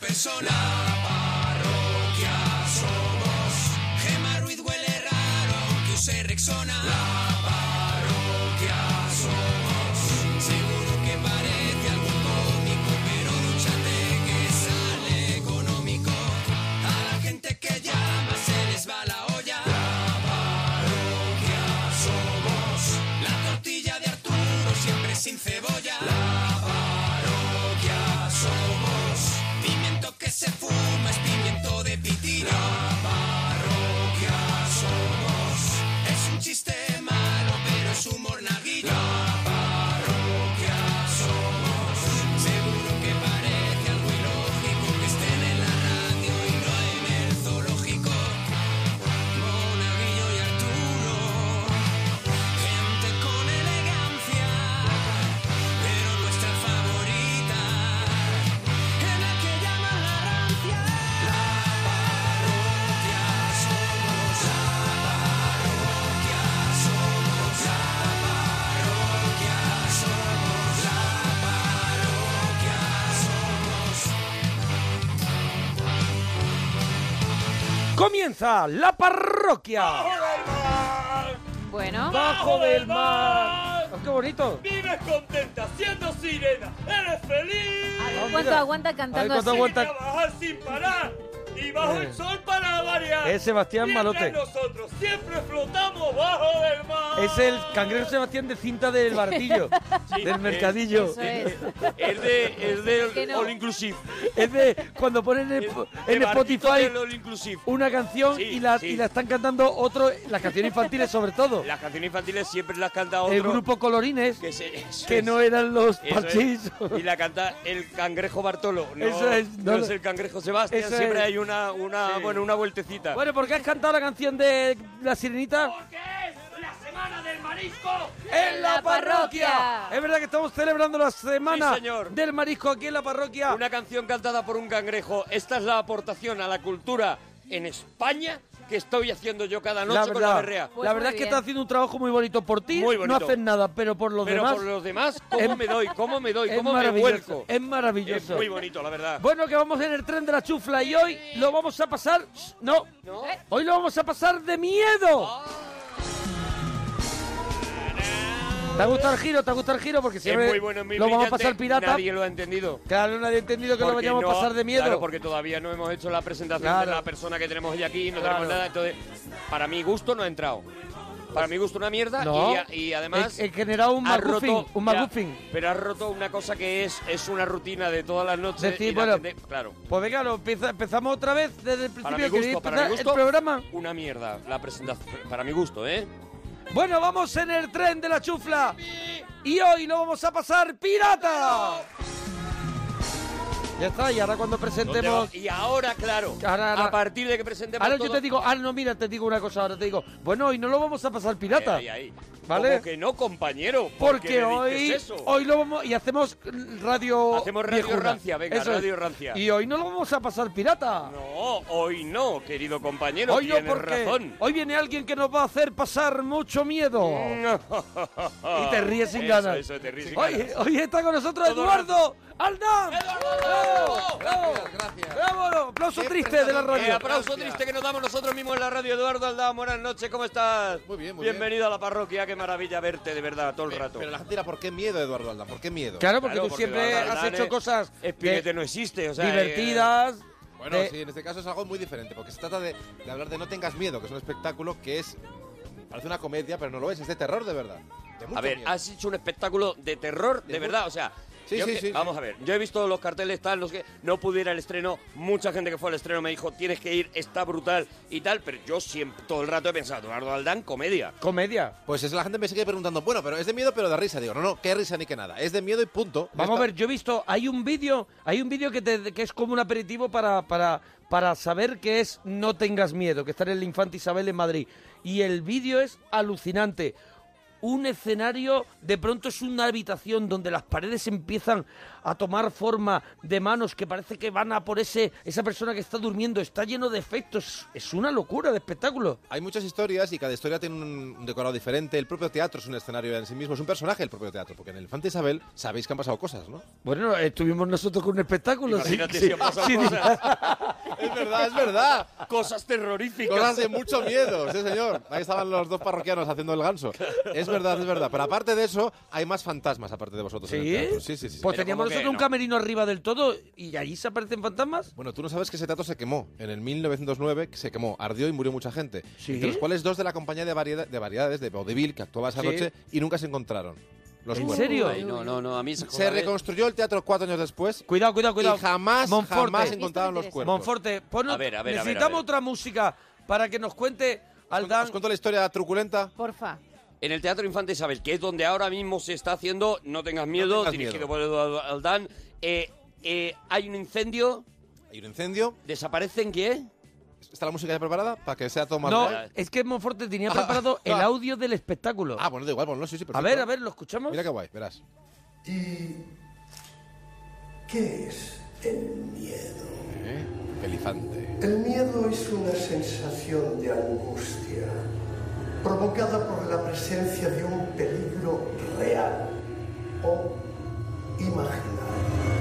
persona. La parroquia somos. Gema Ruiz huele raro, que use Rexona. La parroquia somos. Seguro que parece algo cómico, pero dúchate que sale económico. A la gente que llama se les va la olla. La parroquia somos. La tortilla de Arturo siempre sin cebolla. La parroquia somos. Pimiento que se fuma es pimiento de pitina. La parroquia somos. Es un chiste malo, pero es humor naguillo. La parroquia somos. Seguro que parece algo ilógico que estén en la radio y no en el zoológico. Monaguillo y Arturo, gente con elegancia, pero nuestra favorita es la que llaman la rancia. La parroquia somos, la parroquia somos, la parroquia somos, la parroquia somos. Comienza la parroquia. Bueno. Bajo del mar. ¡Qué bonito! Vives contenta siendo sirena. ¡Eres feliz! A ver, ¿cuánto aguanta cantando A ver, ¿cuánto así? aguanta? Sin trabajar sin parar. Y bajo Eh. el sol para variar. Es Sebastián Mientras Malote. nosotros siempre flotamos bajo del mar. Es el cangrejo Sebastián de cinta del baratillo, Sí, del es- mercadillo. eso es. Es de- es del Que no. All Inclusive. Es de cuando ponen en, en de Bartito Spotify del All Inclusive. una canción Sí, y, la, sí. y la están cantando otro, las canciones infantiles sobre todo. Las canciones infantiles siempre las canta otro. El grupo Colorines, Que, se- eso que es. no eran los Eso parchís. es. Y la canta el cangrejo Bartolo. No, Eso es. no No, es el cangrejo Sebastián. eso Siempre es. hay una, una, Sí. bueno, una vueltecita. Bueno, ¿por qué has cantado la canción de La Sirenita? la semana del marisco ¡En la parroquia! Es verdad que estamos celebrando la semana del marisco aquí en la parroquia. Una canción cantada por un cangrejo. Esta es la aportación a la cultura en España que estoy haciendo yo cada noche la con la verdad, berrea. la verdad es que estás haciendo un trabajo muy bonito por ti. Muy bonito. No haces nada, pero por los Pero demás. por los demás, ¿cómo Es- me doy? ¿Cómo me doy? es ¿Cómo me maravilloso, vuelco? Es maravilloso. Es muy bonito, la verdad. Bueno, que vamos en el tren de la chufla y hoy lo vamos a pasar. Shh, No. Hoy lo vamos a pasar de miedo. Ah. ¿Te ha gustado el giro? ¿Te ha gustado el giro? Porque siempre es muy bueno, es muy lo vamos a brillante. pasar pirata. Nadie lo ha entendido. Claro, nadie ha entendido que lo Porque vayamos a no- pasar de miedo. Claro, porque todavía no hemos hecho la presentación Claro. de la persona que tenemos hoy aquí, no Claro. tenemos nada. Entonces, para mi gusto no ha entrado. Para mi gusto una mierda No. y, y además... He- he generado un ha McGuffin, roto- un ya, McGuffin. pero has roto una cosa que es, es una rutina de todas las noches. Decir, y la bueno, gente- claro. Pues venga, lo empieza- empezamos otra vez desde el Para principio. mi ¿Queréis gusto, para mi empezar gusto, el programa? una mierda la presentación. Para mi gusto, ¿eh? Bueno, vamos en el tren de la chufla. Y hoy lo vamos a pasar pirata. Ya está, y ahora cuando presentemos... ¿Dónde va? Y ahora, claro, Ahora, ahora- a partir de que presentemos Ahora yo todo- te digo, ah, no, mira, te digo una cosa, ahora te digo, bueno, hoy no lo vamos a pasar pirata. Eh, Ahí, ahí. ¿Vale? Como que no, compañero. ¿por qué Porque me hoy, dices eso? hoy lo vamos y hacemos radio. Hacemos radio viejuna. rancia, venga, es. radio rancia. Y hoy no lo vamos a pasar pirata. No, Oh, hoy no, querido compañero. hoy no, tienes porque razón. hoy viene alguien que nos va a hacer pasar mucho miedo. Y te ríes sin Eso, ganas. eso, te ríes sin hoy, ganas. hoy está con nosotros Todo Eduardo Ah, Aldán. ¡Bravo! ¡Bravo! ¡Bravo! Aplauso triste de la radio. Eh, aplauso triste que nos damos nosotros mismos en la radio. Eduardo Aldán, buenas noches, ¿cómo estás? Muy bien, muy Bienvenido a la parroquia, qué maravilla verte de verdad todo el rato. Pero la gente dirá, ¿por qué miedo, Eduardo Aldán? ¿Por qué miedo? Claro, porque tú siempre Eduardo Eh, has Aldán hecho es- cosas es de- piquete, no existe, o sea, eh. divertidas. Bueno, de- sí, en este caso es algo muy diferente, porque se trata de, de hablar de No tengas miedo, que es un espectáculo que es... Parece una comedia, pero no lo es, es de terror de verdad. De mucho A ver, miedo. has hecho un espectáculo de terror, de, De verdad, mu- o sea... Sí, yo sí, que- sí, vamos a ver, yo he visto los carteles tal, los que no pudiera el estreno, mucha gente que fue al estreno me dijo, tienes que ir, está brutal y tal, pero yo siempre, todo el rato he pensado, Eduardo Aldán, comedia. Comedia. Pues es la gente me sigue preguntando, bueno, pero es de miedo, pero de risa. Digo, no, no, qué risa ni qué nada. Es de miedo y punto. Vamos a ver, yo he visto, hay un vídeo, hay un vídeo que, te- que es como un aperitivo para, para, para saber que es No tengas miedo, que está en el Infante Isabel en Madrid. Y el vídeo es alucinante. un escenario, de pronto es una habitación donde las paredes empiezan a tomar forma de manos que parece que van a por ese esa persona que está durmiendo, está lleno de efectos, es una locura de espectáculo. Hay muchas historias y cada historia tiene un un decorado diferente. El propio teatro es un escenario en sí mismo, es un personaje el propio teatro, porque en el Infante Isabel sabéis que han pasado cosas, ¿no? Bueno, estuvimos nosotros con un espectáculo. sí, Imagínate sí, si han pasado sí, cosas. Es verdad, es verdad. Cosas terroríficas. Cosas de mucho miedo, sí señor. Ahí estaban los dos parroquianos haciendo el ganso. Es verdad, es verdad. Pero aparte de eso, hay más fantasmas aparte de vosotros en el ¿Sí? teatro. Sí, sí, sí. Pues teníamos nosotros un camerino arriba del todo y allí se aparecen fantasmas. Bueno, tú no sabes que ese teatro se quemó. En el 1909 que se quemó, ardió y murió mucha gente. ¿Sí? Entre los cuales dos de la compañía de, variedad- de variedades de Vaudeville que actuaba esa Sí. noche y nunca se encontraron. Los ¿En cuerpos. serio? Ay, no, no, no, a mí esas Se cosas de- reconstruyó el teatro cuatro años después Cuidado, cuidado, cuidado. y jamás, Monforte. jamás encontraron los cuerpos. Monforte, ponnos- A ver, a ver, a ver, a necesitamos ver. otra música para que nos cuente ¿Os Aldán. cuento la historia truculenta? Porfa. En el Teatro Infante Isabel, que es donde ahora mismo se está haciendo No tengas miedo, tengas dirigido miedo. por Eduardo Aldán, eh, eh, hay un incendio, Hay un incendio. desaparecen qué? ¿Está la música ya preparada? Para que sea todo más No, real. es que Monforte tenía preparado el ah. audio del espectáculo. Ah, bueno, da igual, bueno, sí, sí, a perfecto. ver, a ver, ¿lo escuchamos? Mira qué guay, verás. ¿Y qué es el miedo? ¿Eh? Elefante. El miedo es una sensación de angustia provocada por la presencia de un peligro real o imaginario.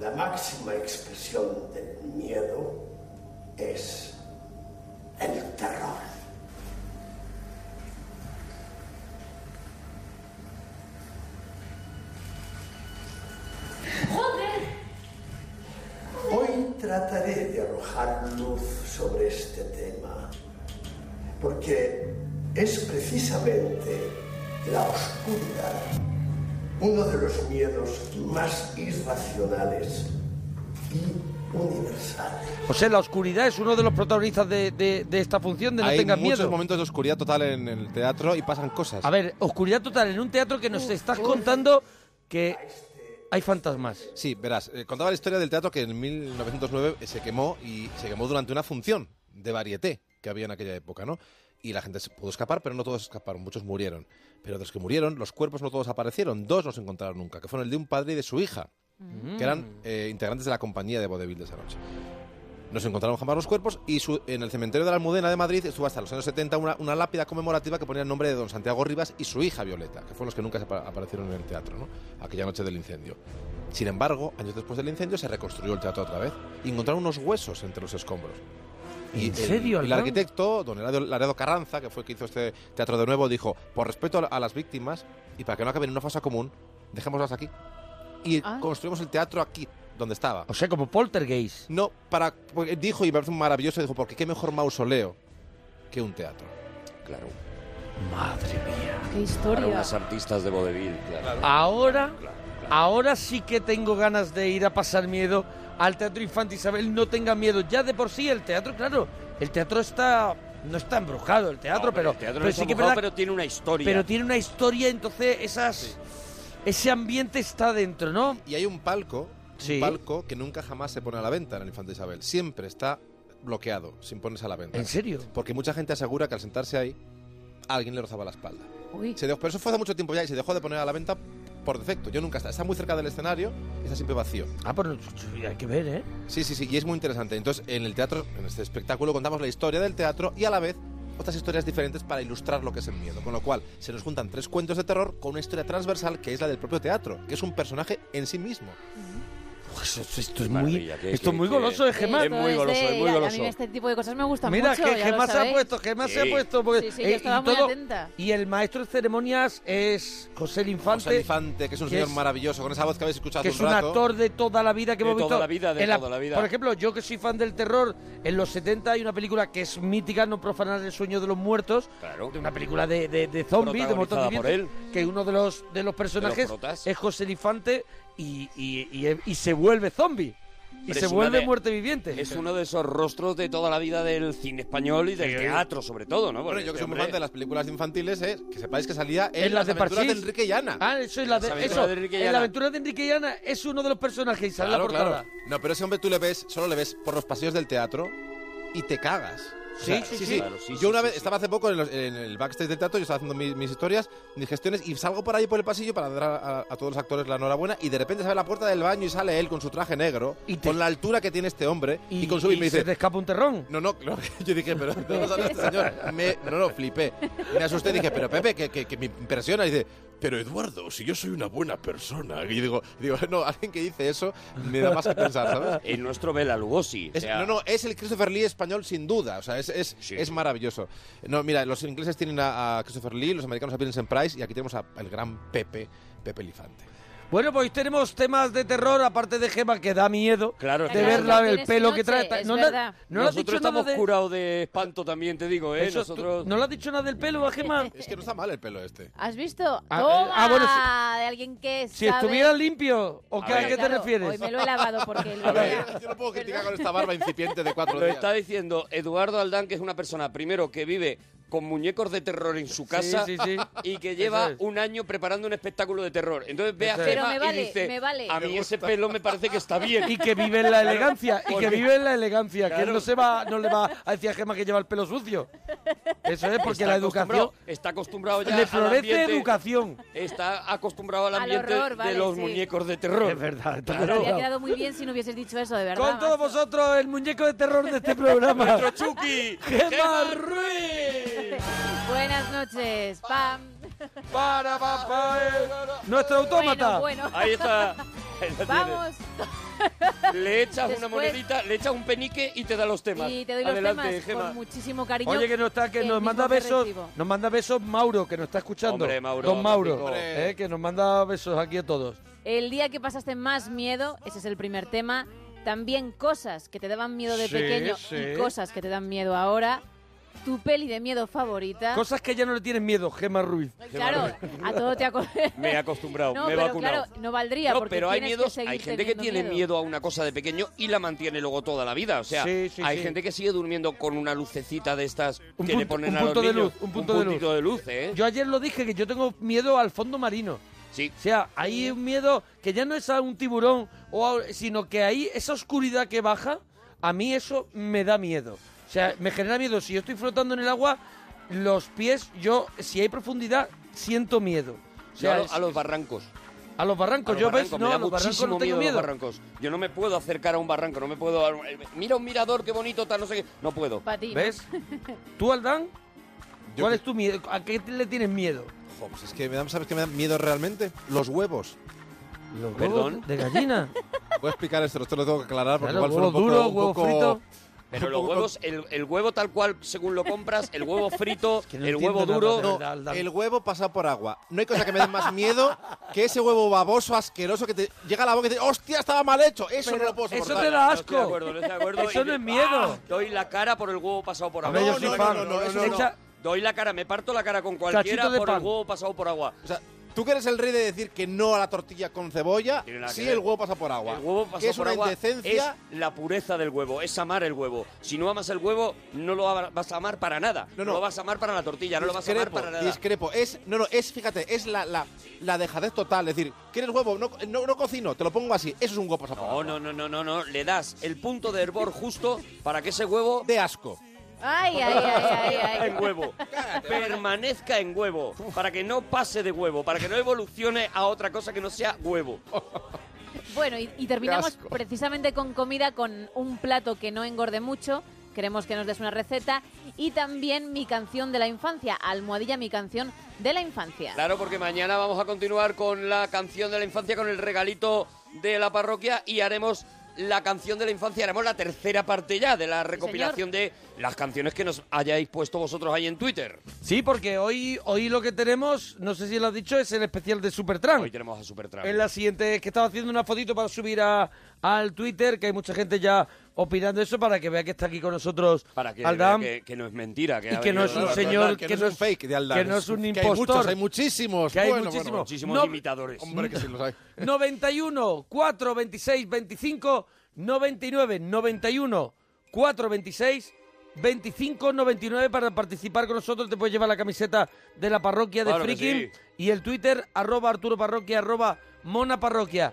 La máxima expresión del miedo es el terror. Hoy trataré de arrojar luz sobre este tema, porque es precisamente la oscuridad uno de los miedos más irracionales y universales. O sea, la oscuridad es uno de los protagonistas de, de- de esta función de No Hay tengas muchos miedo. momentos de oscuridad total en, en el teatro y pasan cosas. A ver, oscuridad total en un teatro que nos estás contando que hay fantasmas. Sí, verás, eh, contaba la historia del teatro que en 1909 eh, se quemó y se quemó durante una función de varieté que había en aquella época, ¿no? Y la gente se pudo escapar, pero no todos escaparon, muchos murieron. Pero de los que murieron, los cuerpos no todos aparecieron, dos no se encontraron nunca, que fueron el de un padre y de su hija, Mm. que eran eh, integrantes de la compañía de Vaudeville de esa noche. No se encontraron jamás los cuerpos y su- en el cementerio de la Almudena de Madrid estuvo hasta los años 70 una, una lápida conmemorativa que ponía el nombre de don Santiago Rivas y su hija Violeta, que fueron los que nunca se apa- aparecieron en el teatro, ¿no? aquella noche del incendio. Sin embargo, años después del incendio se reconstruyó el teatro otra vez y encontraron unos huesos entre los escombros. Y ¿En el- serio, El, Albán? arquitecto, don Eladio Laredo Carranza, que fue el que hizo este teatro de nuevo, dijo, por respeto a, a las víctimas y para que no acaben en una fosa común, dejémoslas aquí. Y Ah. construimos el teatro aquí, donde estaba. O sea, como poltergeist. No, para porque dijo y me parece maravilloso, dijo, porque qué mejor mausoleo que un teatro. Claro, Madre mía. Qué para historia. unas artistas de vodevil, claro. Ah, Ahora, Claro, claro. ahora sí que tengo ganas de ir a pasar miedo al Teatro Infante Isabel. No tengan miedo. Ya de por sí el teatro, claro, el teatro está no está embrujado el teatro, No, pero, el teatro no pero está sí que es mojado, verdad pero tiene una historia. Pero tiene una historia, entonces esas ese ambiente está dentro, ¿no? Y hay un palco, Sí. un palco que nunca jamás se pone a la venta en el Infante Isabel. Siempre está bloqueado, sin ponerse a la venta. ¿En serio? Porque mucha gente asegura que al sentarse ahí, alguien le rozaba la espalda. Uy. Se dejó- pero eso fue hace mucho tiempo ya y se dejó de poner a la venta por defecto. Yo nunca está. Está muy cerca del escenario y está siempre vacío. Ah, pero hay que ver, ¿eh? Sí, sí, sí, y es muy interesante. Entonces, en el teatro, en este espectáculo, contamos la historia del teatro y a la vez otras historias diferentes para ilustrar lo que es el miedo. Con lo cual, se nos juntan tres cuentos de terror con una historia transversal que es la del propio teatro, que es un personaje en sí mismo. Pues esto, esto es muy, Maravilla, que- esto es que- muy que- goloso, ¿eh, Gemma? Esto Es muy goloso, es muy a- A goloso. mí este tipo de cosas me gustan Mira, mucho. que ya lo Gemma se ha sabéis. puesto, Gemma se Sí. ha puesto. porque- eh, Sí, sí, yo estaba y muy atenta. Y el maestro de ceremonias es José el Infante, José Infante, que es un que señor es- maravilloso, con esa voz que habéis escuchado que hace es un un rato. actor de toda la vida que De hemos toda visto. la vida, de en toda la vida. Por ejemplo, yo que soy fan del terror, en los 70 hay una película que es mítica, No profanar el sueño de los muertos, Claro. de una película de, de, de zombies, de muertos Protagonizada por vivientes, que uno de los, de los personajes protas. es José el Infante y, y- y- y se vuelve zombie. Y Pero se es una vuelve de- muerte viviente. Es uno de esos rostros de toda la vida del cine español y del Sí. teatro, sobre todo, ¿no? Bueno, Porque yo este que soy muy hombre- fan de las películas infantiles, eh, que sepáis que salía en, En las de aventuras Parchís. de Enrique y Ana. Ah, eso es la Las de, aventuras eso. de Enrique y en la Ana. aventura de Enrique y Ana es uno de los personajes y sale en la portada. No, pero ese hombre tú le ves, solo le ves por los pasillos del teatro y te cagas. Sí, sí, sí, sí, sí. Claro, sí, sí, Yo una sí, vez sí. estaba hace poco en, los- en el backstage del teatro, yo estaba haciendo mis, mis historias, mis gestiones, y salgo por ahí por el pasillo para dar a, a- a todos los actores la enhorabuena, y de repente se abre la puerta del baño y sale él con su traje negro, Y te- con la altura que tiene este hombre, y, con su y me se dice, te escapa un terrón. no, no, no. yo dije, pero no lo sabe este señor. Me- no, no, flipé. Me asusté y dije, pero Pepe, que, que- que me impresiona. Y dice, pero Eduardo, si yo soy una buena persona. Y digo, digo, no, alguien que dice eso me da más que pensar, ¿sabes? El nuestro Bela Lugosi. o Es- sea, no, no, es el Christopher Lee español sin duda. O sea, es, es, Sí. es maravilloso. No, mira, los ingleses tienen a, a Christopher Lee, los americanos a Vincent Price y aquí tenemos a- al gran Pepe, Pepe Elifante. Bueno, pues tenemos temas de terror, aparte de Gema, que da miedo. Claro, de claro, verla, no el tienes pelo que noche, trae. es no le- verdad. no le Nosotros has dicho nada estamos de... curados de espanto también, te digo, ¿eh? Eso, tú- Nosotros... ¿No le has dicho nada del pelo, a Gema? Es que no está mal el pelo este. ¿Has visto? Ah, ¡Toma! eh, ah, bueno, De alguien que Si sabe... estuviera limpio, ¿o A qué, a ver. qué te Claro, Hoy refieres? me lo he lavado porque... el- A ver, yo no puedo criticar con esta barba incipiente de cuatro Lo días. está diciendo Eduardo Aldán, que es una persona, primero, que vive con muñecos de terror en su casa sí, sí. y que lleva Eso es. un año preparando un espectáculo de terror. Entonces ve a Eso es. Pero Gema me vale, y dice, me vale. a mí ese pelo me parece que está bien. Y que vive en la elegancia, y porque- que vive en la elegancia, que Claro. él no se va, no le va a decir a Gema que lleva el pelo sucio. Eso es porque Está la acostumbrado- educación Está acostumbrado ya le al florece ambiente- educación. Está acostumbrado al Al ambiente horror, de vale, los sí. muñecos de terror. Es verdad, está Te habría claro. quedado muy bien si no hubieses dicho eso, de verdad. Con todos macho. vosotros el muñeco de terror de este programa. ¡Chucky! Gema ¡Gema Ruiz! Buenas noches, Pam. Para, pa, pa, eh. Nuestro autómata. Bueno, bueno. Ahí está. Ahí la tienes. Vamos. Le echas una Después- monedita, le echas un penique y te da los temas. Y te doy los Adelante, temas Gema. con muchísimo cariño. Oye, que no está, que el nos mismo manda que besos. recibo. Nos manda besos Mauro, que nos está escuchando. Hombre, Mauro, Don Mauro, amigo. eh, que nos manda besos aquí a todos. El día que pasaste más miedo, ese es el primer tema. También cosas que te daban miedo de Sí, pequeño sí. y cosas que te dan miedo ahora. Tu peli de miedo favorita. Cosas que ya no le tienes miedo, Gema Ruiz. claro, a todo te acuerdas. Me he acostumbrado, No, me he pero vacunado. claro, no valdría No, porque pero hay tienes miedos, que seguir hay gente que teniendo tiene miedo. a una cosa de pequeño y la mantiene luego toda la vida. O sea, Sí, sí, hay sí. gente que sigue durmiendo con una lucecita de estas que Un le punto- ponen un a los punto de niños. luz, un punto de luz. puntito de luz, ¿eh? Yo ayer lo dije, que yo tengo miedo al fondo marino. Sí. O sea, hay un miedo que ya no es a un tiburón, o a- sino que ahí esa oscuridad que baja, a mí eso me da miedo. O sea, me genera miedo. Si yo estoy flotando en el agua, los pies, yo, si hay profundidad, siento miedo. O Yo sea, a, lo- es- a los barrancos. a los barrancos, A los yo barrancos, ves, me no, da a los barrancos muchísimo no tengo miedo, miedo. a los barrancos. Yo no me puedo acercar a un barranco, no me puedo. eh, Mira un mirador, qué bonito, tal, no sé qué. No puedo. Patín. ¿Ves? ¿Tú, Aldán? Yo ¿Cuál que- es tu miedo? ¿A qué le tienes miedo? Jo, pues es que me dan, ¿sabes qué me dan miedo realmente? Los huevos. Los Perdón. huevos de gallina. Voy a explicar esto, esto lo tengo que aclarar porque Claro, igual suena un huevo poco... duro, un huevo poco- frito. Pero un los poco- huevos, el, el huevo tal cual, según lo compras, el huevo frito, que no el entiendo huevo nada duro. de No, Verdad, Aldán. el huevo pasado por agua. No hay cosa que me dé más miedo que ese huevo baboso, asqueroso, que te llega a la boca y te dice, hostia, estaba mal hecho. Eso Pero no lo puedo eso soportar. te da- No estoy de asco. acuerdo, no estoy de acuerdo. Eso Y- no es miedo. ¡Ah! Doy la cara por el huevo pasado por agua. Hombre, yo soy fan. eso Le no. echa- Doy la cara, me parto la cara con cualquiera Cachito de por el pan. huevo pasado por agua. O sea, tú que eres el rey de decir que no a la tortilla con cebolla, Tiene nada que sí ver. el huevo pasa por agua. El huevo que pasado es por una agua indecencia. es la pureza del huevo, es amar el huevo. Si no amas el huevo, no lo a- vas a amar para nada. No, No, no. lo vas a amar para la tortilla, no lo vas a amar discrepo, para nada. discrepo. Es, no, no, es, fíjate, es la, la, la dejadez total. Es decir, ¿quieres huevo? No, no, no cocino, te lo pongo así. Eso es un huevo pasado por No, agua. no, no, no, no, no. Le das el punto de hervor justo para que ese huevo De asco. Ay, ay, ay, ay, en ay. huevo. Permanezca en huevo. Para que no pase de huevo. Para que no evolucione a otra cosa que no sea huevo. Bueno, y, y terminamos asco. precisamente con comida, con un plato que no engorde mucho. Queremos que nos des una receta. Y también mi canción de la infancia, Almohadilla, mi canción de la infancia. Claro, porque mañana vamos a continuar con la canción de la infancia, con el regalito de la parroquia y haremos la canción de la infancia, haremos la tercera parte ya de la recopilación de las canciones que nos hayáis puesto vosotros ahí en Twitter. Sí, porque hoy, hoy lo que tenemos, no sé si lo has dicho, es el especial de Supertramp. Hoy tenemos a Supertramp. En la siguiente, que estaba haciendo una fotito para subir a, al Twitter, que hay mucha gente ya opinando eso para que vea que está aquí con nosotros Para que, Aldam. vea que, que no es mentira. Que y ha que no venido es un Aldam. señor que, no es un fake de Aldán. que no es un Que impostor. Hay muchos, hay muchísimos. Que hay Bueno, bueno, muchísimos. Muchísimos No- imitadores. Hombre, que sí los hay. 91 4 26 25 99 91 4 26 25 99 para participar con nosotros te puedes llevar la camiseta de la parroquia de Claro que Freaking sí. y el Twitter arroba Arturo Parroquia arroba Mona Parroquia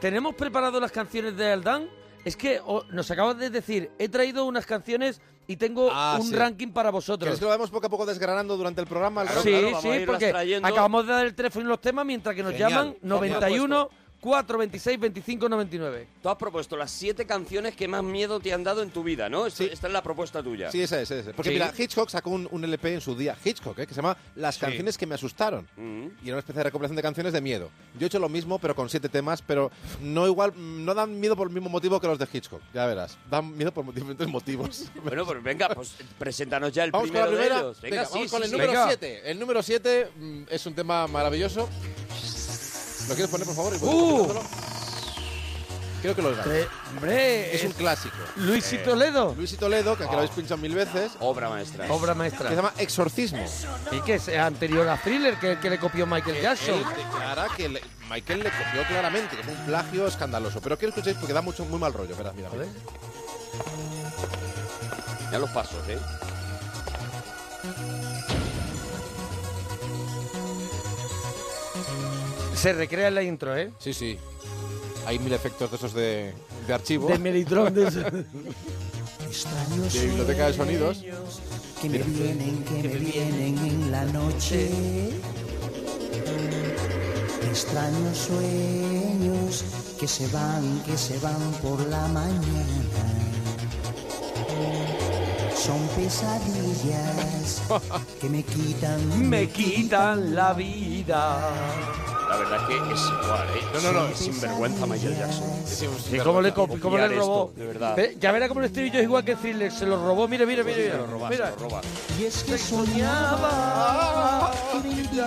tenemos preparado las canciones de Aldán es que o- nos acabas de decir he traído unas canciones y tengo Ah, un sí. ranking para vosotros. ¿Quieres que lo vamos poco a poco desgranando durante el programa? el sí, ranking? sí, porque acabamos de dar el teléfono y los temas mientras que nos Genial. llaman ¿Cómo te has 91 426 25 99. Tú has propuesto las siete canciones que más miedo te han dado en tu vida, ¿no? Esto- Esta es la propuesta tuya. Sí, esa es, esa es. Porque Sí. mira, Hitchcock sacó un, un LP en su día, Hitchcock, ¿eh? que se llama Las canciones que me asustaron. Mm. Y era una especie de recopilación de canciones de miedo. Yo he hecho lo mismo, pero con siete temas, pero no igual, no dan miedo por el mismo motivo que los de Hitchcock. Ya verás, dan miedo por diferentes motivos. Bueno, pues venga, pues preséntanos ya el Vamos con primero la primera. de ellos. Venga, vamos con el sí. número Venga. 7. El número 7 es un tema maravilloso. ¿Lo quieres poner, por favor? ¡Uh! Creo que lo es. Eh, hombre, Es un clásico. Luis y Toledo. Luis y Toledo, que aquí lo habéis pinchado mil veces, Obra maestra. Obra que maestra. se llama Exorcismo. Y que es anterior a Thriller, que, que le copió Michael Jackson. Él declara que le- Michael le copió claramente, que fue un plagio escandaloso. Pero quiero escuchéis porque da mucho, muy mal rollo. Verás, mira, mira. Ya los pasos, ¿eh? Se recrea en la intro, ¿eh? Sí, sí. Hay mil efectos de esos de, de archivo, De de, Melitron. De biblioteca de sonidos. Que me vienen, que me vienen en la noche. Extraños sueños que se van, que se van por la mañana. Son pesadillas que me quitan. Me quitan la vida. La verdad es que es igual, ¿eh? No, no, no. Sinvergüenza Michael Jackson. ¿Y cómo le, copi- cómo le Copiar robó? esto, de verdad. Ve, Ya verá cómo el estribillo es igual que Thriller. Se lo robó. Mira, mira, mira. mira. mira. Lo roba. Y es que Soñaba que vendía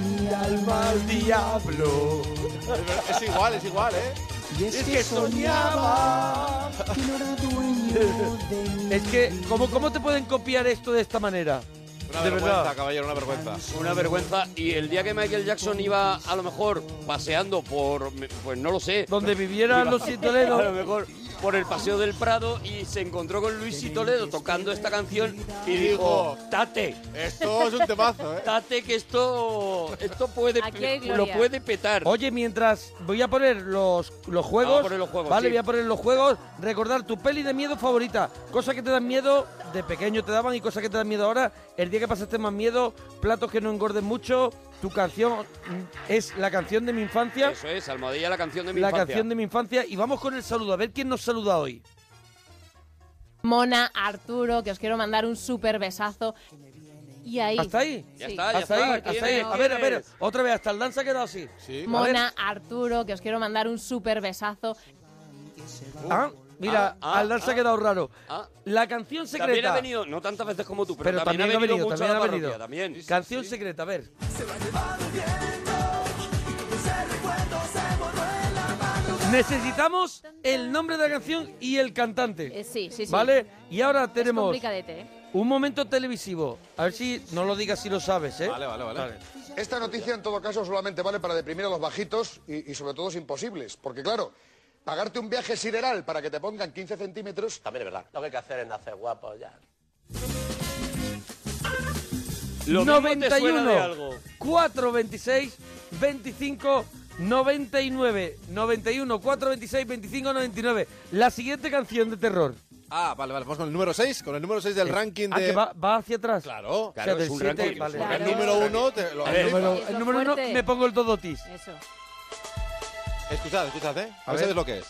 mi alma. al diablo. Es igual, es igual, ¿eh? Y es que soñaba que no era dueño de mí. Es que, ¿cómo, ¿cómo te pueden copiar esto de esta manera? Una de vergüenza, verdad. caballero, una vergüenza. Una vergüenza. Y el día que Michael Jackson iba, a lo mejor, paseando por. Pues no lo sé. Donde vivieran los A lo cintoleros. mejor por el paseo del Prado y se encontró con Luis y Toledo tocando esta canción y dijo, tate, Esto es un temazo, ¿eh? tate que esto, esto puede, Aquí hay lo gloria. puede petar. Oye, mientras voy a poner los, los juegos. Vamos a poner los juegos, Vale, sí. voy a poner los juegos. Recordar tu peli de miedo favorita. Cosas que te dan miedo de pequeño te daban y cosas que te dan miedo ahora. El día que pasaste más miedo, platos que no engorden mucho. Tu canción mm, es la canción de mi infancia. Eso es, Almohadilla, la canción de mi la infancia. canción de mi infancia. Y vamos con el saludo. A ver quién nos saluda hoy. Mona, Arturo, que os quiero mandar un súper besazo. Y ahí. ¿Hasta ahí? Ya Sí. está, ya Hasta está. ahí, hasta ahí. ¿Quién A ver, a ver. eres? Otra vez, hasta el danza ha quedado así. Sí. Mona, Arturo, que os quiero mandar un súper besazo. Ah, mira, Ah, ah, al danza ah. ha quedado raro. Ah. La canción secreta. También ha venido, no tantas veces como tú, pero, Pero también, ha venido, mucho a también ha la venido. parroquia, también. Canción secreta, a ver. Necesitamos el nombre de la canción y el cantante. Eh, sí, sí, sí. ¿Vale? Y ahora Es tenemos complicadete, ¿eh? un momento televisivo. A ver si no lo digas si lo sabes, ¿eh? Vale, vale, vale. Esta noticia, en todo caso, solamente vale para deprimir a los bajitos y, y sobre todo, los imposibles. Porque, claro, pagarte un viaje sideral para que te pongan 15 centímetros... También es verdad. Lo que hay que hacer es nacer guapo ya. Lo mismo te suena de 91 algo. 426 25 99 91 426 25 99 La siguiente canción de terror. Ah, vale, vale. Vamos con el núero 6, con el número 6 del ranking Ah, que de... va, va hacia atrás. Claro, O sea, claro, del es un siete, ranking. vale. Porque Claro. El número 1 te lo... El número, Eso el número uno fuerte. me pongo el todotis. Eso. Escuchad, escuchad, ¿eh? A, A ver, ver. sabes lo que es.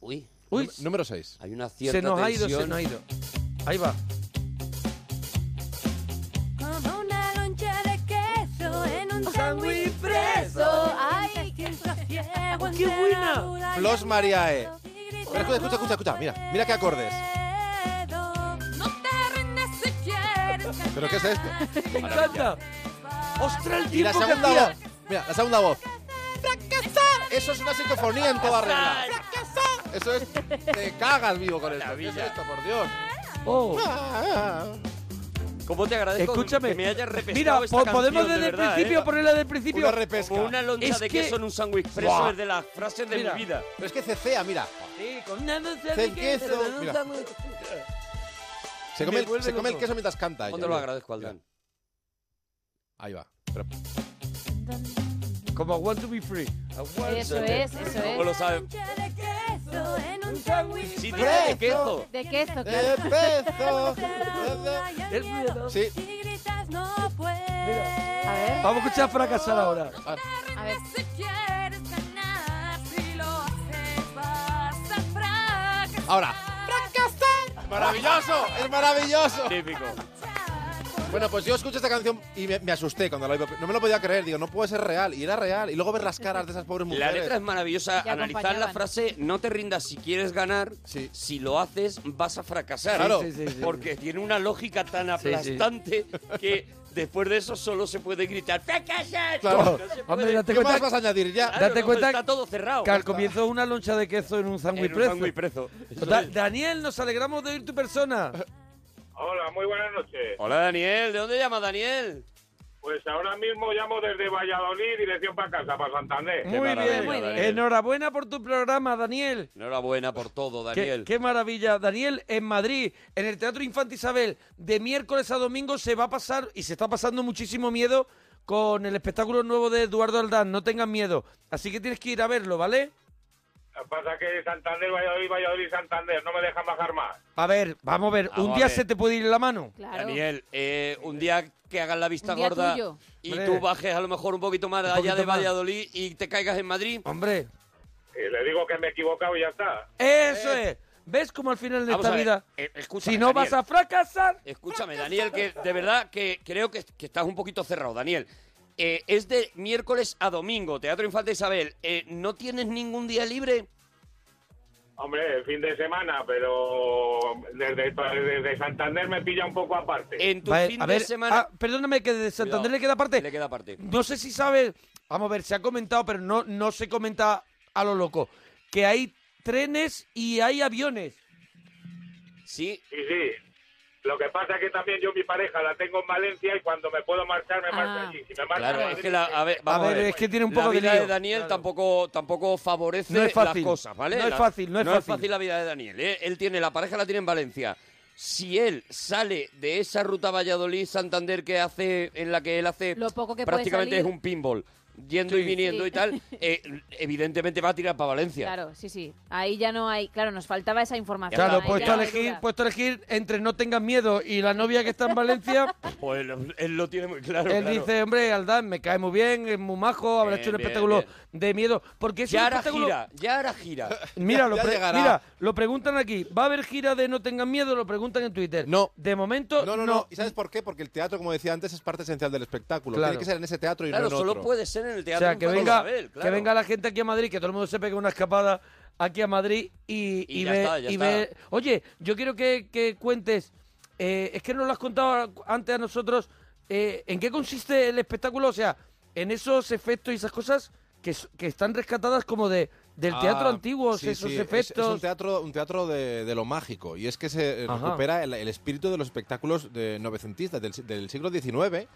Uy, Uy, Nú- Número 6. hay una cierta se nos ha ido, tensión. se nos ha ido. Ahí va. Como una loncha de queso en un sándwich sándwich preso. preso. ¡Ay, qué ciego! ¡Qué buena! Flos Mariae. Pero escucha, escucha, escucha, escucha. Mira, mira qué acordes. No te rindas si quieres. ¿Pero qué es esto? Me encanta. ¡Ostras, el Y la tiempo que segunda hacía! voz. Mira, la segunda voz. Eso es una sinfonía en toda regla. Eso es. Te cagas vivo con esto. ¿Qué es esto, por Dios? Ah. Oh. ¿Cómo te agradezco Escúchame. que me hayas repescado Mira, esta po- canción, podemos de desde el verdad, principio ¿eh? ponerla desde el principio. Una repesca. Como una loncha Es de que- queso en un sándwich preso Buah. es de las frases de Mira. mi vida. Pero es que cecea, mira. Sí, con una noche Ten de queso. queso. Mira. Se come, Me el, vuelve se come el loco. queso mientras canta. ella. ¿Cuándo lo agradezco, Aldán? Ahí va. Pero- Como I want to be free. I want Eso to be- es, eso ¿Cómo es. lo sabes? queso en un sándwich. Sí, tiene tiene de queso. De queso, De claro. queso. Sí. Si gritas no puedes. Vamos a escuchar a fracasar ahora. A ver. Si quieres ganar, si lo haces vas a fracasar. Ahora. Fracasar. ¡Maravilloso! ¡Es maravilloso! Típico. Bueno, pues yo escuché esta canción y me, me asusté cuando la oí. No me lo podía creer, digo, no puede ser real. Y era real. Y luego ver las caras de esas pobres La mujeres. letra es maravillosa. Y Analizar la acompañaban. frase, no te rindas si quieres ganar, si lo haces vas a fracasar. Sí, Claro. sí, sí, sí. porque tiene una lógica tan Sí, sí. aplastante que después de eso solo se puede gritar ¡Fracasar! Claro. No se puede. Hombre, date cuenta- Claro, Date no, cuenta está todo cerrado. Que al comienzo es una loncha de queso en un En sándwich un preso. sándwich preso. Da- Daniel, nos alegramos de oír tu persona. Hola, muy buenas noches. Hola Daniel, ¿de dónde llamas Daniel? Pues ahora mismo llamo desde Valladolid, dirección para casa, para Santander. Muy bien. Enhorabuena por tu programa, Daniel. Enhorabuena por todo, Qué- Daniel. Qué, maravilla. Daniel, en Madrid, en el Teatro Infante Isabel, de miércoles a domingo se va a pasar y se está pasando muchísimo miedo con el espectáculo nuevo de Eduardo Aldán. No tengan miedo. Así que tienes que ir a verlo, ¿vale? Lo que pasa es que Santander, Valladolid, Valladolid, Santander, no me dejan bajar más. A ver, vamos a ver. Vamos un a día ver. se te puede ir la mano. Daniel, eh, un día que hagas la vista Un día gorda tuyo. y Hombre. tú bajes a lo mejor un poquito más allá poquito de más. Valladolid y te caigas en Madrid. Hombre. Y le digo que me he equivocado y ya está. Eso Eh. es. ¿Ves cómo al final de Vamos esta a ver, vida... eh, escúchame, si no vas Daniel. a fracasar... Escúchame, Daniel, que de verdad que creo que, que estás un poquito cerrado, Daniel. Eh, es de miércoles a domingo, Teatro Infante Isabel. Eh, ¿No tienes ningún día libre? Hombre, el fin de semana, pero desde, desde Santander me pilla un poco aparte. En Vale, a ver, ah, perdóname que de Santander le queda parte. Le queda parte. No sé si sabes, vamos a ver, se ha comentado, pero no, no se comenta a lo loco, que hay trenes y hay aviones. Sí. Sí, sí. Lo que pasa es que también yo mi pareja la tengo en Valencia y cuando me puedo marchar, me marcho allí. Si me marcho a Ah. Claro, es Madrid, eh, que la, a ver, A vamos a ver, es que tiene un poco la de vida lío. de Daniel Claro. tampoco tampoco favorece No es fácil. las cosas, ¿vale? No es La- fácil, no es fácil. la vida de Daniel. ¿eh? Él tiene la pareja la tiene en Valencia. Si él sale de esa ruta Valladolid Santander que hace en la que él hace Lo poco que puede prácticamente salir. es un pinball yendo y Sí. viniendo Sí. y tal, eh, evidentemente va a tirar para Valencia. Claro, sí, sí. Ahí ya no hay. Claro, nos faltaba esa información. Claro, pues Ahí puesto ya a, no hay elegir, duda. puesto a elegir entre no tengas miedo y la novia que está en Valencia, Pues él, él lo tiene muy claro. él claro. dice, hombre, Aldán, me cae muy bien, es muy majo, habrá Bien, hecho un bien, espectáculo de miedo. Porque es un ya hará espectáculo- gira, ya hará gira. Mira, lo Ya pre- llegará. mira, lo preguntan aquí. ¿Va a haber gira de No tengan miedo? Lo preguntan en Twitter. No. De momento, No, no. no, no, ¿Y sabes por qué? Porque el teatro, como decía antes, es parte esencial del espectáculo. Claro. Tiene que ser en ese teatro y Claro, no en solo otro. puede ser en el O teatro. sea, que Infante venga, Isabel, que claro. venga la gente aquí a Madrid, que todo el mundo se pegue una escapada aquí a Madrid y, Y y ya ve, está, ya y está. ve- Oye, yo quiero que, que cuentes, eh, es que no lo has contado antes a nosotros, eh, ¿en qué consiste el espectáculo? O sea, en esos efectos y esas cosas que, s- que están rescatadas como de del Ah, teatro antiguo, sí, esos sí, es- efectos. Es, un teatro, un teatro de, de lo mágico. Y es que se eh, Ajá. recupera el, el espíritu de los espectáculos de novecentistas del, si- del siglo XIX,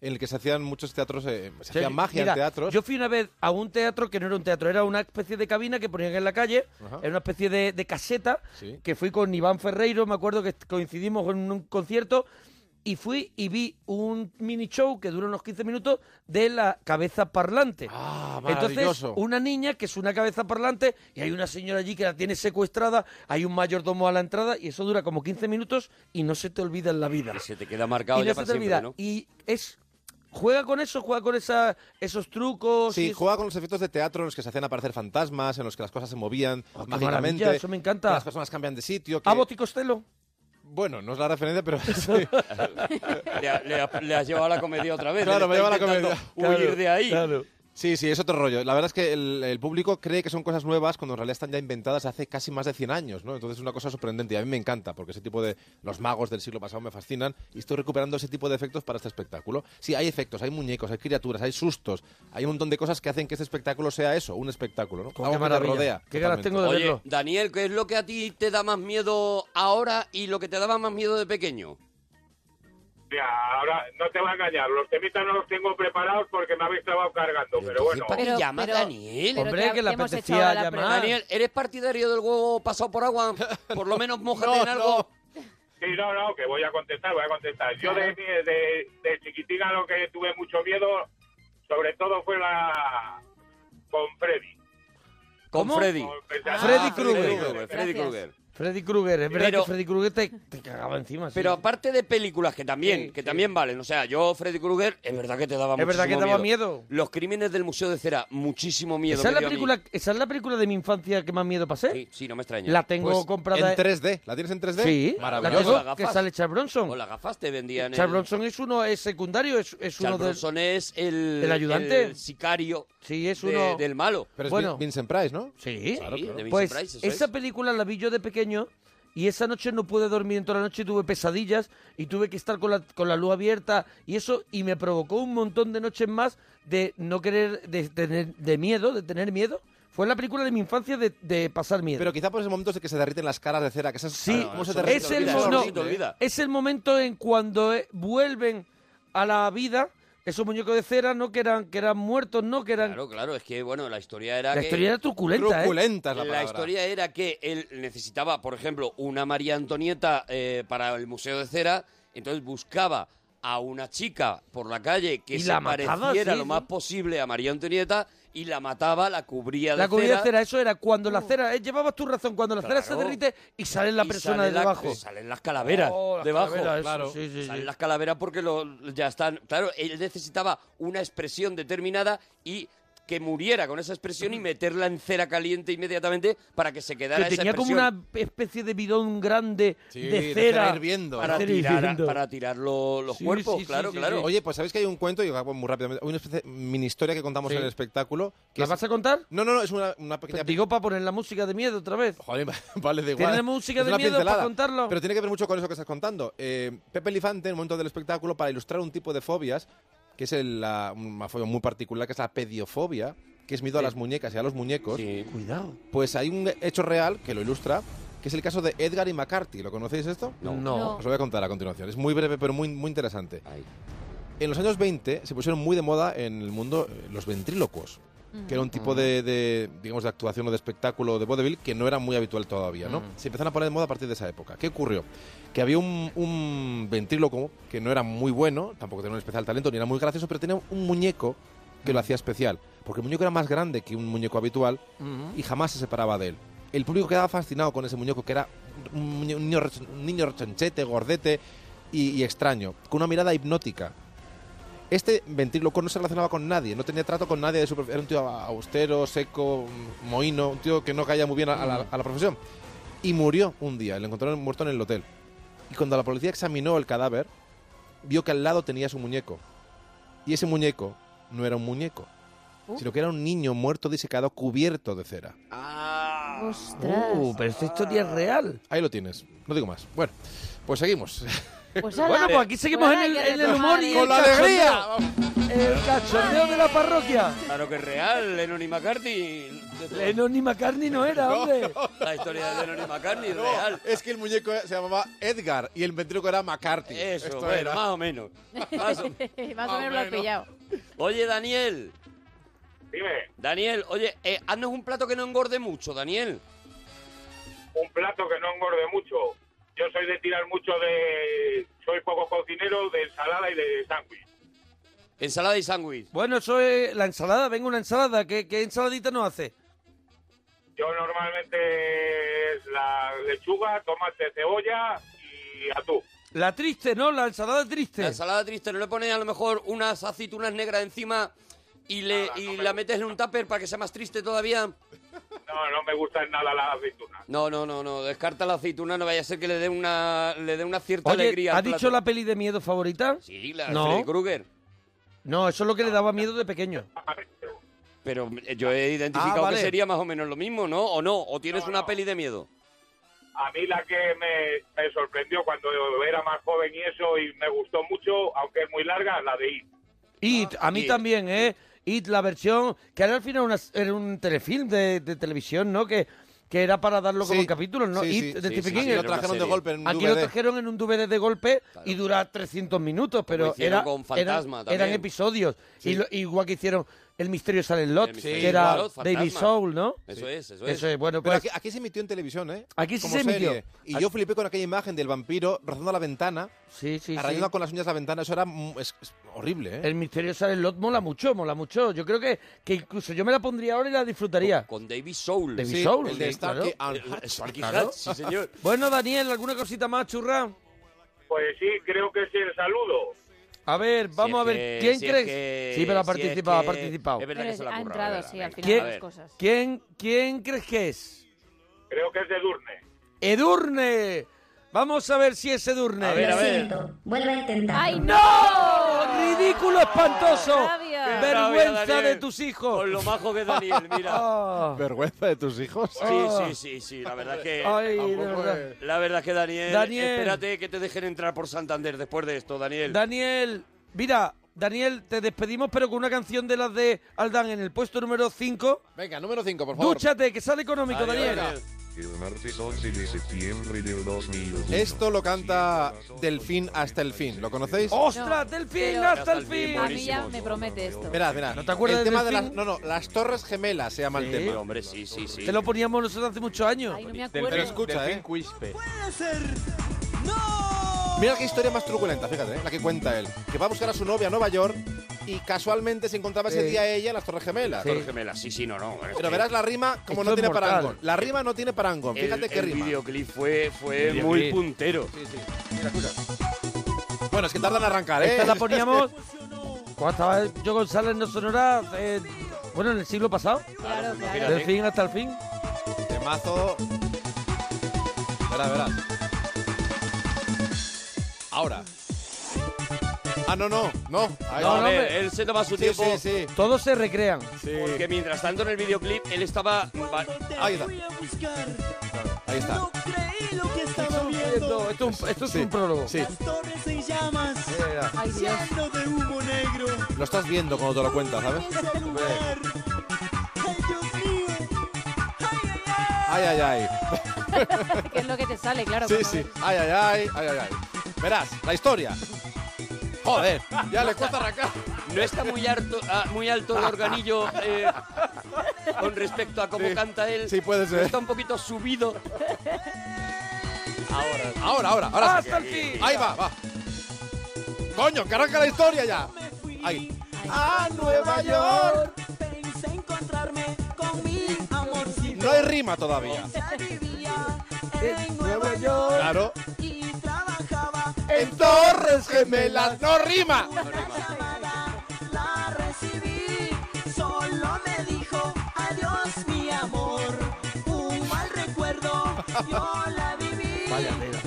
en el que se hacían muchos teatros, eh, se Sí, hacía magia mira, en teatros. Yo fui una vez a un teatro que no era un teatro, era una especie de cabina que ponían en la calle, Ajá. era una especie de, de caseta, Sí. que fui con Iván Ferreiro, me acuerdo que coincidimos en un concierto, y fui y vi un mini show que dura unos 15 minutos de la cabeza parlante. Entonces, maravilloso. una niña que es una cabeza parlante y hay una señora allí que la tiene secuestrada, hay un mayordomo a la entrada y eso dura como 15 minutos y no se te olvida en la vida. Se te queda marcado Y ya no para se te siempre, olvida. ¿no? Y es. Juega con eso, juega con esa, esos trucos. y Sí, eso. juega con los efectos de teatro en los que se hacían aparecer fantasmas, en los que las cosas se movían Ah, qué mágicamente. maravilla, eso me Ah, encanta. que Las personas cambian de sitio. que- Abbott y Costello. Bueno, no es la referencia, pero sí. Le, ha- le ha- le has llevado a la comedia otra vez. Claro, Él me está lleva la intentando comedia. Huir de ahí. Sí, sí, es otro rollo. La verdad es que el, el público cree que son cosas nuevas cuando en realidad están ya inventadas hace casi más de 100 años, ¿no? Entonces es una cosa sorprendente y a mí me encanta porque ese tipo de... Los magos del siglo pasado me fascinan y estoy recuperando ese tipo de efectos para este espectáculo. Sí, hay efectos, hay muñecos, hay criaturas, hay sustos, hay un montón de cosas que hacen que este espectáculo sea eso, un espectáculo, ¿no? Algo que te maravilla. rodea. Qué ganas totalmente. tengo de Oye, verlo. Daniel, ¿qué es lo que a ti te da más miedo ahora y lo que te daba más miedo de pequeño? Hostia, ahora no te va a engañar. Los temitas no los tengo preparados porque me habéis estado cargando, pero bueno. ¿Para qué llamas, Daniel? Hombre, te- que le te hemos apetecía hecho ahora la llamar. pregunta. Daniel, ¿eres partidario del huevo pasado por agua? Por lo menos mojate No, en algo. Sí, no, no, que voy a contestar, voy a contestar. Yo de, de, de chiquitina lo que tuve mucho miedo, sobre todo fue la con Freddy. Con ¿Cómo? Freddy. Ah, Freddy Freddy Krueger. Krueger. Freddy Krueger. Freddy Krueger, es verdad Pero- que Freddy Krueger te, te cagaba encima. sí. Pero aparte de películas que también, que también valen. O sea, yo, Freddy Krueger, es verdad que te daba Es verdad muchísimo que daba miedo. Los crímenes del Museo de Cera, muchísimo miedo. me ¿Esa es, la dio a mí. película, ¿Esa es la película de mi infancia que más miedo pasé? Sí, sí, no me extraña. La tengo Pues, comprada en 3D. ¿La tienes en 3D? Sí, Maravilloso. la Con las tengo, que gafas. sale Charles Bronson. Con las gafas te vendían. Charles el- Bronson es uno es secundario, es, es uno Charles de Bronson es el, el ayudante. el sicario Sí, es de- uno- del malo. Pero es Bueno. Vin- Vincent Price, ¿no? Sí, Claro, claro. pues Price, eso esa película la vi yo de pequeño y esa noche no pude dormir en toda la noche, tuve pesadillas y tuve que estar con la, con la luz abierta y eso, y me provocó un montón de noches más de no querer, de tener, de miedo, de tener miedo. Fue la película de mi infancia de, de pasar miedo. Pero quizá por ese momento es el que se derriten las caras de cera, que esas, Sí, ¿cómo se derriten? es, el, Olvida, mo- eso no, es horrible, ¿eh? es el momento en cuando eh, vuelven a la vida esos muñecos de cera, no que eran, que eran muertos, no que eran... Claro, claro, es que bueno, la historia era La que- historia era truculenta, ¿eh? Truculenta es la palabra. historia era que él necesitaba, por ejemplo, una María Antonieta eh, para el Museo de Cera, entonces buscaba a una chica por la calle que Y se la mataba, pareciera sí, lo sí. más posible a María Antonieta y la mataba, la cubría de La comida cera. Uh. de cera, eso era cuando la cera, eh, llevabas tu razón, cuando la cera se Claro. derrite y sale la Y persona sale de la- debajo. salen las calaveras Oh, las debajo. calaveras, eso, claro. sí, sí, salen sí. las calaveras porque lo, ya están. Claro, él necesitaba una expresión determinada y que muriera con esa expresión y meterla en cera caliente inmediatamente para que se quedara Mm. que esa tenía como expresión. una especie de bidón grande de cera. de cera hirviendo. para Cera tirar, hirviendo. para tirar lo- los Sí, cuerpos, sí, sí, claro, sí, claro. sí. Oye, pues sabéis que hay un cuento, y acabo muy rápidamente, una especie de mini historia que contamos Sí. en el espectáculo. Que ¿La es- vas a contar? No, no, no, es una, una pequeña... Digo para poner la música de miedo otra vez. Joder, vale, da igual. Tiene la música Es de una miedo pincelada. para contarlo. Pero tiene que ver mucho con eso que estás contando. Eh, Pepe Elifante, en el momento del espectáculo, para ilustrar un tipo de fobias, que es el, la- una fobia muy particular, que es la pediofobia, que es miedo a las muñecas y a los muñecos. Cuidado. Pues hay un hecho real que lo ilustra, que es el caso de Edgar y McCarthy. ¿Lo conocéis esto? No. No. Os lo voy a contar a continuación. Es muy breve, pero muy, muy interesante. En los años 20 se pusieron muy de moda en el mundo eh, los ventrílocos, que era un tipo de, de, digamos, de actuación o de espectáculo de vaudeville que no era muy habitual todavía, ¿no? Mm. Se empezaron a poner de moda a partir de esa época. ¿Qué ocurrió? Que había un, un ventríloco que no era muy bueno, tampoco tenía un especial talento, ni era muy gracioso, pero tenía un muñeco que lo hacía especial, porque el muñeco era más grande que un muñeco habitual y jamás se separaba de él. El público quedaba fascinado con ese muñeco que era un muñe- un niño, rech- un niño rechonchete, gordete y, y extraño, con una mirada hipnótica. Este ventríloco no se relacionaba con nadie, no tenía trato con nadie de su profe- Era un tío austero, seco, mohino, un tío que no caía muy bien a, a la, a la profesión. Y murió un día, le encontraron muerto en el hotel. Y cuando la policía examinó el cadáver, vio que al lado tenía su muñeco. Y ese muñeco no era un muñeco, Uh. sino que era un niño muerto disecado cubierto de cera. Uh, pero esta historia es real. Ahí lo tienes, no digo más. Bueno, pues seguimos. Pues ala. Bueno, pues aquí seguimos Pues ala, en el- que en el retomar humor y el con la cachondeo. alegría. Ah, El cachondeo de la parroquia. Claro que es real, Lennon y McCartney. Lennon y McCartney no era, No, hombre. La historia de Lennon y McCartney es No, real. es que el muñeco se llamaba Edgar y el ventríloco era McCarthy. Eso, Esto bueno, era. más o menos. Más o- Más o menos lo has pillado. Oye, Daniel. Dime. Daniel, oye, eh, haznos un plato que no engorde mucho, Daniel. un plato que no engorde mucho. Yo soy de tirar mucho de... Soy poco cocinero de ensalada y de sándwich. Ensalada y sándwich. Bueno, eso es la ensalada. Venga, una ensalada. ¿Qué, qué ensaladita nos hace? Yo normalmente es la lechuga, tomate, cebolla y atún. La triste, ¿no? La ensalada triste. La ensalada triste, no le pones a lo mejor unas aceitunas negras encima y, le, y la metes en un tupper para que sea más triste todavía. No, no me gustan nada las aceitunas. No, no, no, no, descarta la aceituna, no vaya a ser que le dé una, le dé una cierta Oye, alegría. ¿ha al plato. dicho la peli de miedo favorita? Sí, la No. Freddy Krueger. No, eso es lo que le daba miedo de pequeño. Pero eh, yo he identificado Ah, vale. que sería más o menos lo mismo, ¿no? ¿O no? ¿O tienes una peli de miedo? A mí la que me, me sorprendió cuando era más joven y eso y me gustó mucho, aunque es muy larga, la de It. It, a mí también, ¿eh? It, la versión, que era al final una- era un telefilm de, de televisión, ¿no? Que, que era para darlo como Sí, capítulo, ¿no? sí, sí, It, de sí, Stephen sí, King. sí, lo trajeron de golpe en un Aquí lo DVD. trajeron en un DVD de golpe y dura 300 minutos, pero hicieron era, con Fantasma eran, también. eran episodios. Y lo- igual que hicieron El misterio de Silent Lot, El misterio que de era Silent Lot, David Fantasma. Soul, ¿no? Eso es, eso es. bueno, Pero pues... aquí, aquí se emitió en televisión, ¿eh? Aquí sí Como se emitió. serie. Y yo flipé con aquella imagen del vampiro rozando la ventana, sí, sí, arrancando con las uñas la ventana. Eso era mm, es- es horrible, ¿eh? El misterio de Silent Lot mola mucho, mola mucho. Yo creo que, que incluso yo me la pondría ahora y la disfrutaría. Con David Soul. David Sí, Soul, el de sí, claro. Starkey and Hutch. El Starkey Claro. Hutch, sí, señor. Bueno, Daniel, ¿alguna cosita más, churra? Pues sí, creo que es el saludo. A ver, vamos es a ver, que- ¿quién Eh, si es crees? que- sí, pero ha si es participado, que- ha participado. es verdad que Pero se la ha ha currado, entrado, es verdad, sí, al venga. final ¿Quién, las cosas. ¿quién, ¿Quién crees que es? Creo que es de Durne. ¡Edurne! Vamos a ver si es Edurne. A ver, a ver. Vuelve a intentar. ¡Ay, ¡No! ¡Ridículo espantoso! rabia! Qué ¡Vergüenza rabia, Daniel. de tus hijos! Ah. Con lo majo que es Daniel, mira. ¿Vergüenza de tus hijos? Sí, sí, sí, sí, la verdad es que... Oh. Ay, de Tampoco verdad. es- La verdad es que Daniel, Daniel. Espérate que te dejen entrar por Santander después de esto, Daniel. Daniel, mira, Daniel, te despedimos, pero con una canción de las de Aldán en el puesto número 5. Venga, número 5, por favor. Dúchate, que sale económico, Daniel. El martes 11 de septiembre del 2001. Esto lo canta Del fin hasta el fin. ¿Lo conocéis? ¡Ostras, del fin pero- hasta el fin! A mí ya me promete esto. Mirad, mirad. ¿No te acuerdas el de tema de Del las, fin? No, no, las Torres Gemelas se llama el Sí. tema. Hombre, sí, sí, sí. Te lo poníamos nosotros hace muchos años. Ay, no me acuerdo. Pero escucha, ¿eh? Puede ser. Mira qué historia más truculenta, fíjate, ¿eh? la que cuenta él. Que va a buscar a su novia a Nueva York y casualmente se encontraba ese Sí. día ella en las Torres Gemelas. Las Torres Gemelas, sí, sí, no, no. Pero verás la rima como Esto no es tiene mortal. parangón. La rima no tiene parangón. El, Fíjate qué el rima. videoclip fue, fue Videoclip. muy puntero. Bueno, es que tardan en arrancar, ¿eh? Esta la poníamos cuando estaba yo González no sonora, eh, bueno, en el siglo pasado. Claro, claro. Del fin hasta el fin. Temazo. Verás, verás. Ahora. Ah, no, no, no. Ahí No, va. a ver, él se toma su Sí, tiempo. sí, sí. Todos se recrean. Porque mientras tanto en el videoclip él estaba. va- Ahí está. Ahí está. Creí lo que estaba Esto, viendo. esto es un- esto es un prólogo. Sí. Torres en llamas. mira. Ay, Dios. Lleno de humo negro. Lo estás viendo cuando te lo cuentas, ¿sabes? Ese lugar. Ay, Dios mío. Ay, ay, ay. que es lo que te sale, claro. Sí, cuando- sí. Ay, ay, ay, ay, ay, ay. Verás, la historia. Joder, ya le cuesta arrancar. No está muy alto, ah, muy alto el organillo eh, con respecto a cómo Sí. canta él. Sí, puede ser. Está un poquito subido. Ahora, Ahora, ahora, ahora. sí. Hasta el fin. Ahí va, va. Coño, que arranca la historia ya. Ahí. A Nueva York. Pensé encontrarme con mi amorcito. No hay rima todavía. Ya vivía en Nueva York. Claro. Y trabajaba En Torres Gemelas. No rima. La recibí, solo me dijo adiós mi amor. Un mal recuerdo, yo la viví.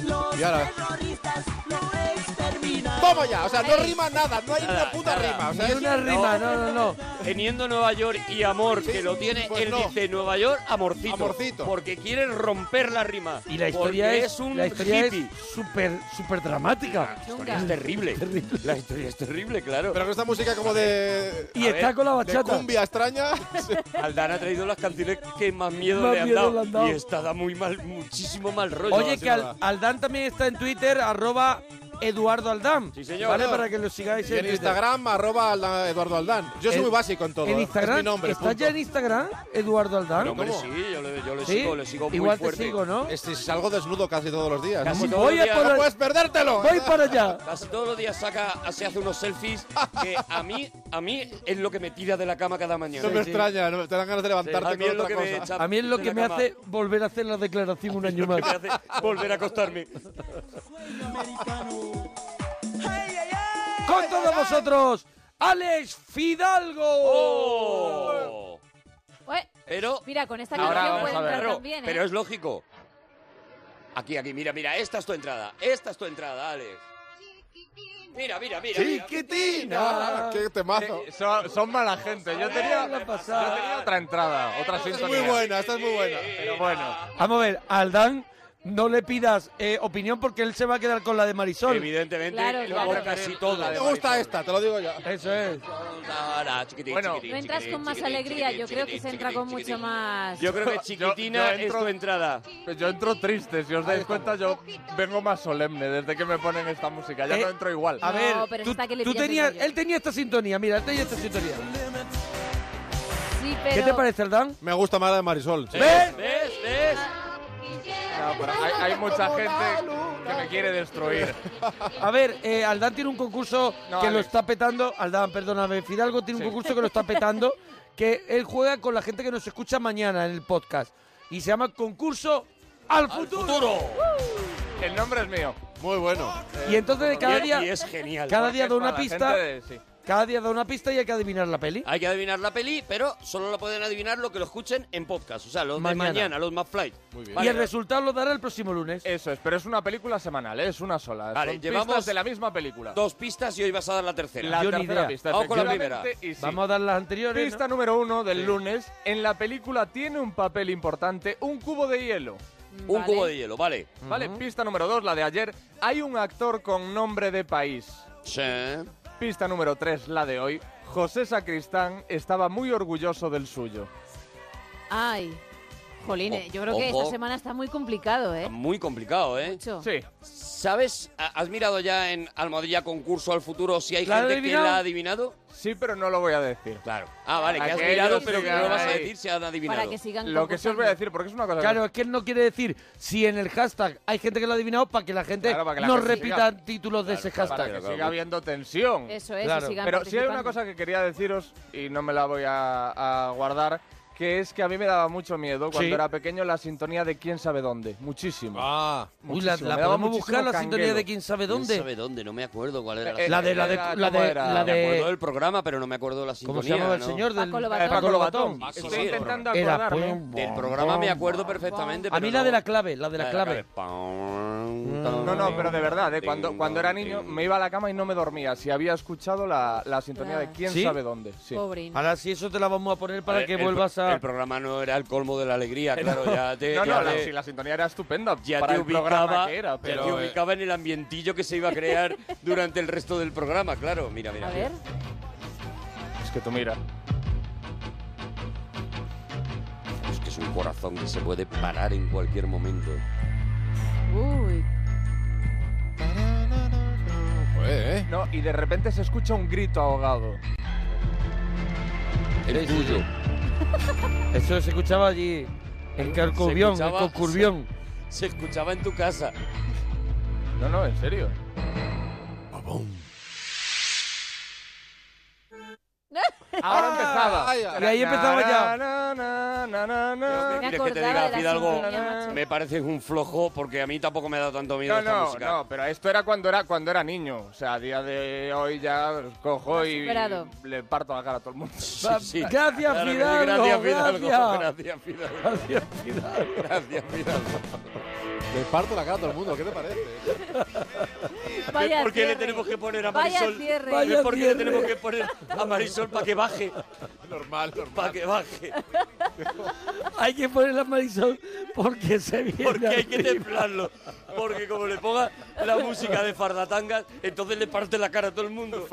Los Y ahora- terroristas lo exterminaron. Toma ya. O sea, no rima nada. No hay ni una puta nada. rima. O sea, Ni es- una rima, no, no, no. Teniendo Nueva York y amor que lo tiene, pues él no. dice Nueva York amorcito, Amorcito. Porque quiere romper la rima. Y la historia Porque es, un la historia es hippie. súper, súper dramática. Es terrible. La historia es terrible, claro. Pero con esta música como de. Y está con la bachata. De cumbia extraña. Aldana ha traído las canciones que más miedo, Más le, han miedo dado, le han dado. Y está da muy mal, muchísimo mal rollo. Oye, Así que Al- nada. Aldán también está en Twitter, arroba Eduardo Aldán. Sí, señor. Vale, para que lo sigáis Y en Twitter. Instagram, arroba Alda- Eduardo Aldán. Yo soy En- muy básico en todo. En ¿eh? Instagram, Es mi nombre. ¿estás ya en Instagram, Eduardo Aldán? Pero, hombre, ¿Cómo? sí, yo le, yo le ¿Sí? sigo, le sigo muy Igual te fuerte. sigo, ¿no? Este, salgo desnudo casi todos los días. Casi ¿no? todos los días. No puedes perdértelo. Voy para allá. Casi todos los días saca, se hace unos selfies que a mí, a mí es lo que me tira de la cama cada mañana. No me extraña, no- te dan ganas de levantarte A mí con es lo otra que me cosa. echa A mí es lo de que la me cama. hace volver a hacer la declaración un Lo año más. que me hace volver a acostarme. Con todos vosotros, Alex Fidalgo. Oh. Ué, Pero Mira, con esta Ahora canción vamos puede a entrar verlo, también, ¿eh? pero es lógico. Aquí, aquí, mira, mira, esta es tu entrada. Esta es tu entrada, Alex. Mira, mira, mira. mira. Chiquitina. Qué temazo. Son, son mala gente. Yo tenía, yo tenía otra entrada, otra Es sintonía. muy buena, esta es muy buena. Pero bueno, Vamos a ver, a Aldán no le pidas eh, opinión porque él se va a quedar con la de Marisol. Evidentemente, Claro, lo hago claro. casi todo. Me gusta esta, te lo digo ya. Eso es. Bueno, No entras con más alegría, yo creo que se entra con mucho más... Yo creo que chiquitina yo entro- pues es tu entrada. yo entro triste. Si os dais cuenta, yo vengo más solemne desde que me ponen esta música. Ya Eh, no entro igual. A ver, pero tú, esta que le tú pillas tenías, desde ayer. él tenía esta sintonía, mira, él tenía esta sintonía. sí, pero... ¿Qué te parece, Aldán? Me gusta más la de Marisol. sí. ¿Ves? ¿Ves? No, pero hay, hay mucha gente que me quiere destruir. A ver, eh, Aldán tiene un concurso No, que lo Alex. está petando. Aldán, perdóname, Fidalgo tiene un Sí. concurso que lo está petando. Que él juega con la gente que nos escucha mañana en el podcast. Y se llama Concurso al futuro. El nombre es mío. Muy bueno. Y entonces de cada Y- día. y es genial. Cada Porque día es da una para la pista. gente de- sí. Cada día da una pista y hay que adivinar la peli. Hay que adivinar la peli, pero solo lo pueden adivinar lo que lo escuchen en podcast. O sea, los Mañana. de mañana, los más flight. Y el resultado lo dará el próximo lunes. Eso es, pero es una película semanal, ¿eh? es una sola. Vale, Son llevamos pistas de la misma película. Dos pistas y hoy vas a dar la tercera. La tercera pista, Vamos con la primera. efectivamente, y sí. Vamos a dar las anteriores. ¿no? Pista número uno del Sí. lunes. En la película tiene un papel importante un cubo de hielo. Un Mm, Vale. cubo de hielo, vale. Vale, pista número dos, la de ayer. Hay un actor con nombre de país. Sí. Pista número tres, la de hoy. José Sacristán estaba muy orgulloso del suyo. Ay, jolines, yo creo que Ojo. esta semana está muy complicado, ¿eh? Muy complicado, ¿eh? Mucho. Sí. ¿Sabes? Ha- ¿Has mirado ya en Almohadilla Concurso al Futuro si hay ¿La han gente que adivinado? la ha adivinado? Sí, pero no lo voy a decir. Claro. Ah, vale, que has Aquellos mirado, pero que que no lo vas a hay. decir si han adivinado. Para que sigan Lo que sí os voy a decir, porque es una cosa... Claro, es que él no quiere decir si en el hashtag hay gente que lo ha adivinado para que la gente Claro, para que la no gente repita siga. títulos de ese hashtag. Para que siga habiendo tensión. Eso es, y Claro. sigan Pero sí hay una participando. cosa que quería deciros, y no me la voy a, a guardar, que es que a mí me daba mucho miedo cuando Sí. era pequeño la sintonía de quién sabe dónde. Muchísimo. Ah, Uy, la, Muchísimo. la Me daba podemos buscar la muchísimo sintonía de canguelo. quién sabe ¿Quién dónde. sabe dónde? No me acuerdo cuál era. Eh, la de- la de- la de- la de- Me acuerdo del programa, pero no me acuerdo de la sintonía. ¿Cómo se llamaba el ¿no? señor? Del... Paco Lobatón. Eh, Paco Lobatón. Estoy intentando Era acordarme. pum, Del bom, programa me bom, acuerdo bom, perfectamente, bom. A pero mí la de no- la clave, la de la clave. No, no, pero de verdad, eh, cuando, cuando era niño me iba a la cama y no me dormía. Si había escuchado la, la sintonía de quién ¿Sí? sabe dónde. Sí. Ahora sí, eso te la vamos a poner para ver, que el- vuelvas a... El programa no era el colmo de la alegría, claro. No. Ya te, no, no, ya la, te- si la sintonía era estupenda ya para te el programa ubicaba, que era, ya pero... eh, te ubicaba en el ambientillo que se iba a crear durante el resto del programa, claro. Mira, mira. A ver. Es que tú mira. Es que es un corazón que se puede parar en cualquier momento. Uy. No, y de repente se escucha un grito ahogado. El tuyo. Eso se escuchaba allí, en Carcurbión, en escuchaba- Concurbión. Se escuchaba en tu casa. No, no, en serio. Ahora empezaba. ay, ay. Y ahí empezaba ya. Na, na, na, na, na. ¿Quieres que te diga, Fidalgo? Me pareces un flojo porque a mí tampoco me ha dado tanto miedo No, esta no, música. no, pero esto era cuando era cuando era niño. O sea, a día de hoy ya los cojo y superado. le parto la cara a todo el mundo. sí. Gracias, Claro que sí, Fidalgo, Gracias, Fidalgo. gracias. Gracias, Fidalgo. Gracias, Fidalgo. Gracias, Fidalgo. Le parto la cara a todo el mundo, ¿qué te parece? ¿Ves por qué le tenemos que poner a Vaya Marisol? cierre. ¿Ves Vaya por qué cierre. le tenemos que poner a Marisol para que baje? Normal, normal. Para que baje. Hay que poner la Marisol porque se viene Porque hay que arriba. templarlo. Porque como le ponga la música de fardatangas, entonces le parte la cara a todo el mundo.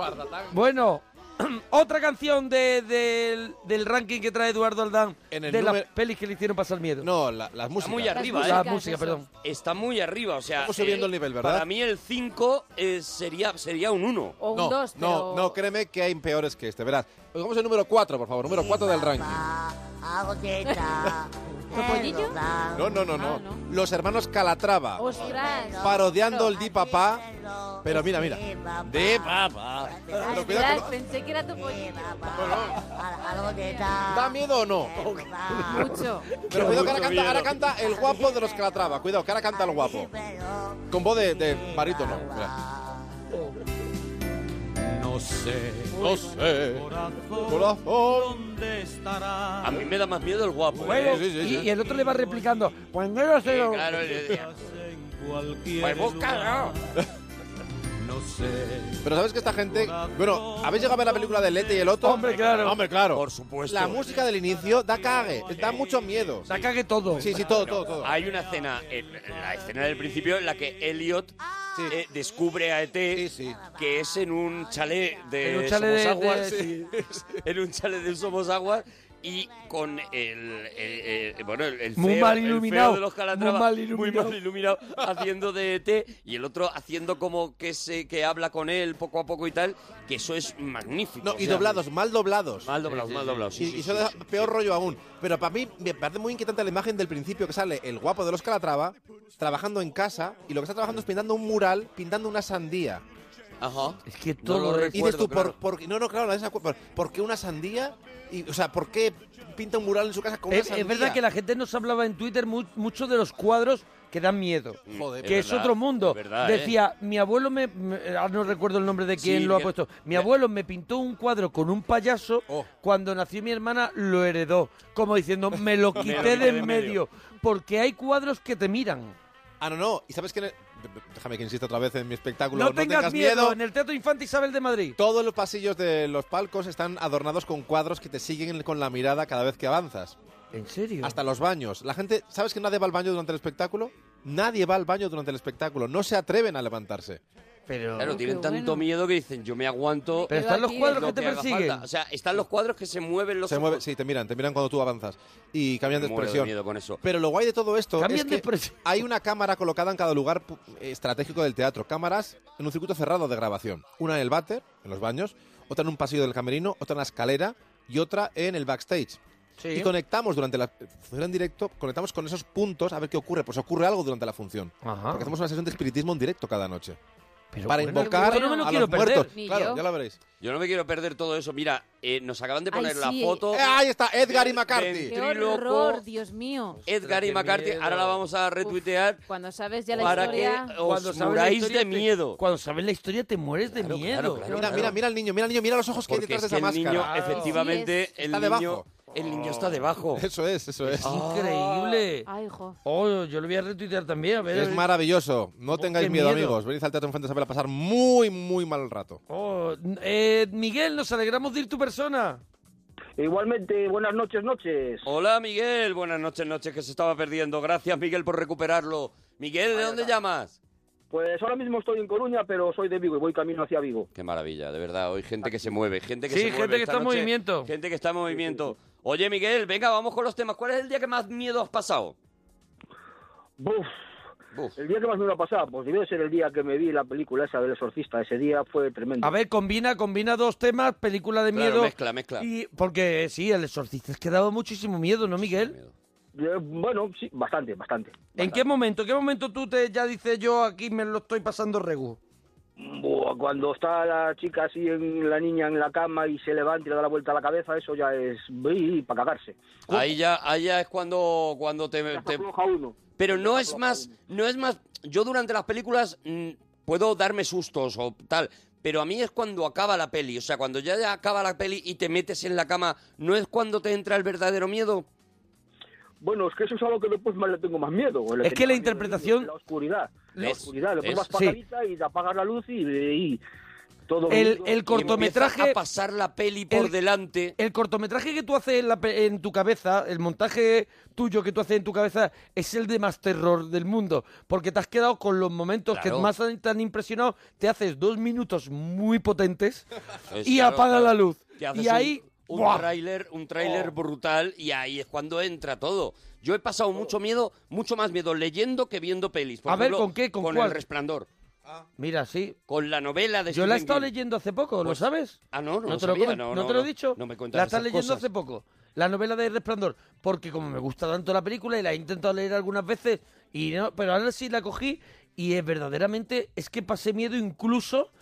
Bueno, otra canción de- del- del ranking que trae Eduardo Aldán el de las número- pelis que le hicieron pasar miedo. No, la, las Está muy arriba, ¿eh? La música, perdón. Está muy arriba, o sea... Estamos subiendo el nivel, ¿verdad? Para mí el 5 eh, sería, sería un 1. no, no, no, créeme que hay peores que este, verás. Oigamos el número 4, por favor, número 4 del ranking. ¿Topollillo? No, no, no, no. Los hermanos Calatrava, Ostras. parodiando el Di Papá. Pero mira, mira. Di Papá. Pero cuidado que Ostras, no- pensé que era topollillo. ¿Da miedo o no? Mucho. Pero cuidado que Mucho ahora canta, ahora miedo. canta el guapo de los Calatrava. Cuidado, que ahora canta el guapo. Con voz de, de barítono. Mira. No sé. No sé. ¿Dónde estará? A mí me da más miedo el guapo. ¿eh? Bueno, y, y el otro le va replicando. Pues no lo sé. Sí, lo- claro, el- Pues búscalo. No sé. Pero sabes que esta gente. Bueno, ¿habéis llegado a ver la película de Lete y el Otto? Hombre, claro. Hombre, claro. Por supuesto. La música del inicio da cague, da mucho miedo. Da cague todo. Sí, sí, todo, No, todo, todo. Hay una escena, eh, la escena del principio en la que Elliot eh, descubre a ET que es en un chalet de En un chalet de- Somosaguas, de- sí. en un chalet de Somosaguas y con el, eh, eh, bueno, el, el Muy feo- mal el feo iluminado, de los Calatrava, muy mal iluminado. mal iluminado, haciendo de ET y el otro haciendo como que se que habla con él poco a poco y tal, que eso es magnífico. No, o y sea, doblados, mal doblados. Mal doblados, mal doblados, sí, Y- sí, y eso sí, da sí, peor rollo aún. Pero para mí me parece muy inquietante la imagen del principio que sale el guapo de los Calatrava trabajando en casa y lo que está trabajando es pintando un mural, pintando una sandía. Ajá. Es que No lo todo recuerdo, recuerdo, dices tú, claro. por, por- no, no, claro, no, esa cu- por, ¿por qué una sandía? Y, o sea, ¿por qué pinta un mural en su casa con Es, una es sandía? verdad que la gente nos hablaba en Twitter mu- mucho de los cuadros que dan miedo. Mm, Joder, que es es, verdad, otro mundo. es verdad, ¿eh? Decía, mi abuelo me, me- ahora no recuerdo el nombre de Sí, quién lo ha que- puesto. Mi abuelo me pintó un cuadro con un payaso. Oh. Cuando nació mi hermana lo heredó. Como diciendo, me lo quité de, en medio. Porque hay cuadros que te miran. Ah, no, no. ¿Y sabes que en el- Déjame que insista otra vez en mi espectáculo. No tengas miedo, en el Teatro Infante Isabel de Madrid. Todos los pasillos de los palcos están adornados con cuadros que te siguen con la mirada cada vez que avanzas. ¿En serio? Hasta los baños. La gente, ¿sabes que nadie va al baño durante el espectáculo? Nadie va al baño durante el espectáculo. No se atreven a levantarse. Pero Claro, tienen tanto miedo que dicen, yo me aguanto. Pero están los Aquí- cuadros lo que te haga persiguen. falta. O sea, están los cuadros que se mueven los Se mueve, sí, te miran, te miran cuando tú avanzas y cambian de Me muero de expresión. miedo con eso. Pero lo guay de todo esto Cambian es de que hay una cámara colocada en cada lugar pu- eh, estratégico del teatro. Cámaras en un circuito cerrado de grabación. Una en el váter, en los baños, otra en un pasillo del camerino, otra en la escalera y otra en el backstage. Sí. Y conectamos durante la función en directo, conectamos con esos puntos a ver qué ocurre. Pues ocurre algo durante la función. Ajá. Porque hacemos una sesión de espiritismo en directo cada noche. Pero para bueno, invocar yo no me lo a quiero los perder. muertos. Ni Claro, yo. ya lo veréis. Yo no me quiero perder todo eso. Mira, eh, nos acaban de Ay, poner la sí. foto. Eh, ahí está, Edgar y McCarthy. ¡Qué Ventríloco. horror, Dios mío! Edgar y McCarthy, ahora la vamos a retuitear. Cuando sabes ya la Para historia... que os muráis de miedo. Cuando sabes la historia te mueres de miedo. mira, mira, mira al niño, mira al niño, mira los ojos que hay Porque detrás es de esa que el máscara. niño, Claro. efectivamente, el está niño- debajo. el niño está debajo. Eso es, eso es. Increíble. Ah. Ay, jo. Oh, yo lo voy a retuitear también. A ver, a Es ver. maravilloso. No tengáis qué miedo, miedo. amigos. Venid al Teatro Infante Isabel a pasar muy, muy mal rato. Oh, eh, Miguel, nos alegramos de ir tu persona. Igualmente, buenas noches, noches. Hola Miguel, buenas noches, noches que se estaba perdiendo. Gracias Miguel por recuperarlo. Miguel, ¿de dónde llamas? Pues ahora mismo estoy en Coruña, pero soy de Vigo y voy camino hacia Vigo. Qué maravilla, de verdad. Hoy gente que se mueve, gente que Sí, se mueve. gente que esta está en noche, movimiento. Gente que está en movimiento. Oye Miguel, venga, vamos con los temas. ¿Cuál es el día que más miedo has pasado? Buf. El día que más me lo ha pasado, pues debió de ser el día que me vi la película esa del exorcista. Ese día fue tremendo. A ver, combina, combina dos temas, película de Claro, miedo. mezcla, mezcla. Y porque eh, sí, el exorcista es que daba muchísimo miedo, ¿no, Miguel? Eh, bueno, sí, bastante, bastante. ¿En qué momento? ¿En qué momento tú te ya dices yo aquí me lo estoy pasando regu? Buah, cuando está la chica así, en la niña en la cama y se levanta y le da la vuelta a la cabeza, eso ya es para cagarse. Ahí ya, ahí ya es cuando, cuando te, te- Pero no es más, no es más. Yo durante las películas mm, puedo darme sustos o tal, pero a mí es cuando acaba la peli, o sea, cuando ya, ya acaba la peli y te metes en la cama, no es cuando te entra el verdadero miedo. Bueno, es que eso es algo que después más le tengo más miedo. Es que la interpretación... La oscuridad. La Es- oscuridad. Le es- pones más sí. pajarita y te apagas la luz y... y todo El, bonito. el cortometraje. a pasar la peli por delante. El cortometraje que tú haces en, la pe- en tu cabeza, el montaje tuyo que tú haces en tu cabeza, es el de más terror del mundo. Porque te has quedado con los momentos Claro. que más han- te han impresionado. Te haces dos minutos muy potentes Es y claro, apagas claro. la luz. Te haces Y un- ahí. un ¡buah! tráiler un tráiler Oh. brutal y ahí es cuando entra todo. Yo he pasado mucho miedo, mucho más miedo leyendo que viendo pelis. Por Oh. A ver, ejemplo, ¿con qué? ¿Con el cuál? resplandor. Mira, sí. Con la novela de Yo la he Stephen estado King. leyendo hace poco, ¿lo Pues- sabes? Ah, no, no, lo te, lo, sabía, comen- no, no no, te lo he no. dicho. No me cuentas la estás esas leyendo cosas. hace poco. La novela de Resplandor. Porque como me gusta tanto la película y la he intentado leer algunas veces, y no, pero ahora sí la cogí y es verdaderamente es que pasé miedo incluso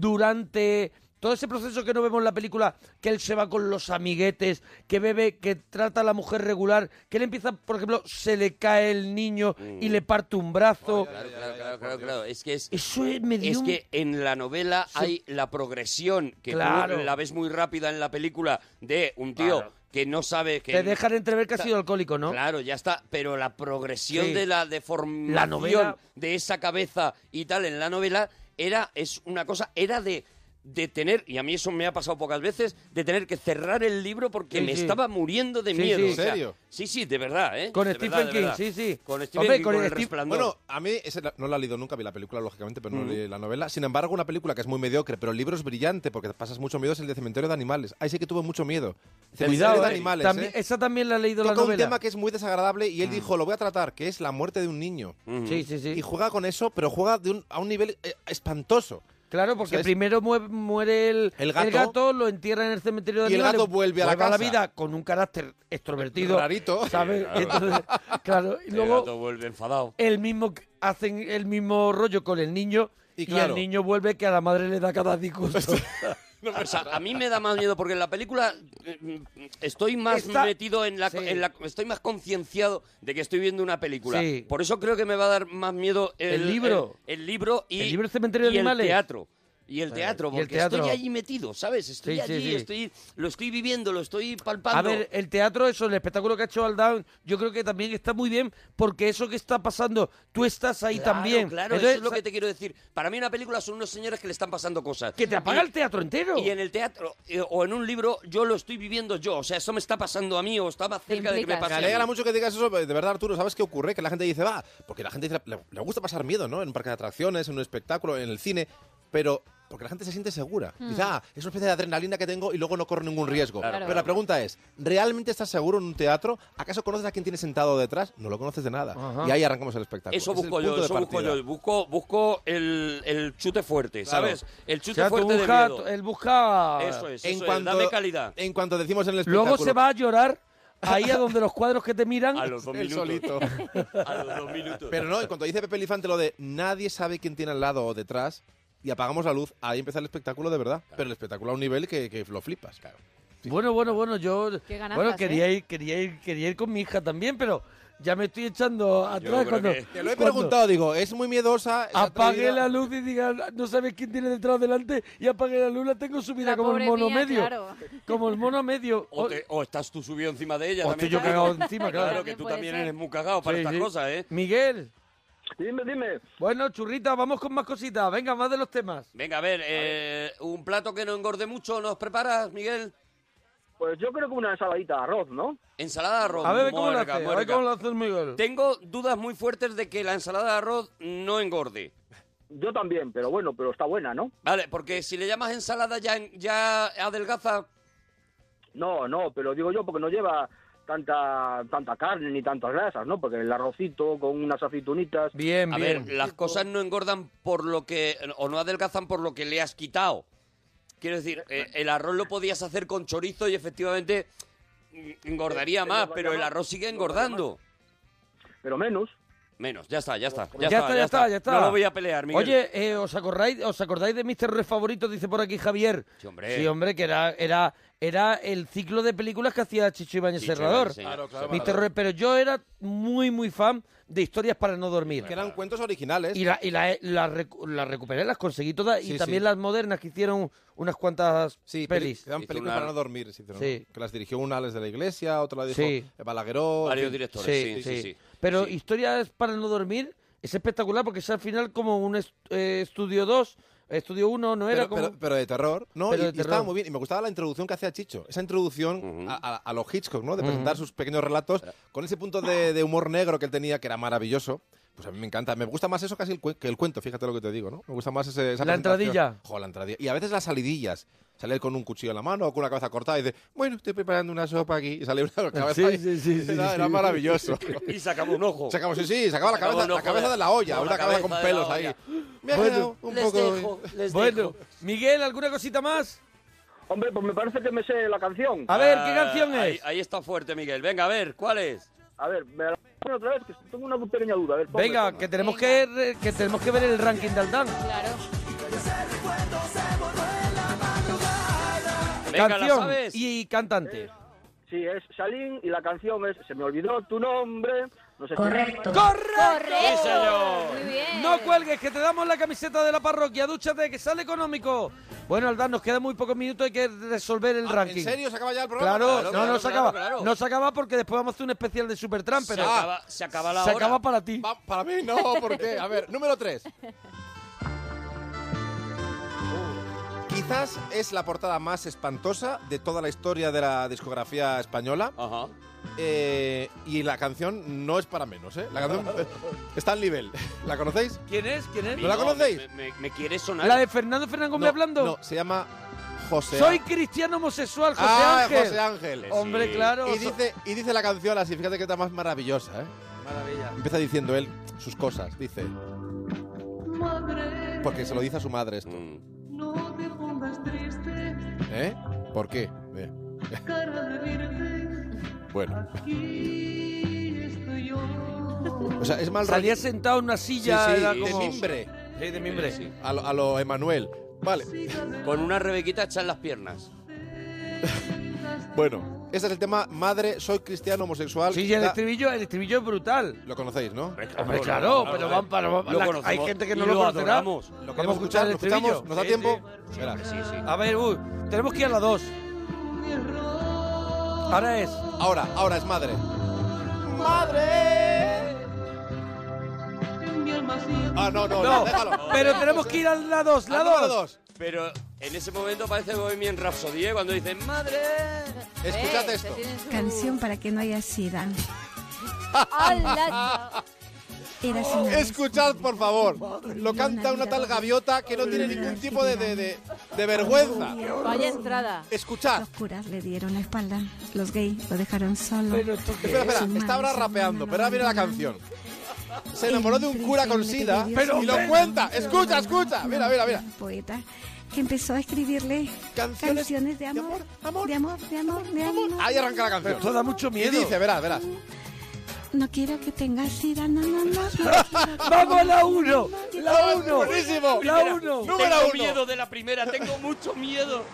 durante todo ese proceso que no vemos en la película, que él se va con los amiguetes, que bebe, que trata a la mujer regular, que él empieza, por ejemplo, se le cae el niño Mm. y le parte un brazo. Claro, claro, claro, claro, claro. Es que es, Eso es- me dio es un- que en la novela Sí. hay la progresión que tú Claro. la ves muy rápida en la película de un tío Claro. que no sabe que Te dejan entrever que ha Está- sido alcohólico, ¿no? Claro, ya está, pero la progresión Sí. de la deformación La novela- de esa cabeza y tal en la novela era es una cosa era de de tener y a mí eso me ha pasado pocas veces de tener que cerrar el libro porque Sí, me sí. estaba muriendo de Sí, miedo. sí. o sea, ¿En serio? sí, sí, de verdad, ¿eh? Con De Stephen verdad, de King, verdad. sí, sí. Con Stephen Hombre, King, con con el Steve- resplandor. Bueno, a mí ese la- no la he leído nunca, vi la película, lógicamente, pero no Mm. Ujú. leí la novela. Sin embargo, una película que es muy mediocre, pero el libro es brillante porque te pasas mucho miedo, es el de Cementerio de Animales. Ahí sí que tuve mucho miedo. Cuidado, de animales. También- ¿eh? Esa también la he leído Toca la novela. Mm. un tema que es muy desagradable y él dijo, lo voy a tratar, que es la muerte de un niño. Sí, sí, Y juega con eso, pero juega de un- a un nivel eh, espantoso. Claro, porque primero mueve- muere el, El el gato. gato, lo entierra en el cementerio de Y el animales, gato vuelve a la casa. vida con un carácter extrovertido. Rarito. ¿Sabes? Claro. Entonces, claro, y luego El gato vuelve enfadado. el mismo hacen el mismo rollo con el niño y, claro. el niño vuelve que a la madre le da cada disgusto. O sea, a mí me da más miedo porque en la película eh, mm, estoy más Está- metido en la, en la- Estoy más concienciado de que estoy viendo una película. Sí. Por eso creo que me va a dar más miedo el, El libro. El, el libro y El libro Cementerio de y Animales. el teatro. Y el Eh, teatro, y el porque teatro. estoy allí metido, ¿sabes? Estoy Sí, sí, allí, sí. Estoy, lo estoy viviendo, lo estoy palpando. A ver, el teatro, eso, el espectáculo que ha hecho Aldown, yo creo que también está muy bien porque eso que está pasando, tú estás ahí Claro, también. Claro, Entonces, eso es lo que te quiero decir. Para mí una película son unos señores que le están pasando cosas. Que te apaga el teatro entero. Y en el teatro eh, o en un libro yo lo estoy viviendo yo. O sea, eso me está pasando a mí o está más cerca de que me me pase. a mí. alegra mucho que digas eso, de verdad, Arturo. ¿Sabes qué ocurre? Que la gente dice, va, porque la gente dice, le, le gusta pasar miedo, ¿no? En un parque de atracciones, en un espectáculo, en el cine, pero porque la gente se siente segura. Mm. Dice, ah, es una especie de adrenalina que tengo y luego no corro ningún riesgo. Claro, pero claro. la pregunta es, ¿realmente estás seguro en un teatro? ¿Acaso conoces a quien tiene sentado detrás? No lo conoces de nada. Ah. Ajá. Y ahí arrancamos el espectáculo. Eso Ese es el busco yo, punto de eso busco partida. yo. Busco, busco el, el chute fuerte, Claro. ¿sabes? El chute O sea, tú fuerte busca- de miedo. él busca... Eso es, eso es, dame calidad. En cuanto decimos en el espectáculo... Luego se va a llorar ahí a donde los cuadros que te miran... A los dos Él minutos. solito. A los dos minutos. Pero no, y cuando dice Pepe Elefante lo de nadie sabe quién tiene al lado o detrás y apagamos la luz, ahí empieza el espectáculo de verdad. Pero el espectáculo a un nivel que, que lo flipas. Claro. Bueno, bueno, bueno, yo... Qué bueno, ganazas, quería, ¿eh? ir, quería, ir, quería ir con mi hija también, pero ya me estoy echando atrás cuando... Te lo he cuando preguntado, digo, es muy miedosa. es Apague atrevida. la luz y diga, no sabes quién tiene detrás o delante, y apague la luz, la tengo subida como pobre el mono mía, medio. claro. Como el mono medio. O, te- o estás tú subido encima de ella. O también estoy yo te digo. cagado encima, claro. Claro, que También tú puede también ser. eres muy cagado para Sí, estas sí. cosas, ¿eh? Miguel. Dime, dime. Bueno, churrita, vamos con más cositas. Venga, más de los temas. Venga, a ver, eh, un plato que no engorde mucho, ¿nos preparas, Miguel? Pues yo creo que una ensaladita de arroz, ¿no? Ensalada de arroz. A ver cómo muy lo rica, haces, muy a ver rica. cómo lo haces, Miguel. Tengo dudas muy fuertes de que la ensalada de arroz no engorde. Yo también, pero bueno, pero está buena, ¿no? Vale, porque si le llamas ensalada ya, ya adelgaza. No, no, pero digo yo porque no lleva tanta tanta carne ni tantas grasas, ¿no? Porque el arrocito con unas aceitunitas. Bien, A ver, las cosas no engordan por lo que. o no adelgazan por lo que le has quitado. Quiero decir, eh, el arroz lo podías hacer con chorizo y efectivamente mm, engordaría Pero más, vaya pero el más, arroz sigue pero vaya engordando. Pero menos. Menos, ya está, ya está. Ya, está, ya está, ya está. No lo voy a pelear, Miguel. Oye, eh, ¿os, acordáis, ¿os acordáis de Mr. Red Favorito? Dice por aquí Javier. Sí, hombre. Sí, hombre, que era, era, era el ciclo de películas que hacía Chicho Ibáñez Chicho Serrador. Ibáñez, sí. Claro, claro, Mr. claro. Red, pero yo era muy, muy fan de historias para no dormir. Que eran cuentos originales. Y las y la- las recu- las recuperé, las conseguí todas. Sí, y también sí. las modernas que hicieron unas cuantas Sí, peli- pelis. eran películas para no dormir. sí, pero no. Sí. Que las dirigió una Alex de la Iglesia, otra la dijo Sí. Balagueró. en Varios fin. directores, sí, sí, sí. Pero historias para no dormir es espectacular porque es al final como un est- eh, estudio 2, estudio 1, no era pero, como... pero- pero de terror, ¿no? Pero y, de y estaba terror. muy bien. Y me gustaba la introducción que hacía Chicho. Esa introducción a, a- a los Hitchcock, ¿no? De Ujú. presentar sus pequeños relatos con ese punto de, de humor negro que él tenía, que era maravilloso. Pues a mí me encanta. Me gusta más eso casi el cue- que el cuento, fíjate lo que te digo, ¿no? Me gusta más ese, esa La presentación. entradilla. Jo, la entradilla. Y a veces las salidillas. Sale él con un cuchillo en la mano o con una cabeza cortada y dice, bueno, estoy preparando una sopa aquí. Y sale una cabeza Sí, ahí. sí, sí, sí, era, sí. era maravilloso. Y sacaba un ojo. Sacamos, sí, sí, sacaba la Sacaba cabeza, un la ojo cabeza de- de la olla, no, una la cabeza cabeza con de la pelos ahí. olla. Me ha Bueno, quedado un les poco... dejo, bueno, Miguel, ¿alguna cosita más? Hombre, pues me parece que me sé la canción. A ver, ¿qué canción Ah, es? Ahí, ahí está fuerte, Miguel. Venga, a ver, ¿cuál es? A ver, me la ponen otra vez que tengo una pequeña duda. A ver, ponme, Venga, ponme. que tenemos que, re- que tenemos que ver el ranking del Dan. Claro. Venga, ¿la Canción sabes? y cantante. Sí, es Salín y la canción es Se me olvidó tu nombre. No sé si- ¡Correcto! Sí, señor. Muy bien. No cuelgues, que te damos la camiseta de la parroquia. Dúchate, que sale económico. Bueno, Aldán, nos quedan muy pocos minutos. Hay que resolver el ranking. Ah, ¿En serio? ¿Se acaba ya el programa? Claro, no, claro, no se claro, acaba. claro. No se acaba porque después vamos a hacer un especial de Supertramp. Se Pero acaba- se acaba la Se hora. acaba para ti. Para mí no, porque, a ver, número 3. Uh. Quizás es la portada más espantosa de toda la historia de la discografía española. Eh, y la canción no es para menos, ¿eh? La canción eh, está al nivel. ¿La conocéis? ¿Quién es? ¿Quién es? ¿No la conocéis? Me, me- me quiere sonar. ¿La de Fernando Fernández Gómez No, hablando? No, se llama José Soy cristiano homosexual, José ah, Ángel. Eh, José Ángel. Hombre, claro. Y so- dice, y dice la canción así, fíjate que está más maravillosa, ¿eh? Maravilla. Empieza diciendo él sus cosas, dice. Porque se lo dice a su madre esto. No te pongas triste, ¿Eh? ¿Por qué? Eh, cara de virgen. Bueno. Aquí estoy yo. O sea, es mal Salía rollo. sentado en una silla. Sí, sí, era de como- mimbre. Sí, de mimbre. A lo, a lo Emanuel. Vale. Con una rebequita echan las piernas. Bueno, este es el tema Madre, soy cristiano homosexual. Sí, y el Da- estribillo, el estribillo es brutal. Lo conocéis, ¿no? Hombre, claro, pero van para. la- hay gente que no lo, conocerá. Lo Vamos a queremos escuchar, el lo escuchamos, estribillo. nos da Sí, tiempo. sí. Espera. A ver, uy, tenemos que ir a la 2. Ahora es. Ahora, ahora es madre. Madre. Ah, no, no, No, déjalo. pero tenemos que ir a la 2, la 2. Pero en ese momento parece Bohemian Rhapsody, ¿eh? cuando dicen ¡Madre! Eh, Escuchad esto. Canción para que no haya sida. Eras una vez. Escuchad, por favor. Lo canta una tal gaviota que no tiene ningún tipo de, de, de- de vergüenza. Vaya entrada. Escuchad. Los curas le dieron la espalda. Los gays lo dejaron solo. Espera, espera, está ahora rapeando, pero ahora viene la canción. Se enamoró de un cura con sida Pero- y lo cuenta. Escucha, escucha. Mira, mira, mira. Poeta que empezó a escribirle canciones, de, amor, de amor, de amor, de amor. Ahí arranca la canción. Esto da mucho miedo. Y dice, verás, verás. No quiero que tengas sida, no, no, no. no quiero que- Vamos a la 1. La es 1. Ah, buenísimo. La 1. tengo miedo de la primera, tengo mucho miedo.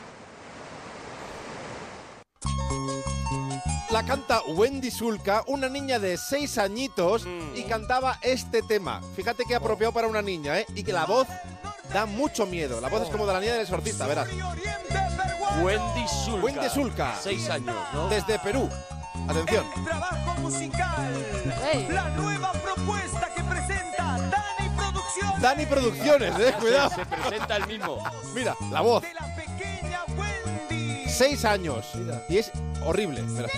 La canta Wendy Sulca, una niña de seis añitos, Mm. y cantaba este tema. Fíjate que apropiado para una niña, ¿eh? Y que la voz da mucho miedo. La voz es como de la niña del exorcista, verás. Wendy Sulca. Wendy Sulca. Seis años, ¿no? Desde Perú. Atención. Trabajo musical. La nueva propuesta que presenta Dani Producciones. Dani Producciones, eh, cuidado. Se, se presenta el mismo. Mira, la voz. Seis años. Y es horrible. Verás.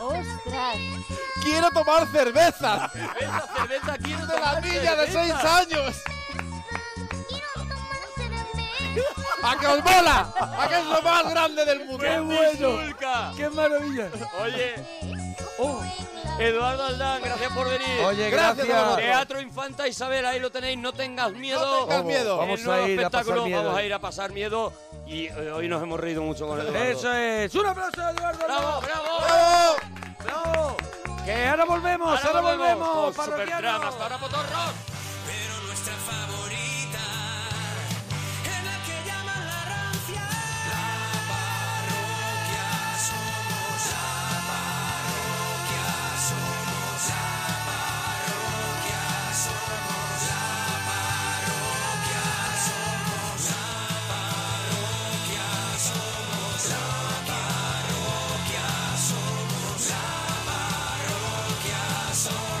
¡Ostras! ¡Quiero tomar cerveza! Cerveza, cerveza, quiero ¡De la tomar niña de seis cerveza. años! ¡A que os mola! ¡A que es lo más grande del mundo! ¡Qué bueno! ¡Qué maravilla! Oye, Uh, Eduardo Aldán, gracias por venir. Oye, Gracias, gracias. Eduardo. Teatro Infanta Isabel, ahí lo tenéis, no tengas miedo. tengas Vamos, miedo. vamos El a nuevo ir a pasar espectáculo, miedo. vamos a ir a pasar miedo. Y eh, hoy nos hemos reído mucho con Eduardo. Eso es. Un aplauso a Eduardo. ¡Bravo, bravo! ¡Bravo! ¡Bravo! Que ahora volvemos, ahora, volvemos. con Superdrama. parroquianos. Hasta ahora, Potorros. Pero nuestra favorita es la que llaman la rancia. La parroquia somos, la parroquia somos, la parroquia somos, la parroquia somos, la parroquia somos, la parroquia somos, la parroquia somos, la parroquia somos.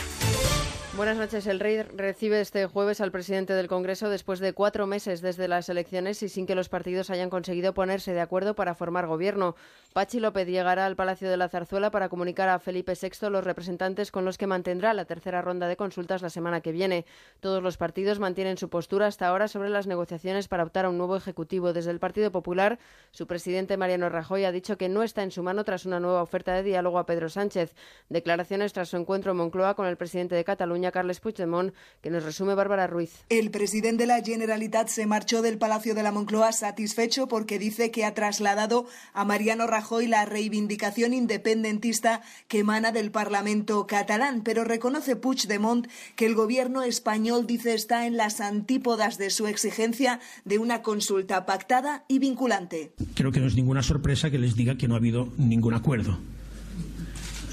Buenas noches. El rey recibe este jueves al presidente del Congreso después de cuatro meses desde las elecciones y sin que los partidos hayan conseguido ponerse de acuerdo para formar gobierno. Pachi López llegará al Palacio de la Zarzuela para comunicar a Felipe VI los representantes con los que mantendrá la tercera ronda de consultas la semana que viene. Todos los partidos mantienen su postura hasta ahora sobre las negociaciones para optar a un nuevo ejecutivo. Desde el Partido Popular, su presidente Mariano Rajoy ha dicho que no está en su mano tras una nueva oferta de diálogo a Pedro Sánchez. Declaraciones tras su encuentro en Moncloa con el presidente de Cataluña, Carles Puigdemont, que nos resume Bárbara Ruiz. El presidente de la Generalitat se marchó del Palacio de la Moncloa satisfecho porque dice que ha trasladado a Mariano Rajoy la reivindicación independentista que emana del Parlamento catalán, pero reconoce Puigdemont que el gobierno español dice está en las antípodas de su exigencia de una consulta pactada y vinculante. Creo que no es ninguna sorpresa que les diga que no ha habido ningún acuerdo.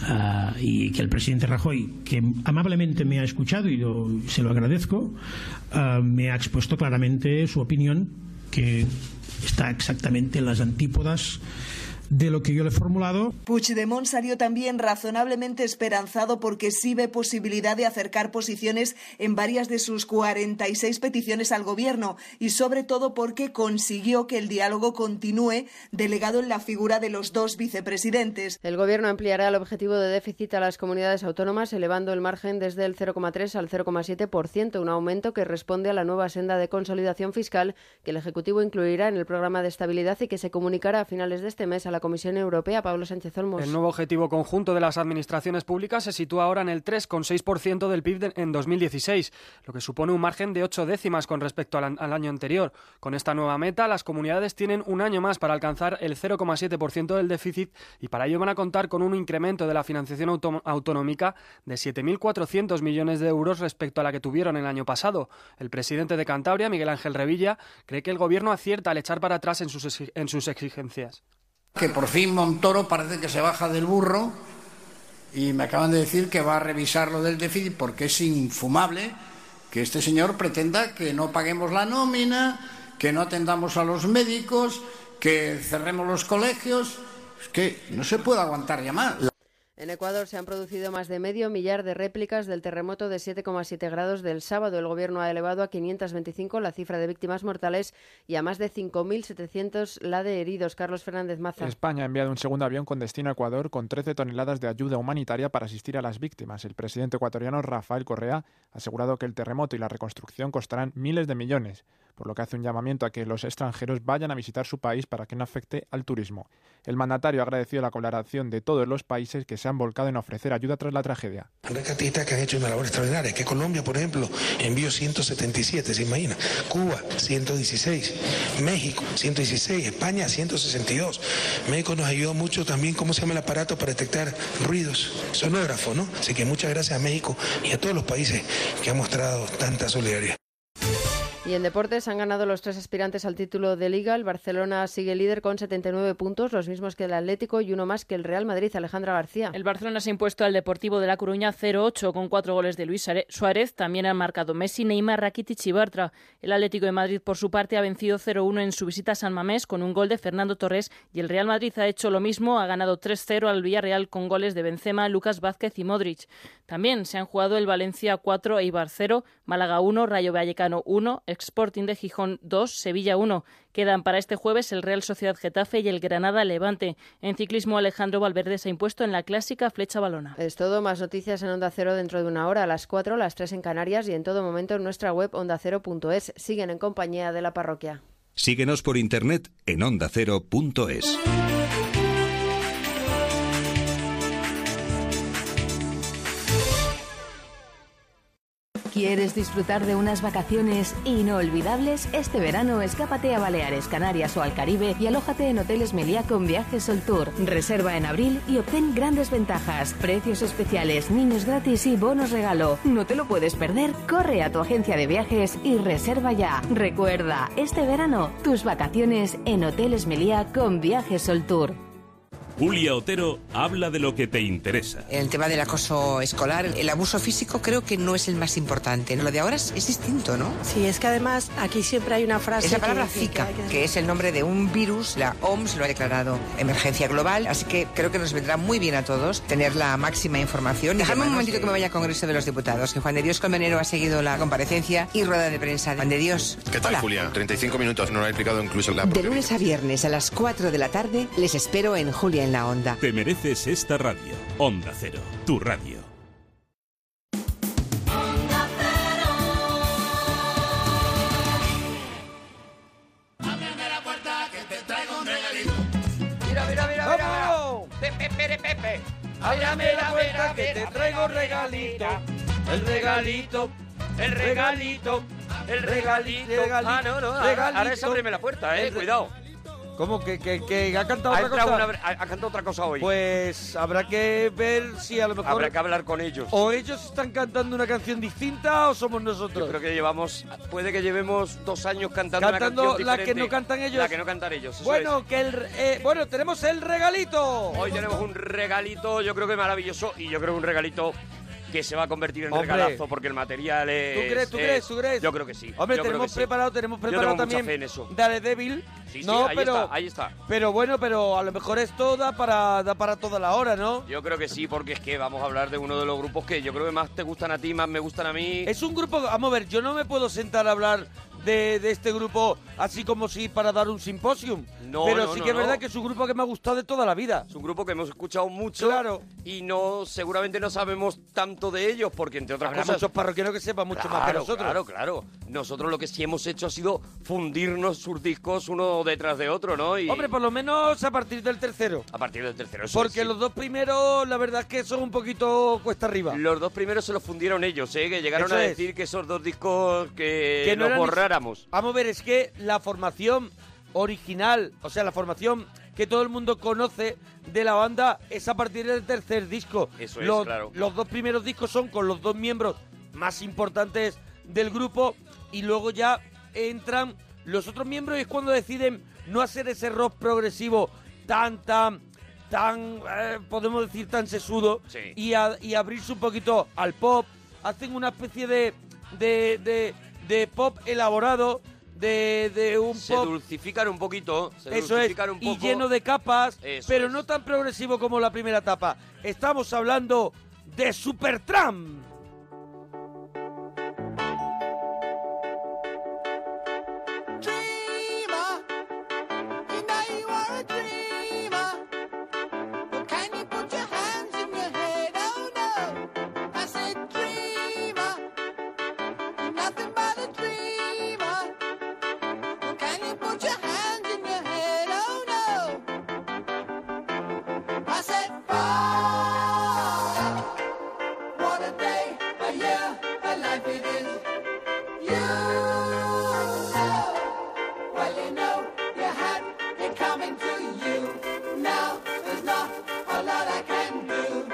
Ah, y que el presidente Rajoy, que amablemente me ha escuchado y yo se lo agradezco, ah, me ha expuesto claramente su opinión, que está exactamente en las antípodas de lo que yo le he formulado. Puigdemont salió también razonablemente esperanzado porque sí ve posibilidad de acercar posiciones en varias de sus 46 peticiones al gobierno y sobre todo porque consiguió que el diálogo continúe delegado en la figura de los dos vicepresidentes. El Gobierno ampliará el objetivo de déficit a las comunidades autónomas, elevando el margen desde el 0,3 al 0,7%, un aumento que responde a la nueva senda de consolidación fiscal que el Ejecutivo incluirá en el programa de estabilidad y que se comunicará a finales de este mes a la Comisión Europea. Pablo Sánchez Olmos. El nuevo objetivo conjunto de las administraciones públicas se sitúa ahora en el 3,6% del PIB de- en 2016, lo que supone un margen de ocho décimas con respecto al, an- al año anterior. Con esta nueva meta, las comunidades tienen un año más para alcanzar el 0,7% del déficit y para ello van a contar con un incremento de la financiación autom- autonómica de 7.400 millones de euros respecto a la que tuvieron el año pasado. El presidente de Cantabria, Miguel Ángel Revilla, cree que el gobierno acierta al echar para atrás en sus exi- en sus exigencias. que por fin Montoro parece que se baja del burro y me acaban de decir que va a revisar lo del déficit porque es infumable que este señor pretenda que no paguemos la nómina, que no atendamos a los médicos, que cerremos los colegios. Es que no se puede aguantar ya más. En Ecuador se han producido más de medio millar de réplicas del terremoto de 7,7 grados del sábado. El gobierno ha elevado a 525 la cifra de víctimas mortales y a más de 5.700 la de heridos. Carlos Fernández Maza. España ha enviado un segundo avión con destino a Ecuador con 13 toneladas de ayuda humanitaria para asistir a las víctimas. El presidente ecuatoriano Rafael Correa ha asegurado que el terremoto y la reconstrucción costarán miles de millones, por lo que hace un llamamiento a que los extranjeros vayan a visitar su país para que no afecte al turismo. El mandatario ha agradecido la colaboración de todos los países que se han volcado en ofrecer ayuda tras la tragedia. rescatistas que han hecho una labor extraordinaria. Que Colombia, por ejemplo, envió 177, se imagina. Cuba, 116. México, 116. España, 162. México nos ayudó mucho también, ¿cómo se llama el aparato para detectar ruidos? Sonógrafo, ¿no? Así que muchas gracias a México y a todos los países que han mostrado tanta solidaridad. Y en deportes han ganado los tres aspirantes al título de Liga. El Barcelona sigue líder con 79 puntos, los mismos que el Atlético y uno más que el Real Madrid. Alejandra García. El Barcelona se ha impuesto al Deportivo de La Coruña 0-8 con cuatro goles de Luis Suárez- Suárez. También han marcado Messi, Neymar, Rakitic y Bartra. El Atlético de Madrid, por su parte, ha vencido 0-1 en su visita a San Mamés con un gol de Fernando Torres. Y el Real Madrid ha hecho lo mismo. Ha ganado 3-0 al Villarreal con goles de Benzema, Lucas Vázquez y Modric. También se han jugado el Valencia 4, Eibar 0, Málaga 1, Rayo Vallecano 1, Sporting de Gijón 2, Sevilla 1. Quedan para este jueves el Real Sociedad Getafe y el Granada Levante. En ciclismo, Alejandro Valverde se ha impuesto en la clásica flecha balona. Es todo, más noticias en Onda Cero dentro de una hora, a las 4, las 3 en Canarias y en todo momento en nuestra web ondacero.es. Siguen en compañía de la parroquia. Síguenos por internet en ondacero.es. ¿Quieres disfrutar de unas vacaciones inolvidables? Este verano escápate a Baleares, Canarias o al Caribe y alójate en Hoteles Meliá con Viajes Sol Tour. Reserva en abril y obtén grandes ventajas, precios especiales, niños gratis y bonos regalo. No te lo puedes perder. Corre a tu agencia de viajes y reserva ya. Recuerda, este verano tus vacaciones en Hoteles Meliá con Viajes Sol Tour. Julia Otero habla de lo que te interesa. El tema del acoso escolar, el abuso físico creo que no es el más importante. Lo de ahora es, es distinto, ¿no? Sí, es que además aquí siempre hay una frase. Es la que palabra dice que Zika, hay que- que es el nombre de un virus, la OMS lo ha declarado emergencia global, así que creo que nos vendrá muy bien a todos tener la máxima información. Dejadme un momentito que me vaya al Congreso de los Diputados, que Juan de Dios Colmenero ha seguido la comparecencia y rueda de prensa. Juan de Dios. ¿Qué tal, Hola. Julia? 35 minutos, no lo ha explicado incluso la... De lunes a viernes a las 4 de la tarde les espero en Julia en la Onda. Te mereces esta radio. Onda Cero, tu radio. Mira, mira, mira, mira. Pepe, Pepe, Pepe. Ábrame la puerta que te traigo un regalito. El regalito, el regalito, el regalito. Ah, no, no. Ahora, ahora es abrirme la puerta, eh. El re- Cuidado. ¿Cómo? ¿Que, que, que ha cantado Ha, otra entrado cosa? una- ha- ha cantado otra cosa hoy. Pues habrá que ver si a lo mejor... Habrá que hablar con ellos. O ellos están cantando una canción distinta o somos nosotros. Yo creo que llevamos, puede que llevemos dos años cantando, Cantando una canción la que diferente. no cantan ellos. La que no cantan ellos. eso Bueno, es. que el, re- eh, bueno, tenemos el regalito. Hoy tenemos un regalito, yo creo que maravilloso, y yo creo que un regalito que se va a convertir en Hombre. regalazo porque el material es. crees, tú es- crees, tú crees? Yo creo que sí. Hombre, yo creo tenemos que sí. preparado, tenemos Yo preparado tengo mucha también fe en eso. Daredevil, Sí, sí, No, ahí pero- está, ahí está. Pero bueno, pero a lo mejor esto da para, da para toda la hora, ¿no? Yo creo que sí, porque es que vamos a hablar de uno de los grupos que yo creo que más te gustan a ti, más me gustan a mí. Es un grupo, vamos a ver, yo no me puedo sentar a hablar de, de este grupo así como si para dar un simposium. No, pero no, sí no, que es no. verdad que es un grupo que me ha gustado de toda la vida. Es un grupo que hemos escuchado mucho Claro. y no seguramente no sabemos tanto de ellos, porque entre otras Habrá cosas... muchos parroquianos que sepan mucho más que Claro, nosotros. Claro, claro. Nosotros lo que sí hemos hecho ha sido fundirnos sus discos uno detrás de otro, ¿no? Y Hombre, por lo menos a partir del tercero. a partir del tercero. eso Porque sí. los dos primeros, la verdad es que son un poquito cuesta arriba. Los dos primeros se los fundieron ellos, ¿eh? Que llegaron Eso a es. decir que esos dos discos que, Que no los eran ni- borráramos. Vamos a ver, es que la formación original, o sea, la formación que todo el mundo conoce de la banda es a partir del tercer disco. Eso es, los, claro. Los dos primeros discos son con los dos miembros más importantes del grupo y luego ya entran los otros miembros y es cuando deciden no hacer ese rock progresivo tan, tan, tan, eh, podemos decir, tan sesudo Sí. y, a- y abrirse un poquito al pop. Hacen una especie de, de, de, de pop elaborado, de, de un Se pop... dulcifican un poquito. Se Eso es, dulcifican un poco. y lleno de capas, Eso pero es. no tan progresivo como la primera etapa. Estamos hablando de Supertramp. dreamer, you know you are a dreamer. But can you put your hands in your head? Oh no, I said dreamer, you're nothing but a dreamer. But can you put your hands in your head? Oh no, I said fuck. What a day, a year, a life it is. You know. Well, you know, you had it coming to you. Now there's not a lot I can do.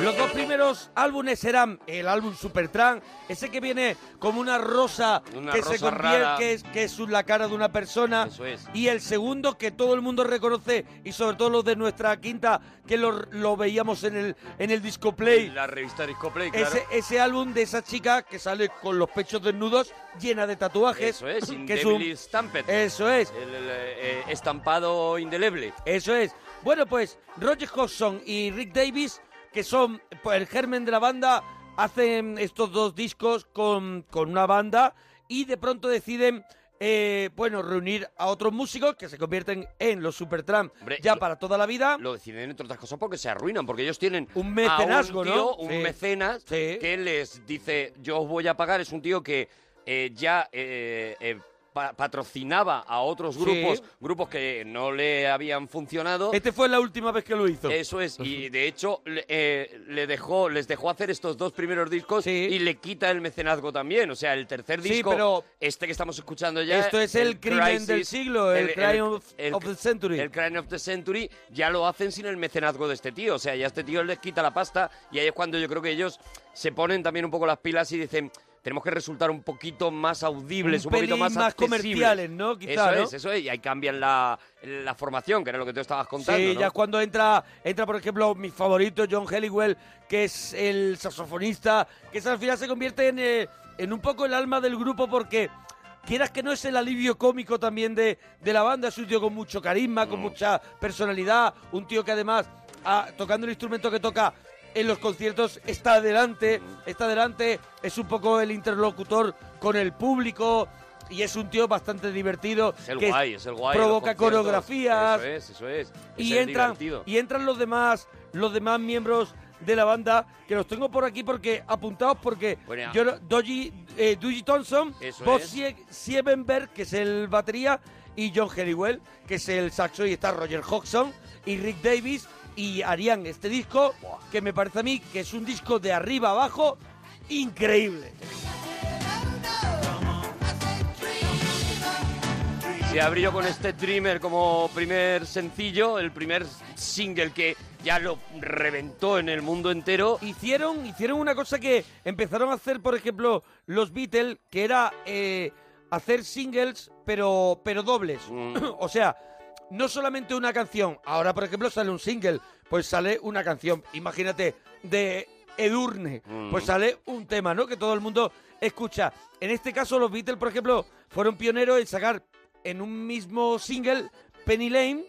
Los dos primeros álbumes serán el álbum Supertramp, ese que viene como una rosa Una que se rosa convierte, rara. que es, que es la cara de una persona. Eso es. Y el segundo que todo el mundo reconoce, y sobre todo los de nuestra quinta, que lo, lo veíamos en el, en el disco play. La revista Discoplay, claro. Ese, ese álbum de esa chica que sale con los pechos desnudos, llena de tatuajes. Eso es, que es un- Indelibly Stamped. Eso es. El, el, eh, estampado indeleble. Eso es. Bueno, pues Roger Hodgson y Rick Davis, que son pues, el germen de la banda, hacen estos dos discos con, con una banda y de pronto deciden, eh, bueno, reunir a otros músicos que se convierten en los Supertramp ya para toda la vida. Lo deciden, entre otras cosas, porque se arruinan, porque ellos tienen un mecenazgo, a un tío, ¿no? un Sí. mecenas, que les dice, yo os voy a pagar. Es un tío que eh, ya... eh, eh, pa- patrocinaba a otros Sí. grupos, grupos que no le habían funcionado. Este fue la última vez que lo hizo. Eso es, y de hecho le, eh, le dejó, les dejó hacer estos dos primeros discos y le quita el mecenazgo también. O sea, el tercer Sí, disco, pero- este que estamos escuchando ya. Esto es el crimen del siglo, el crime of- of the century. El crime of the century ya lo hacen sin el mecenazgo de este tío. O sea, ya este tío les quita la pasta y ahí es cuando yo creo que ellos se ponen también un poco las pilas y dicen. Tenemos que resultar un poquito más audibles, un, Un poquito pelín más, más accesibles". comerciales, ¿no? eso Quizá, ¿no? es, eso es. Y ahí cambian la, la formación, que era lo que tú estabas contando. Sí, ¿no? ya es cuando entra, entra por ejemplo, mi favorito, John Helliwell, que es el saxofonista, que eso al final se convierte en, eh, en un poco el alma del grupo porque quieras que no es el alivio cómico también de, de la banda, es un tío con mucho carisma, Mm. con mucha personalidad, un tío que además, ah, tocando el instrumento que toca, en los conciertos está adelante, Mm. está adelante, es un poco el interlocutor con el público y es un tío bastante divertido. Es el que guay, es el guay. los Provoca conciertos. coreografías. Eso es, eso es. Es y el entran divertido. y entran los demás los demás miembros de la banda que los tengo por aquí porque apuntados porque Bueno, yo no- Doji eh, Dougie Thompson Eso Bob es. Sie- Siebenberg que es el batería y John Helliwell que es el saxo y está Roger Hodgson y Rick Davis y harían este disco que me parece a mí que es un disco de arriba abajo increíble Se abrió con este Dreamer como primer sencillo, el primer single que ya lo reventó en el mundo entero. hicieron, hicieron una cosa que empezaron a hacer, por ejemplo, los Beatles, que era eh, hacer singles, pero, pero dobles. o sea, no solamente una canción. Ahora, por ejemplo, sale un single, pues sale una canción. Imagínate, de Edurne. Mm. Pues sale un tema, ¿no? Que todo el mundo escucha. En este caso, los Beatles, por ejemplo, fueron pioneros en sacar en un mismo single Penny Lane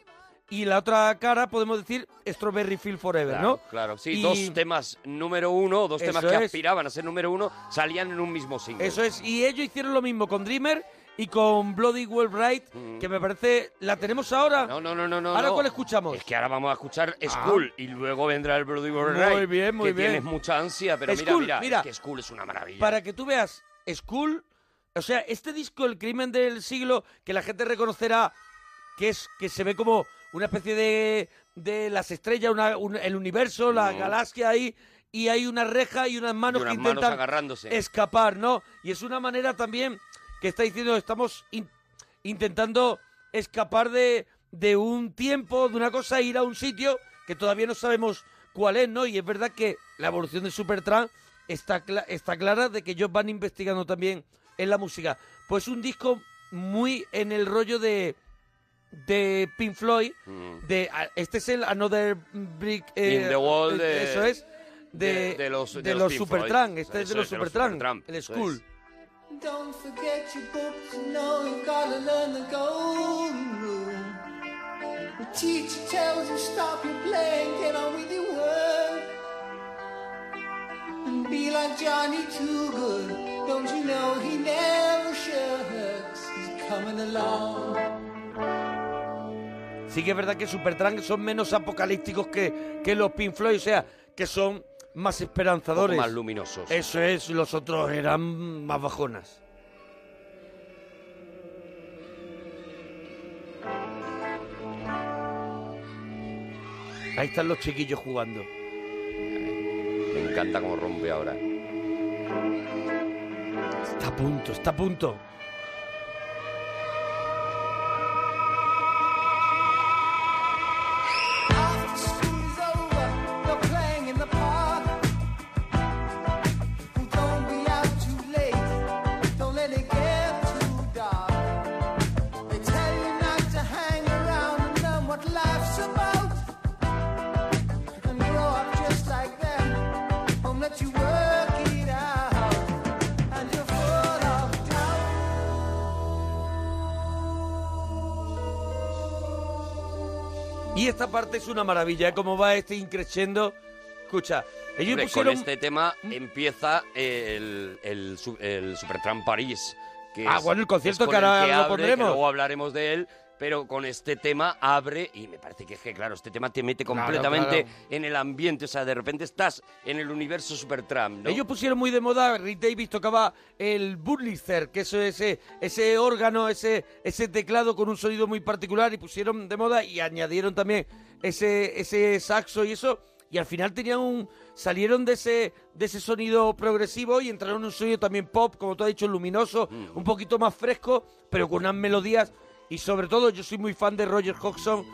y la otra cara, podemos decir, Strawberry Field Forever, Claro, ¿no? claro. Sí, Y- dos temas número uno, dos temas Eso que es. aspiraban a ser número uno, salían en un mismo single. Eso es, y ellos hicieron lo mismo con Dreamer y con Bloody Wellbright, que me parece... ¿La tenemos ahora? No, Mm. no, no, no. no ¿Ahora no. cuál escuchamos? Ah. Es que ahora vamos a escuchar School y luego vendrá el Bloody Boy Muy Ride, bien, muy que bien. Tienes mucha ansia, pero mira, School, mira, mira. es que School es una maravilla. Para que tú veas, School, o sea, este disco, El crimen del siglo, que la gente reconocerá que es que se ve como una especie de, de las estrellas, una- un- el universo, la Mm. galaxia ahí, y hay una reja y unas manos Y unas que manos intentan agarrándose. escapar, ¿no? Y es una manera también que está diciendo, estamos in- intentando escapar de, de un tiempo, de una cosa, ir a un sitio que todavía no sabemos cuál es, ¿no? Y es verdad que la evolución de Supertramp está, cla- está clara de que ellos van investigando también en la música. Pues un disco muy en el rollo de, de Pink Floyd, de a- este es el Another Brick... eh, Mm. In the Wall de- Eso es. De, de- de los- de de los los Pink Supertramp, Floyd. este es Eso de los es, de los Supertramp, Supertramp, el eso School. es. Don't forget your books, you know you gotta learn the golden rule. The teacher tells you stop your playing, get on with your work. And be like Johnny Too Good, don't you know he never shirks, he's coming along. Sí que es verdad que Supertramp son menos apocalípticos que, que los Pink Floyd, o sea, que son más esperanzadores. más luminosos. Eso es, los otros eran más bajonas. Ahí están los chiquillos jugando. Me encanta cómo rompe ahora. Está a punto, está a punto. You work it out and you're full of doubt. Y esta parte es una maravilla, ¿eh? Cómo va este increciendo. Escucha, ellos Hombre, pusieron... Con este tema empieza el, el, su- el Supertramp París. Que Ah, es- bueno, el concierto es con que ahora el lo abre, que pondremos. luego hablaremos de él. Pero con este tema abre, y me parece que es que, claro, este tema te mete Claro, completamente claro. en el ambiente. O sea, de repente estás en el universo Supertramp, ¿no? Ellos pusieron muy de moda, Rick Davis tocaba el Burlitzer, que eso es ese, ese órgano, ese, ese teclado con un sonido muy particular, y pusieron de moda y añadieron también ese, ese saxo y eso, y al final tenían un. salieron de ese, de ese sonido progresivo y entraron en un sonido también pop, como tú has dicho, luminoso, un poquito más fresco, pero con unas melodías. Y sobre todo, yo soy muy fan de Roger Hodgson,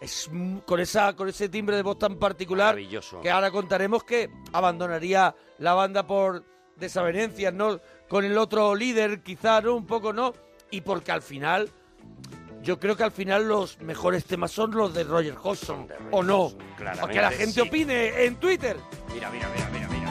es, mm, con, esa, con ese timbre de voz tan particular Maravilloso. que ahora contaremos que abandonaría la banda por desavenencias, ¿no? Con el otro líder, quizá, ¿no? Un poco, ¿no? Y porque al final, yo creo que al final los mejores temas son los de Roger Hodgson, ¿o no? Pues, claramente, Para que la gente sí. opine en Twitter. Mira, mira, mira, mira, mira.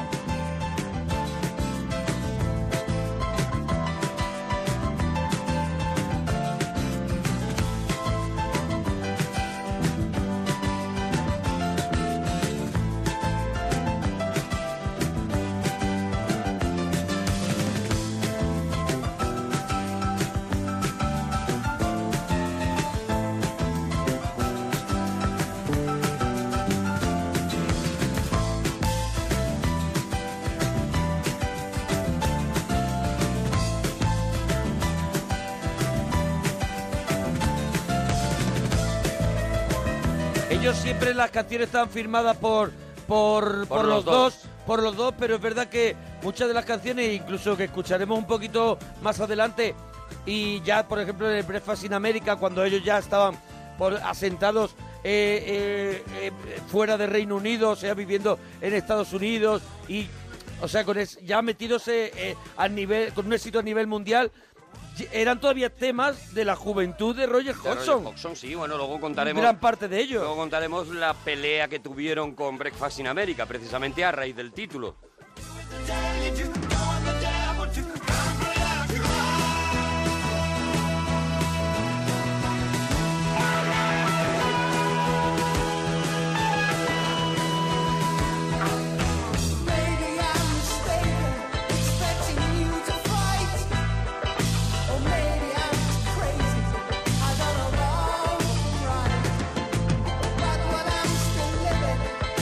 Ellos siempre las canciones están firmadas por, por, por, los los, dos. dos. por los dos, pero es verdad que muchas de las canciones, incluso que escucharemos un poquito más adelante, y ya, por ejemplo, en el Breakfast in America, cuando ellos ya estaban por, asentados eh, eh, eh, fuera de Reino Unido, o sea, viviendo en Estados Unidos, y, o sea, con es- ya metidos eh, eh, al nivel, con un éxito a nivel mundial, eran todavía temas de la juventud de Roger Hodgson. Hodgson, sí, bueno, luego contaremos. Gran parte de ellos. Luego contaremos la pelea que tuvieron con Breakfast in America, precisamente a raíz del título.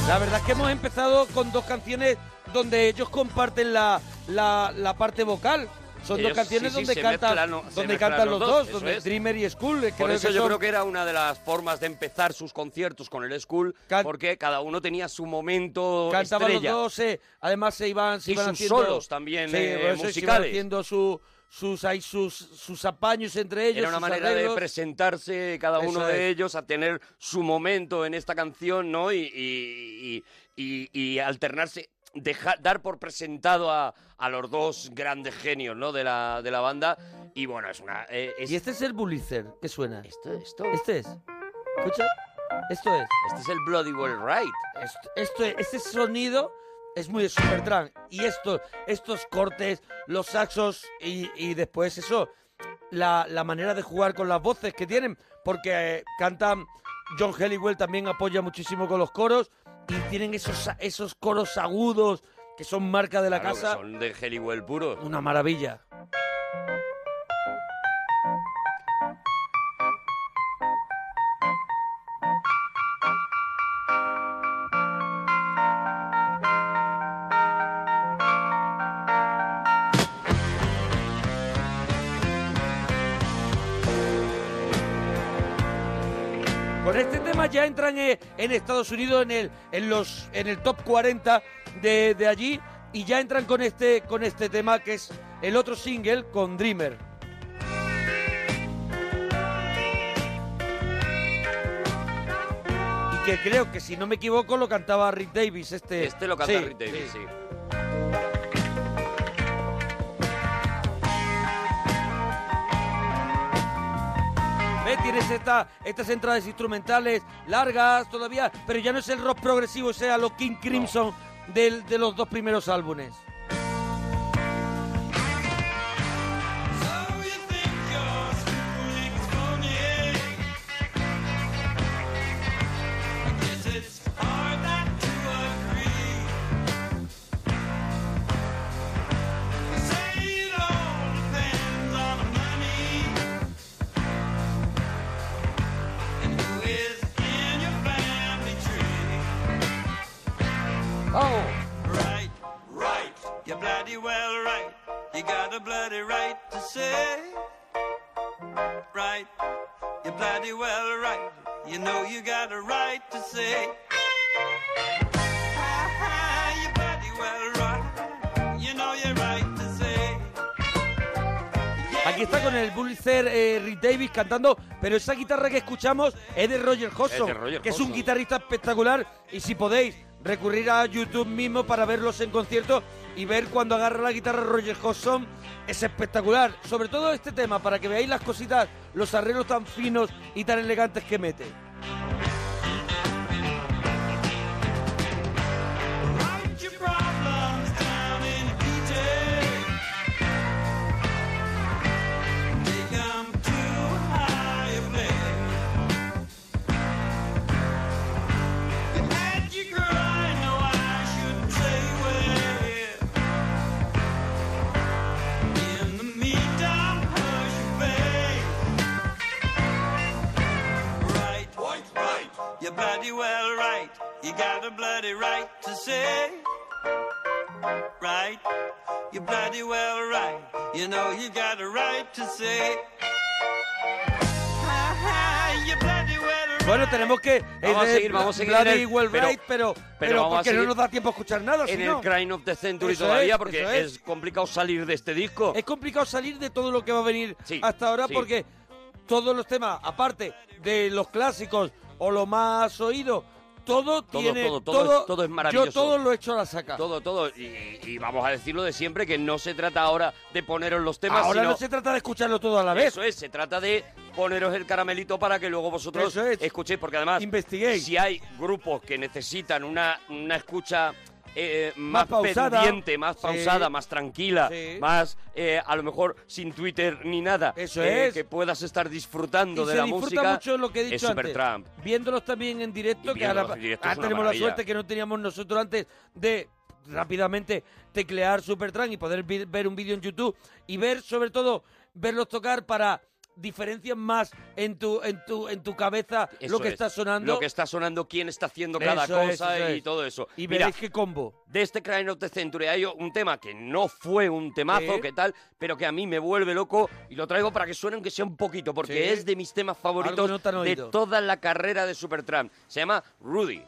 La verdad es que hemos empezado con dos canciones donde ellos comparten la, la, la parte vocal. Son Ellos- dos canciones sí, sí, donde, se cantan, mezclan, ¿no? Se donde mezclan cantan los los dos, dos, eso donde es. Dreamer y School. eh, Por creo eso que yo son- creo que era una de las formas de empezar sus conciertos con el School, porque cada uno tenía su momento Cantaban estrella. los dos, eh, además se iban, se Y iban sus haciendo solos también, Sí, eh, por eso se iban musicales. haciendo su- sus, ahí sus, sus apaños entre ellos. Era una sus manera arreglos. de presentarse cada uno Eso de es. ellos a tener su momento en esta canción, ¿no? Y, y- y- y- y alternarse, dejar, dar por presentado a, a los dos grandes genios, ¿no? De la, de la banda. Y bueno, es una. eh, es- Y este es el Bullicer, que suena. Esto, esto. Este es. Escucha. Esto es. Este es el Bloody Well Right. Esto, esto es- este sonido es muy de Supertramp. Y esto, estos cortes, los saxos y, y después eso, la, la manera de jugar con las voces que tienen, porque eh, cantan. John Helliwell también apoya muchísimo con los coros y tienen esos, esos coros agudos que son marca de la Claro, casa. Son de Helliwell puro. Una maravilla. Con este tema ya entran eh, en Estados Unidos en el, en los, en el top 40 de, de allí y ya entran con este, con este tema que es el otro single con Dreamer. Y que creo que si no me equivoco lo cantaba Rick Davis. Este, Este lo canta Sí, Rick Davis, sí. ¿Ves? Tienes esta- estas entradas instrumentales largas todavía, pero ya no es el rock progresivo, o sea, lo King Crimson del- de los dos primeros álbumes. Oh! Right, right, you're bloody well right. You got a bloody right to say. Right, you're bloody well right. You know you got a right to say. Ha, ha, you're bloody well right. You know you're right to say. Aquí está con el Bullicer eh, Rick Davis cantando, pero esa guitarra que escuchamos es de Roger Es Hodgson, de Roger que es un Hodgson. guitarrista espectacular. Y si podéis, recurrir a YouTube mismo para verlos en concierto y ver cuando agarra la guitarra Roger Hodgson, es espectacular. Sobre todo este tema, para que veáis las cositas, los arreglos tan finos y tan elegantes que mete. Put your problems down in a PJ. Take 'em to a higher place. You had your girl, I know I shouldn't play with. In the meantime, hush your face. Right, right, right. You're bloody well right. You got a bloody right to say, right? You bloody well right. You know you got a right to say. Ha, ha, you bloody well right. Bueno, tenemos que. Vamos es a de seguir, vamos a seguir. Bloody en el- Well pero- Right, pero, pero, vamos a porque no seguir nos da tiempo a escuchar nada. En si el no. Crime of the Century Eso todavía, es, porque eso es. es. complicado salir de este disco. Es complicado salir de todo lo que va a venir hasta ahora sí. porque todos los temas, aparte de los clásicos o lo más oído, Todo, tiene. todo, todo, es- todo es maravilloso. Yo todo lo he hecho a la saca. Todo, todo. Y, y vamos a decirlo de siempre, que no se trata ahora de poneros los temas, Ahora sino... no se trata de escucharlo todo a la vez. Eso es, se trata de poneros el caramelito para que luego vosotros Eso es. escuchéis, porque además, si hay grupos que necesitan una, una escucha eh, más, Más pausada. pendiente, más Sí. pausada, más tranquila, Sí. más eh, a lo mejor sin Twitter ni nada, Eso es. que puedas estar disfrutando Y de se la disfruta música, mucho lo que he dicho es antes. Supertramp. Viéndolos también en directo, que viéndolos ahora, en directo ahora es una tenemos la maravilla. suerte que no teníamos nosotros antes de rápidamente teclear Supertramp y poder vi- ver un vídeo en YouTube y ver, sobre todo, verlos tocar para diferencias más en tu en tu en tu cabeza Eso lo que es. está sonando Lo que está sonando, quién está haciendo cada Eso es, cosa eso y es. todo eso. y Mira, veréis qué combo de este Crying of the Century hay un tema que no fue un temazo, Sí. que tal, pero que a mí me vuelve loco y lo traigo para que suene aunque sea un poquito, porque Sí. es de mis temas Algo favoritos no te han de oído. toda la carrera de Supertramp. Se llama Rudy.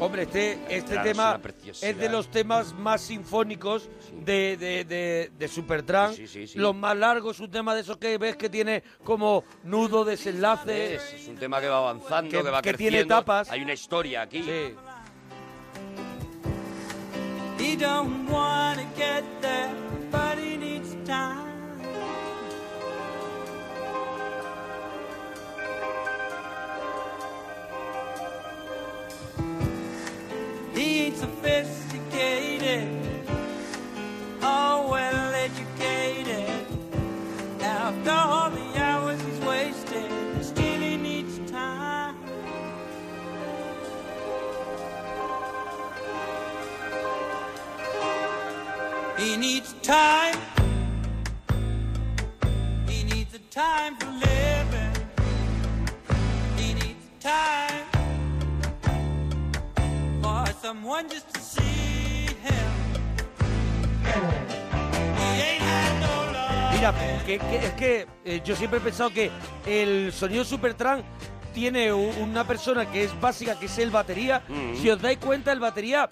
Hombre, este, este Claro, es tema una es, preciosidad. de los temas más sinfónicos de, de, de- de Supertramp. Sí, sí, sí. Los más largos, un tema de esos que ves que tiene como nudo, desenlace. Es, es un tema que va avanzando, que, Que- va que creciendo. tiene etapas. Hay una historia aquí. He don't want to get there, but he needs time. He ain't sophisticated, oh well educated. After all the hours he's wasted, still he needs time. He needs time. He needs a time for living. He needs time for someone just to see him. He ain't had no love. Mira, que, que- es que eh, yo siempre he pensado que el sonido Supertramp tiene u- una persona que es básica, que es el batería. Mm. Si os dais cuenta, el batería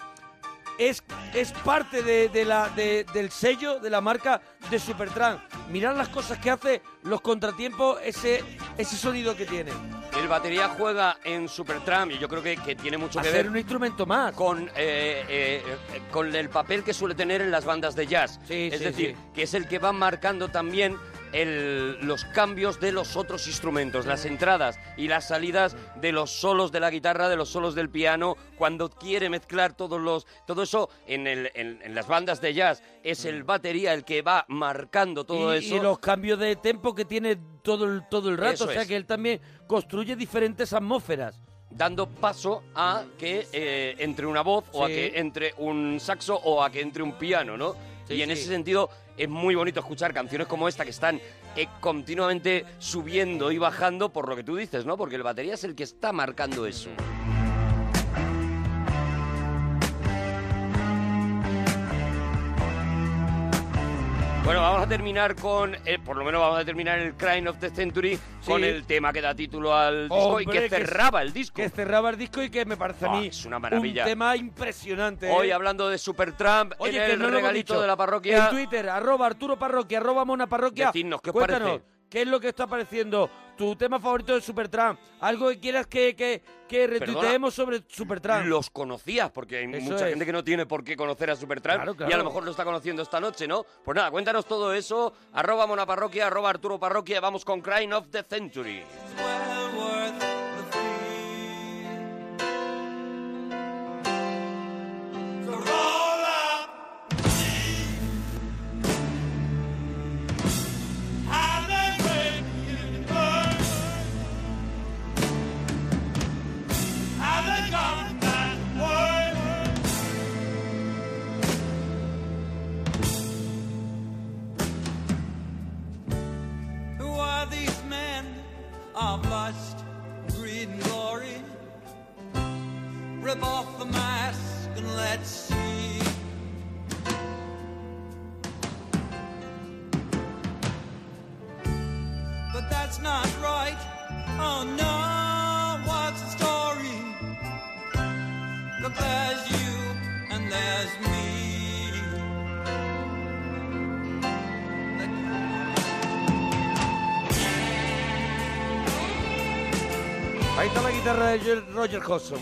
es, es parte de, de la, de- del sello, de la marca de Supertramp. Mirad las cosas que hace, los contratiempos, ese, ese sonido que tiene. El batería juega en Supertramp y yo creo que, que tiene mucho que Hacer ver un instrumento más. con, eh, eh, eh, con el papel que suele tener en las bandas de jazz. es sí, decir, sí. que es el que va marcando también el- los cambios de los otros instrumentos, las entradas y las salidas de los solos de la guitarra, de los solos del piano, cuando quiere mezclar todos los, todo eso en, el- en- en las bandas de jazz es el batería el que va marcando todo Mm. y, eso. y los cambios de tempo que tiene todo el, todo el rato. Eso o sea es. que él también construye diferentes atmósferas. dando paso a que eh, entre una voz o a Sí. que entre un saxo o a que entre un piano, ¿no? Sí, y en sí. ese sentido es muy bonito escuchar canciones como esta que están eh, continuamente subiendo y bajando por lo que tú dices, ¿no? Porque el batería es el que está marcando eso. Bueno, vamos a terminar con, eh, por lo menos vamos a terminar el Crime of the Century con el tema que da título al disco y que Hombre, cerraba el disco. Que cerraba el disco y que me parece a Ah, mí es una maravilla. un tema impresionante. ¿eh? Hoy hablando de Supertramp Oye, en que el no lo hemos regalito dicho. de la parroquia. En Twitter, arroba Arturo Parroquia, arroba Mona Parroquia. Decidnos, ¿qué os Cuéntanos, parece? ¿qué es lo que está apareciendo? ¿Tu tema favorito de Supertramp? ¿Algo que quieras que, que, que Perdona. retuiteemos sobre Supertramp? Los conocías, porque hay Eso mucha es. gente que no tiene por qué conocer a Supertramp Claro, y a claro. lo mejor lo está conociendo esta noche, ¿no? Pues nada, cuéntanos todo eso. Arroba Mona Parroquia, arroba Arturo Parroquia. Vamos con Crime of the Century. Who are these men of lust? that's not right. Oh no, what's the story? Look, there's you and there's me. Ahí está la guitarra de Roger- Roger Hodgson.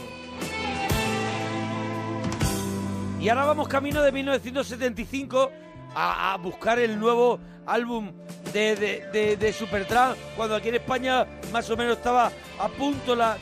Y ahora vamos camino de 1975 a, a buscar el nuevo álbum de, de, de- de Supertramp, cuando aquí en España más o menos estaba a punto la,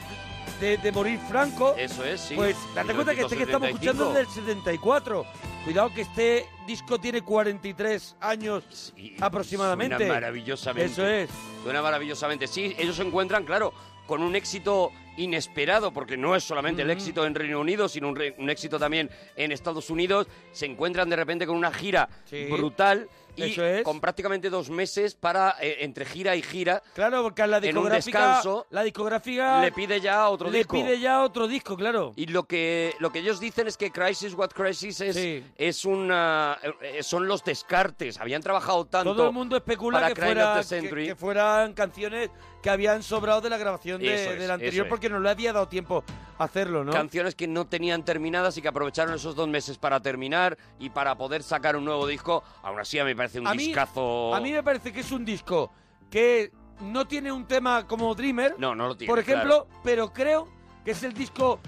de, de morir Franco. Eso es, sí. Pues date cuenta que este que estamos escuchando es del 74. Cuidado que este disco tiene 43 años aproximadamente. Suena maravillosamente. Eso es. Suena maravillosamente. Sí, ellos se encuentran, claro, con un éxito inesperado, porque no es solamente el éxito en Reino Unido, sino un, re- un éxito también en Estados Unidos. Se encuentran de repente con una gira brutal. Y Eso es. con prácticamente dos meses para eh, entre gira y gira. Claro, porque a la en un discográfica- descanso, la discográfica le pide ya otro le disco. pide ya otro disco, claro. Y lo que, lo que ellos dicen es que Crisis What Crisis es, es una, eh, son los descartes. Habían trabajado tanto. Todo el mundo especula para que, Cry Not fuera- the que, Century. que fueran canciones que habían sobrado de la grabación de- Eso es, del anterior eso es. porque no le había dado tiempo a hacerlo, ¿no? Canciones que no tenían terminadas y que aprovecharon esos dos meses para terminar y para poder sacar un nuevo disco. Aún así, a mí me parece un A mí- discazo. A mí me parece que es un disco que no tiene un tema como Dreamer. No, no lo tiene, Por ejemplo, pero creo que es el disco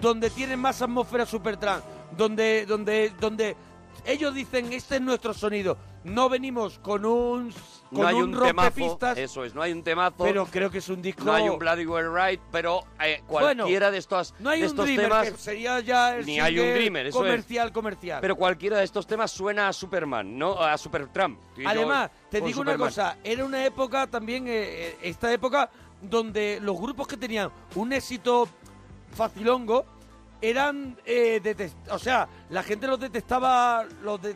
donde tiene más atmósfera Supertramp, donde donde donde ellos dicen este es nuestro sonido. No venimos con un con no hay un, un, temazo. rompepistas, Eso es, no hay un temazo. pero creo que es un disco No hay un Bloody Well Right, pero eh, cualquiera Bueno, de estos, No hay de un estos Dreamer, temas. que sería ya el Ni hay un single Dreamer, eso es. comercial comercial. Pero cualquiera de estos temas suena a Superman, ¿no? A Supertramp. Y yo Además, te con digo una Superman. cosa, era una época también, eh, eh, esta época, donde los grupos que tenían un éxito facilongo eran, eh, detest- o sea, la gente los detestaba, los de-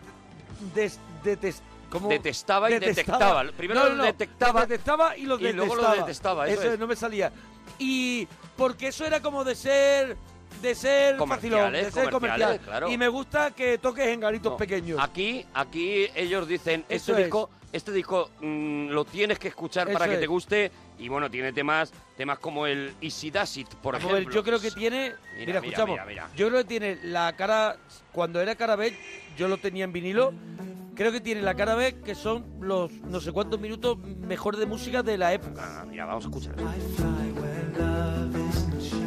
des- detest- ¿cómo? Detestaba y detectaba. Primero los detectaba los detestaba y los y luego detestaba. los detestaba, eso es. no me salía. Y porque eso era como de ser... De ser Comerciales, facilón, de ser comerciales, comercial. claro. Y me gusta que toques en garitos pequeños. Aquí, aquí ellos dicen, este Eso es. disco, este disco mm, lo tienes que escuchar Eso para que es. te guste. Y bueno, tiene temas, temas como el Easy Does It, por Vamos a ejemplo. ver, yo creo que tiene. Mira, Mira, mira, escuchamos. mira, mira. Yo creo que tiene la cara. Cuando era cara B, yo lo tenía en vinilo. Creo que tiene la cara B, que son los no sé cuántos minutos mejor de música de la época. Ah, Pues mira, vamos a escuchar. Love isn't shy,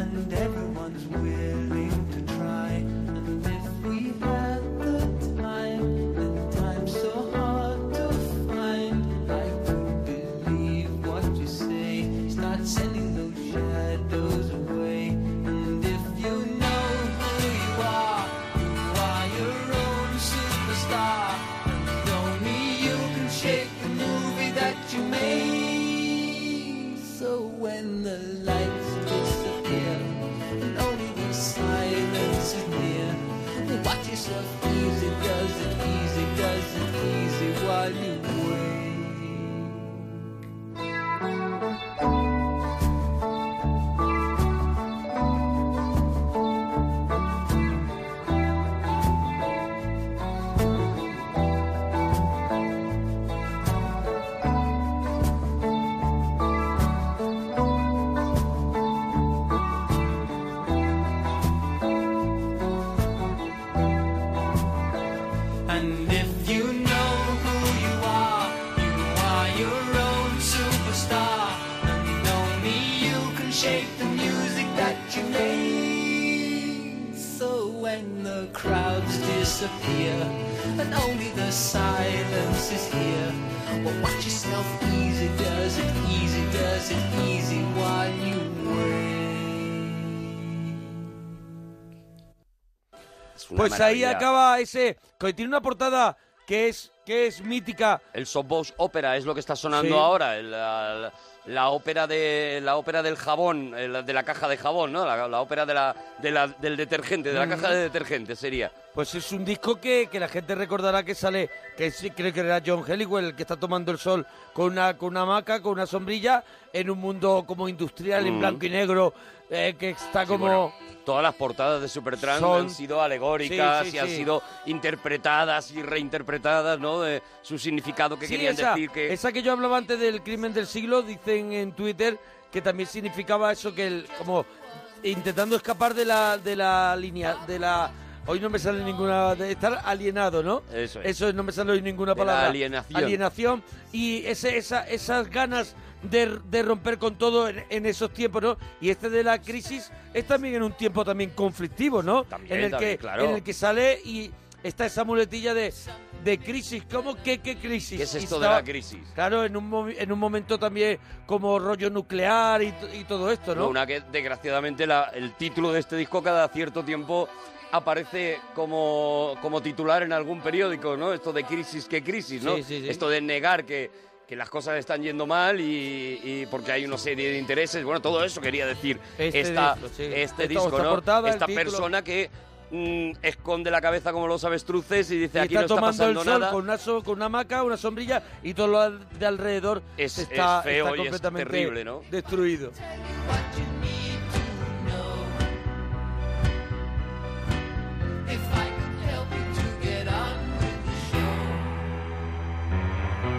and everyone's willing to try. And if we had the time, and time's so hard to find, I would believe what you say. Start sending those shadows away. And if you know who you are, you are your own superstar. And only you can shape the movie that you made. So when the lights disappear and only the silence is near, watch yourself easy, does it easy, does it easy while you wait. And if you know who you are, you are your own superstar. And only you can shape the music that you make. So when the crowds disappear, and only the silence is here, well, watch yourself easy, does it easy, does it easy while you wait. Es una Pues ahí maravilla. acaba ese. Que tiene una portada que es, que es mítica. El Softbox Opera es lo que está sonando Sí. ahora. el- La, la- la ópera de la ópera del jabón, eh, la- de la caja de jabón, ¿no? La, la ópera de la, de la- del detergente, de la Ujú. caja de detergente sería. Pues es un disco que, que la gente recordará que sale, que sí, creo que era John Helliwell el que está tomando el sol con una, con una hamaca, con una sombrilla, en un mundo como industrial, en Mm. blanco y negro, eh, eh, que está Sí, como... bueno, todas las portadas de Supertramp Son- han sido alegóricas Sí, sí, y han sí. sido interpretadas y reinterpretadas, ¿no? De su significado que Sí, querían esa, decir que esa que yo hablaba antes del crimen del siglo, dicen en Twitter que también significaba eso que el, como intentando escapar de la de la línea de la hoy no me sale ninguna de estar alienado, ¿no? Eso es. Eso no me sale hoy ninguna De la palabra. alienación. Alienación y ese, esa, esas ganas de, de romper con todo en, en esos tiempos, ¿no? Y este de la crisis es también en un tiempo también conflictivo, ¿no? También, en el también, que claro. en el que sale y está esa muletilla de, de crisis. ¿Cómo? ¿Qué, qué crisis? ¿Qué es Y esto de estaba- la crisis? Claro, en un, movi- en un momento también como rollo nuclear y, t- y todo esto, ¿no? Una que desgraciadamente la- el título de este disco cada cierto tiempo aparece como, como titular en algún periódico, ¿no? Esto de crisis que crisis, ¿no? Sí, sí, sí. Esto de negar que, que las cosas están yendo mal y, y porque hay una serie de intereses. Bueno, todo eso quería decir Este esta- disco, sí. Esta- este disco, esta ¿no? portada, el esta título. persona que mm, esconde la cabeza como los avestruces y dice Y aquí está no está tomando el pasando sol nada. con una, so- con una hamaca, una sombrilla y todo lo al- de alrededor Es- está, es feo está y es completamente terrible, ¿no? destruido. If I could help you to get on with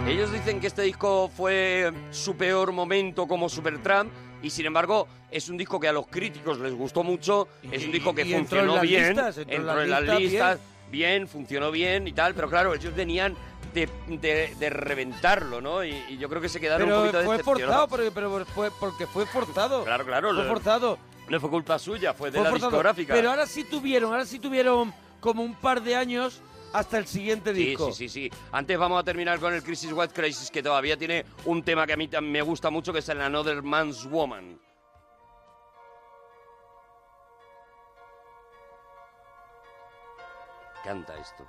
the show. Ellos dicen que este disco fue su peor momento como Supertramp y sin embargo es un disco que a los críticos les gustó mucho, es un disco que y entró en funcionó las bien, listas, entró, en las listas, bien. funcionó bien y tal, pero claro, ellos venían de, de- de reventarlo, ¿no? Y, y yo creo que se quedaron un Pero poquito fue forzado, decepcionados. porque, pero fue, porque fue forzado. Claro, claro, Fue lo- forzado. No fue culpa suya, fue de Fue la forzado. discográfica. Pero ahora sí tuvieron, ahora sí tuvieron como un par de años hasta el siguiente Sí, disco. Sí, sí, sí. Antes vamos a terminar con el Crisis White Crisis, que todavía tiene un tema que a mí tam- me gusta mucho, que es el Another Man's Woman. Canta esto.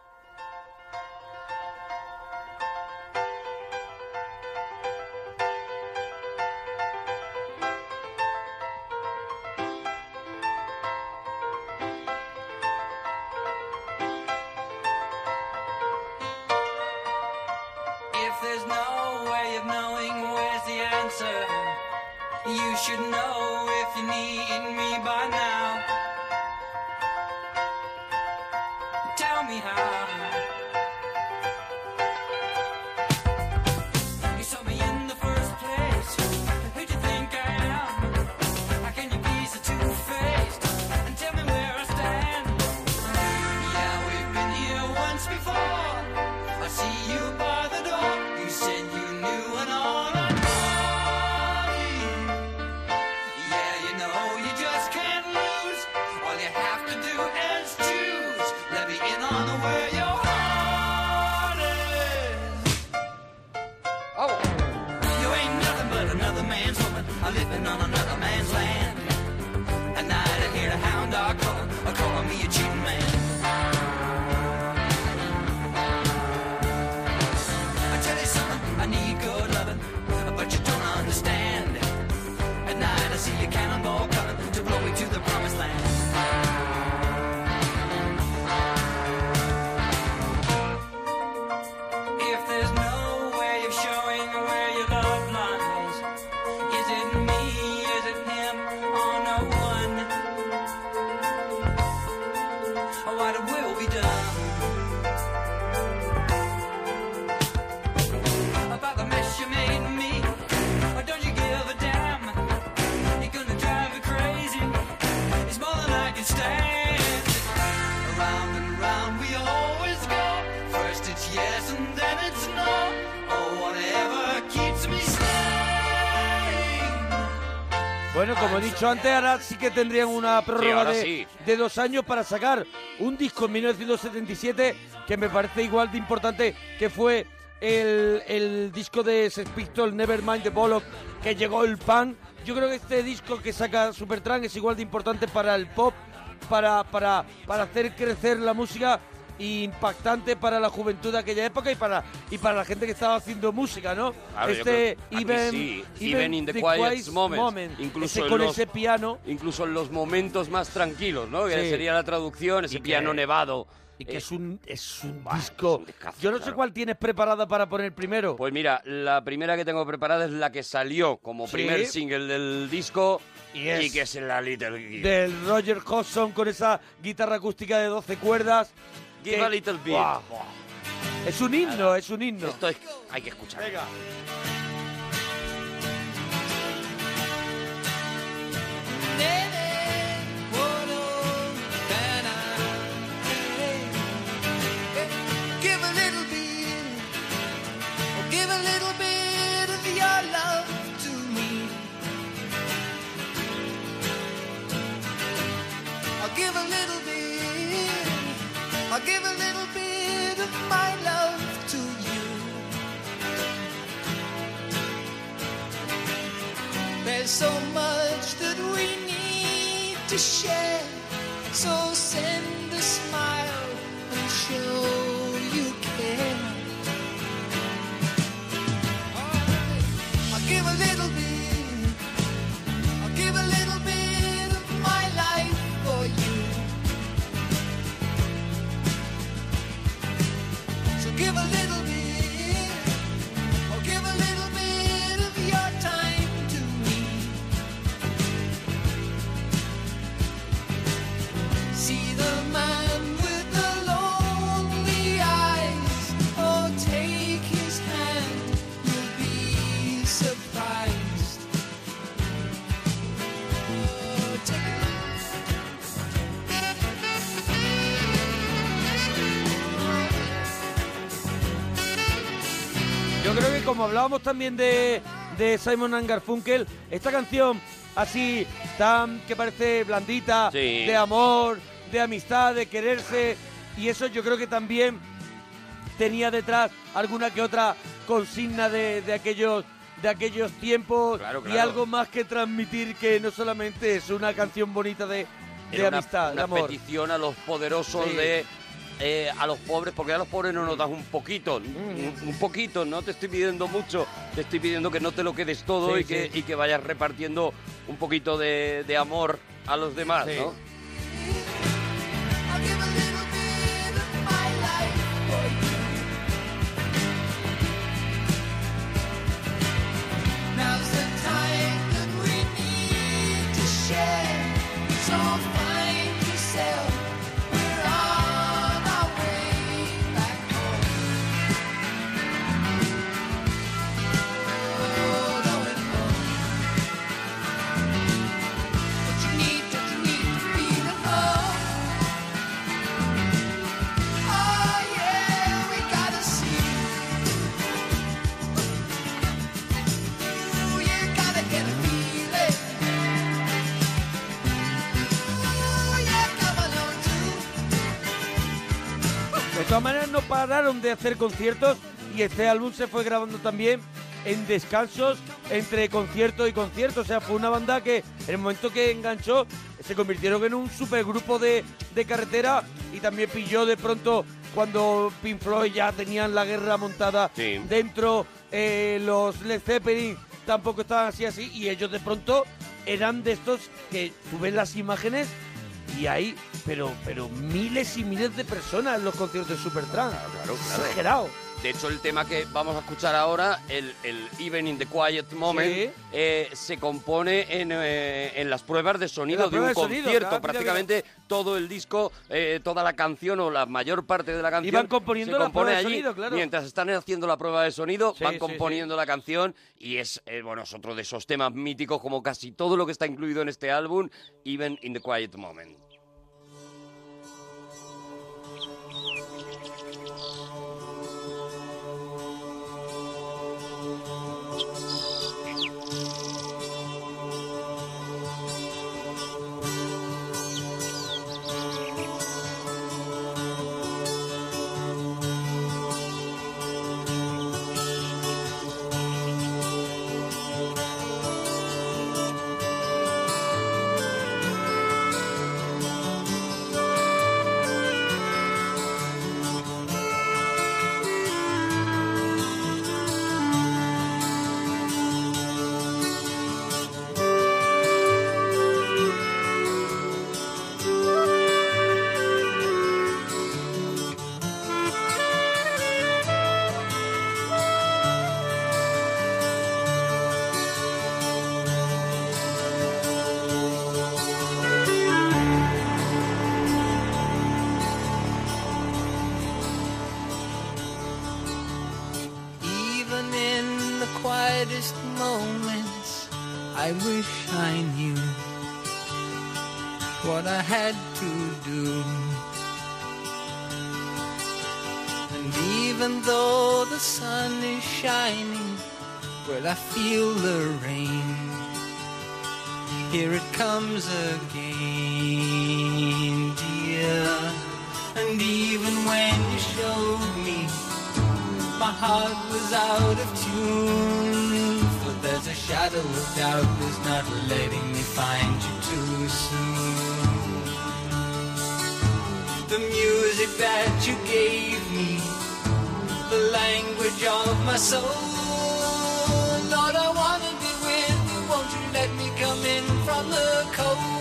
If there's no way of knowing where's the answer, you should know if you need me by now. Tell me how. You saw me in the first place. Who do you think I am? How can you be so two-faced? And tell me where I stand. Yeah, we've been here once before. I see you by the door. You said you knew an all-night party. Yeah, you know you just can't lose. All you have to do is choose. Let me in on the way your heart is. Oh. You ain't nothing but another man's woman, a living on another man's land. At night I hear the hound dog calling, or calling me a cheating man. I tell you something, I need good loving, but you don't understand. At night I see a cannonball coming to blow me to the promised land. If there's no way of showing where your love lies, is it me, is it him, or no one? Or what will be done? about the mess you made me. Or don't you give a damn? You're gonna drive me crazy. It's more than I can stand. Around and round we always go. First it's yes and then it's no. Or whatever keeps me staying. Bueno, como he dicho antes, ahora sí que tendrían una prórroga ahora de, sí. de dos años para sacar un disco en 1977 que me parece igual de importante que fue el, el disco de Sex Pistols, Nevermind the Bollock, que llegó el pan. Yo creo que este disco que saca Supertramp es igual de importante para el pop, para, para, para hacer crecer la música e impactante para la juventud de aquella época y para, y para la gente que estaba haciendo música, ¿no? Claro, yo creo- este a mí even, sí, Even in the Quiet Moments, incluso ese en con los- ese piano. Incluso en los momentos más tranquilos, ¿no? Que Sí. sería la traducción, ese que- piano nevado. Y que Eh, es un, es un disco. Yo no sé cuál tienes preparada para poner primero. Pues mira, la primera que tengo preparada es la que salió como Sí. primer single del disco Y es- y que es la Little Give. Del Roger Hodgson con esa guitarra acústica de 12 cuerdas. Give que- a little bit. Buah, buah. Es un himno, es un himno. Esto es- hay que escuchar. Venga. Give a little bit, oh, give a little bit of your love to me. I'll give a little bit, I'll give a little bit of my love to you. There's so much that we need to share, so send a smile and show you care. Alright. I'll give a little bit, I'll give a little bit of my life for you. So give a little bit, or give a little bit of your time to me. See the man with the lonely eyes, or take his hand, you'll be surprised. Oh, take Yo creo que como hablábamos también de, de Simon and Garfunkel, esta canción así tan que parece blandita, Sí. de amor, de amistad, de quererse, y eso yo creo que también tenía detrás alguna que otra consigna de, de aquellos de aquellos tiempos y claro. algo más que transmitir que no solamente es una canción bonita de, de Era una- amistad, de una, amor. petición a los poderosos Sí. de eh, a los pobres, porque a los pobres no nos das un poquito, un, Mm. un poquito, no te estoy pidiendo mucho, te estoy pidiendo que no te lo quedes todo Sí, y, que, sí. y que vayas repartiendo un poquito de, de amor a los demás, Sí. ¿no? Now's the time that we need to share. So find yourself. We're on our way back home. Oh, going home. What you need, what you need to be the home. Oh yeah, we gotta see. Ooh, you gotta get a feeling. Ooh, yeah, come along too. De todas maneras no pararon de hacer conciertos y este álbum se fue grabando también en descansos entre concierto y concierto. O sea, fue una banda que en el momento que enganchó se convirtieron en un supergrupo de, de carretera y también pilló de pronto cuando Pink Floyd ya tenían la guerra montada dentro, eh, los Led Zeppelin tampoco estaban así así y ellos de pronto eran de estos que tú ves las imágenes y hay, pero, pero miles y miles de personas en los conciertos de Supertramp. Ah, claro. Exagerado. De hecho, el tema que vamos a escuchar ahora, el, el Even in the Quiet Moment, Sí. eh, se compone en, eh, en las pruebas de En sonido las de un pruebas de sonido, concierto. claro, mira, Prácticamente todo el disco, eh, toda la canción o la mayor parte de la canción Iban componiendo se la compone prueba de allí. sonido, claro. Mientras están haciendo la prueba de sonido, Sí, van sí, componiendo la canción y es, eh, bueno, es otro de esos temas míticos como casi todo lo que está incluido en este álbum, Even in the Quiet Moment. Even brightest moments I wish I knew what I had to do. And even though the sun is shining, well, I feel the rain. Here it comes again, dear. And even when you showed me, my heart was out of tune. For there's a shadow of doubt that's not letting me find you too soon. The music that you gave me, the language of my soul. Lord, I wanna be with you. Won't you let me come in from the cold?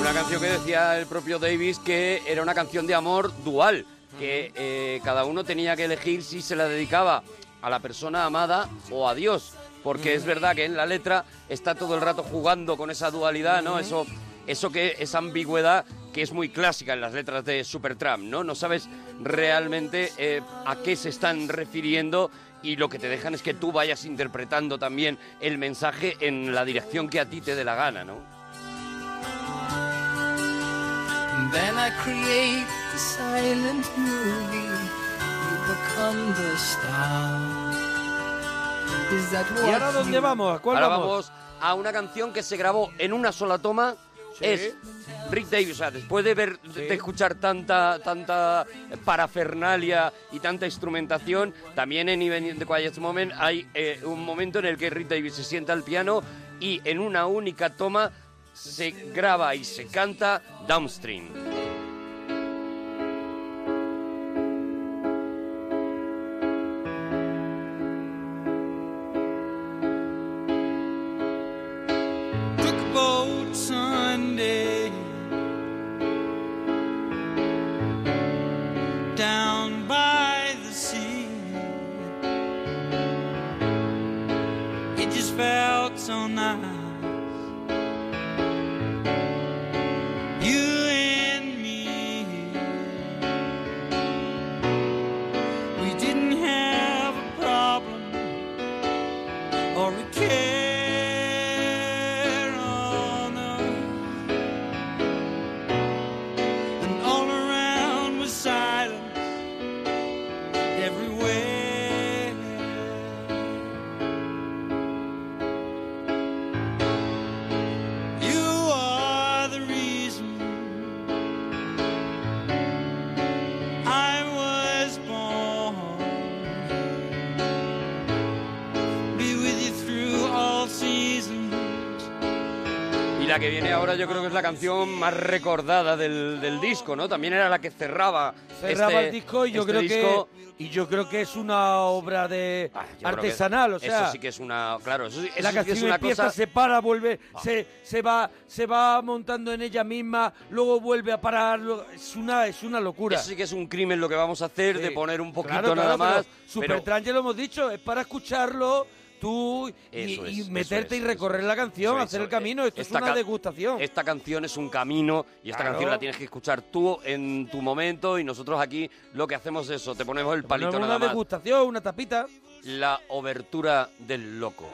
Una canción que decía el propio Davis que era una canción de amor dual, que eh, cada uno tenía que elegir si se la dedicaba a la persona amada o a Dios, porque es verdad que en la letra está todo el rato jugando con esa dualidad, ¿no? Ujú. Eso, eso que esa ambigüedad que es muy clásica en las letras de Supertramp, ¿no? No sabes realmente eh, a qué se están refiriendo y lo que te dejan es que tú vayas interpretando también el mensaje en la dirección que a ti te dé la gana, ¿no? Then I create the silent movie. You become the star. Is that what ¿Y ahora dónde you- vamos? ¿A cuál Ahora vamos? vamos a una canción que se grabó en una sola toma. Es Rick Davis. O sea, después de ver, de escuchar tanta, tanta parafernalia y tanta instrumentación, también en Even in the Quiet Moment hay eh, un momento en el que Rick Davis se sienta al piano y en una única toma se graba y se canta Downstream. boat Sunday down by the sea. It just felt so nice. You and me, we didn't have a problem or a care on earth. And all around was silence everywhere. You are the reason I was born be with you through all seasons. Y la que viene ahora yo creo que es la canción más recordada del, del disco, ¿no? También era la que cerraba. Cerraba este- el disco y yo este creo disco. Ah, que y yo creo que es una obra de Yo creo que artesanal, o sea, Eso sí que es una. Claro, eso, sí- eso la sí que es canción una empieza, cosa. Ah. se para, vuelve, se, se va, se va montando en ella misma, luego vuelve a parar, lo- es una, es una locura. Eh, Eso sí que es un crimen lo que vamos a hacer de poner un poquito nada más. pero- Supertran ya lo hemos dicho, es para escucharlo tú y, Eso y es, eso meterte es, y recorrer la canción, eso es, hacer el eso es. camino, esto Esta es una ca- degustación. Esta canción es un camino y esta Claro. canción la tienes que escuchar tú en tu momento y nosotros aquí lo que hacemos es eso, te ponemos el No palito es una nada más. degustación, una tapita. La obertura del loco.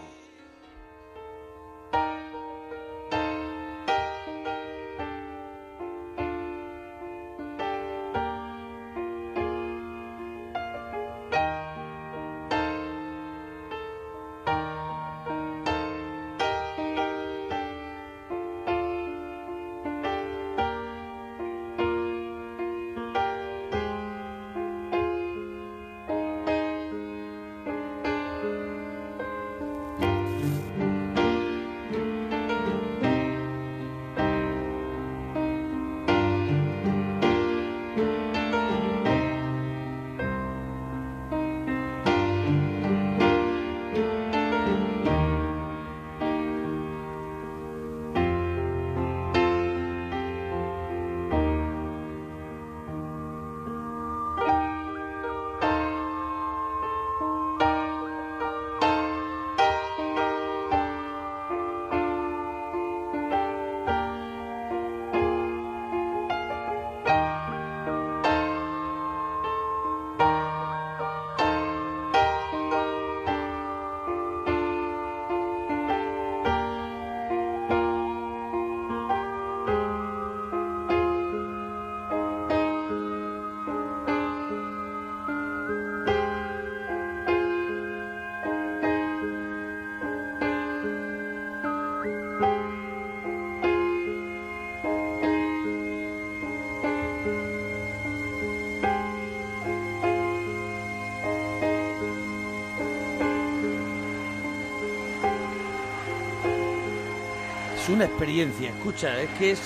Es una experiencia, escucha, es que es...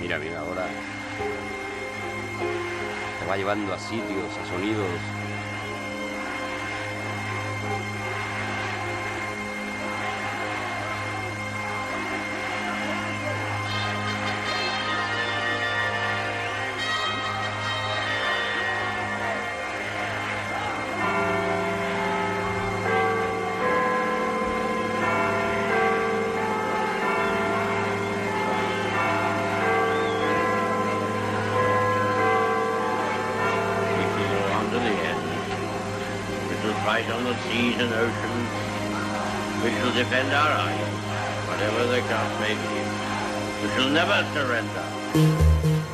Mira, mira, ahora te va llevando a sitios, a sonidos. If you go on to the end, which will fight on the seas and oceans, which will defend our island, whatever the cost may be. We shall never surrender.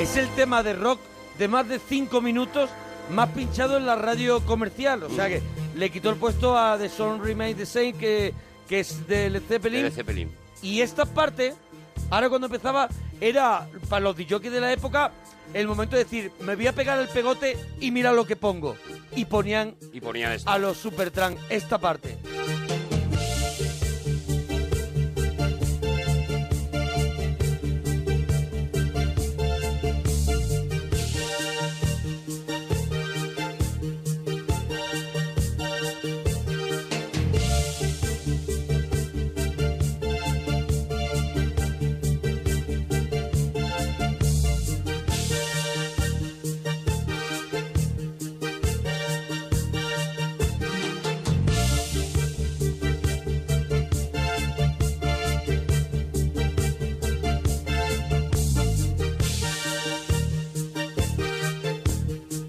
Es el tema de rock de más de 5 minutos más pinchado en la radio comercial. O sea que le quitó el puesto a The Song Remains the Same, que, que es de Led Zeppelin. Led Zeppelin. Y esta parte, ahora cuando empezaba, era para los DJs de la época el momento de decir, me voy a pegar el pegote y mira lo que pongo. Y ponían Y ponía esto. a los Supertramp esta parte.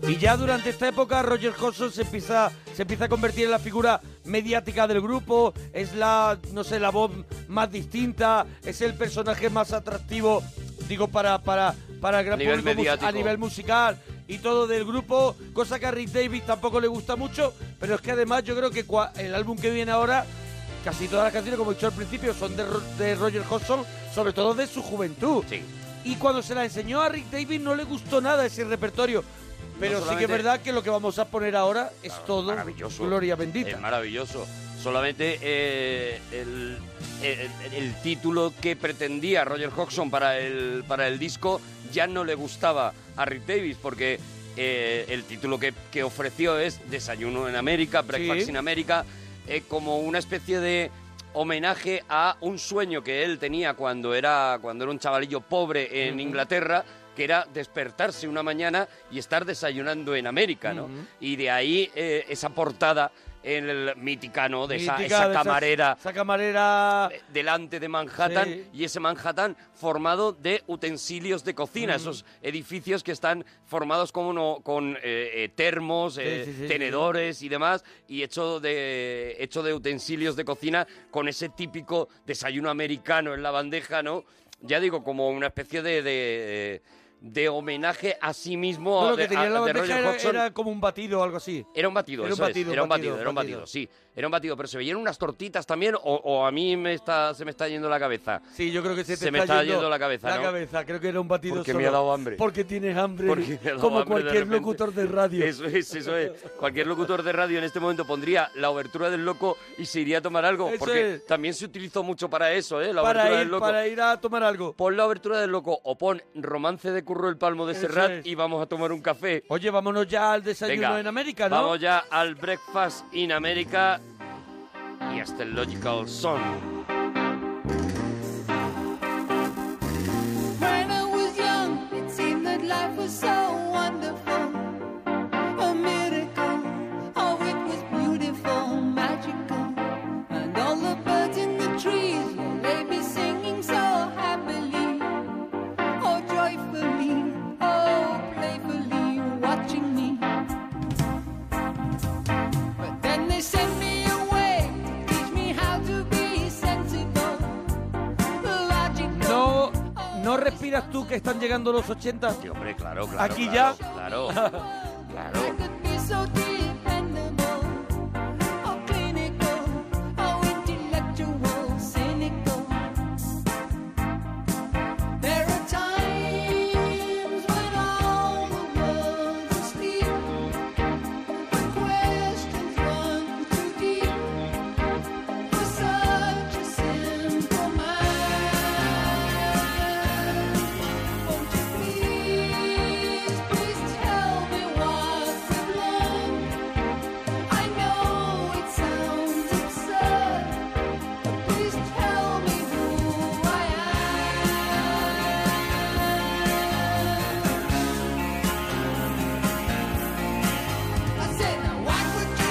Y ya durante esta época Roger Hodgson se empieza, se empieza a convertir en la figura mediática del grupo, es la, no sé, la voz más distinta, es el personaje más atractivo, digo, para, para, para el gran A nivel público mus- mediático. a nivel musical y todo del grupo, cosa que a Rick Davis tampoco le gusta mucho, pero es que además yo creo que cua- el álbum que viene ahora, casi todas las canciones, como he dicho al principio, son de, Ro- de Roger Hodgson, sobre todo de su juventud. Y cuando se la enseñó a Rick Davis no le gustó nada ese repertorio. Pero sí que es solamente- Ah, verdad que lo que vamos a poner ahora es todo gloria bendita. Es maravilloso. Solamente eh, el, el- el título que pretendía Roger Hodgson para el, para el disco ya no le gustaba a Rick Davis porque eh, el título que, que ofreció es Desayuno en América, Breakfast Sí. in América, eh, como una especie de homenaje a un sueño que él tenía cuando era, cuando era un chavalillo pobre en Ujú. Inglaterra, que era despertarse una mañana y estar desayunando en América, ¿no? Ujú. Y de ahí eh, esa portada en el míticano de esa, Mítica, esa de esas- camarera eh, esa camarera delante de Manhattan Sí. y ese Manhattan formado de utensilios de cocina, esos edificios que están formados como no, con eh, eh, termos, eh, sí, sí, sí. tenedores y demás, y hecho de, hecho de utensilios de cocina con ese típico desayuno americano en la bandeja, ¿no? Ya digo, como una especie de... de de homenaje a sí mismo No, a- lo que de- tenía a- en la de bandeja Roger era, Hodgson. era como un batido o algo así. Era un batido, Era un eso es, batido, era un batido, batido, era un batido, batido. sí. Era un batido, pero se veían unas tortitas también, o, o a mí me está, se me está yendo la cabeza. Sí, yo creo que se, te me está yendo, la cabeza, La ¿no? cabeza, creo que era un batido Porque solo. me ha dado hambre. Porque tienes hambre, Porque me ha dado como hambre de cualquier repente. locutor de radio. Eso es, eso es. Cualquier locutor de radio en este momento pondría la obertura del loco y se iría a tomar algo, Eso porque es. también se utilizó mucho para eso, ¿eh? La para, obertura ir, del loco. para ir a tomar algo. Pon la obertura del loco o pon Romance de Curro el Palmo de Eso Serrat es. y vamos a tomar un café. Oye, vámonos ya al desayuno Venga, en América, ¿no? Vamos ya al Breakfast in America y hasta el Logical Song. When I was young, it seemed that life was so wonderful. A miracle. Oh, it was beautiful, magical. And all the birds in the trees, yeah, they be singing so happily. Oh, joyfully. Oh, playfully, watching me. But then they sent me away to teach me how to be sensible. ¿No respiras tú que están llegando los 80? Sí, hombre, claro, claro. Aquí claro, ya. Claro. claro.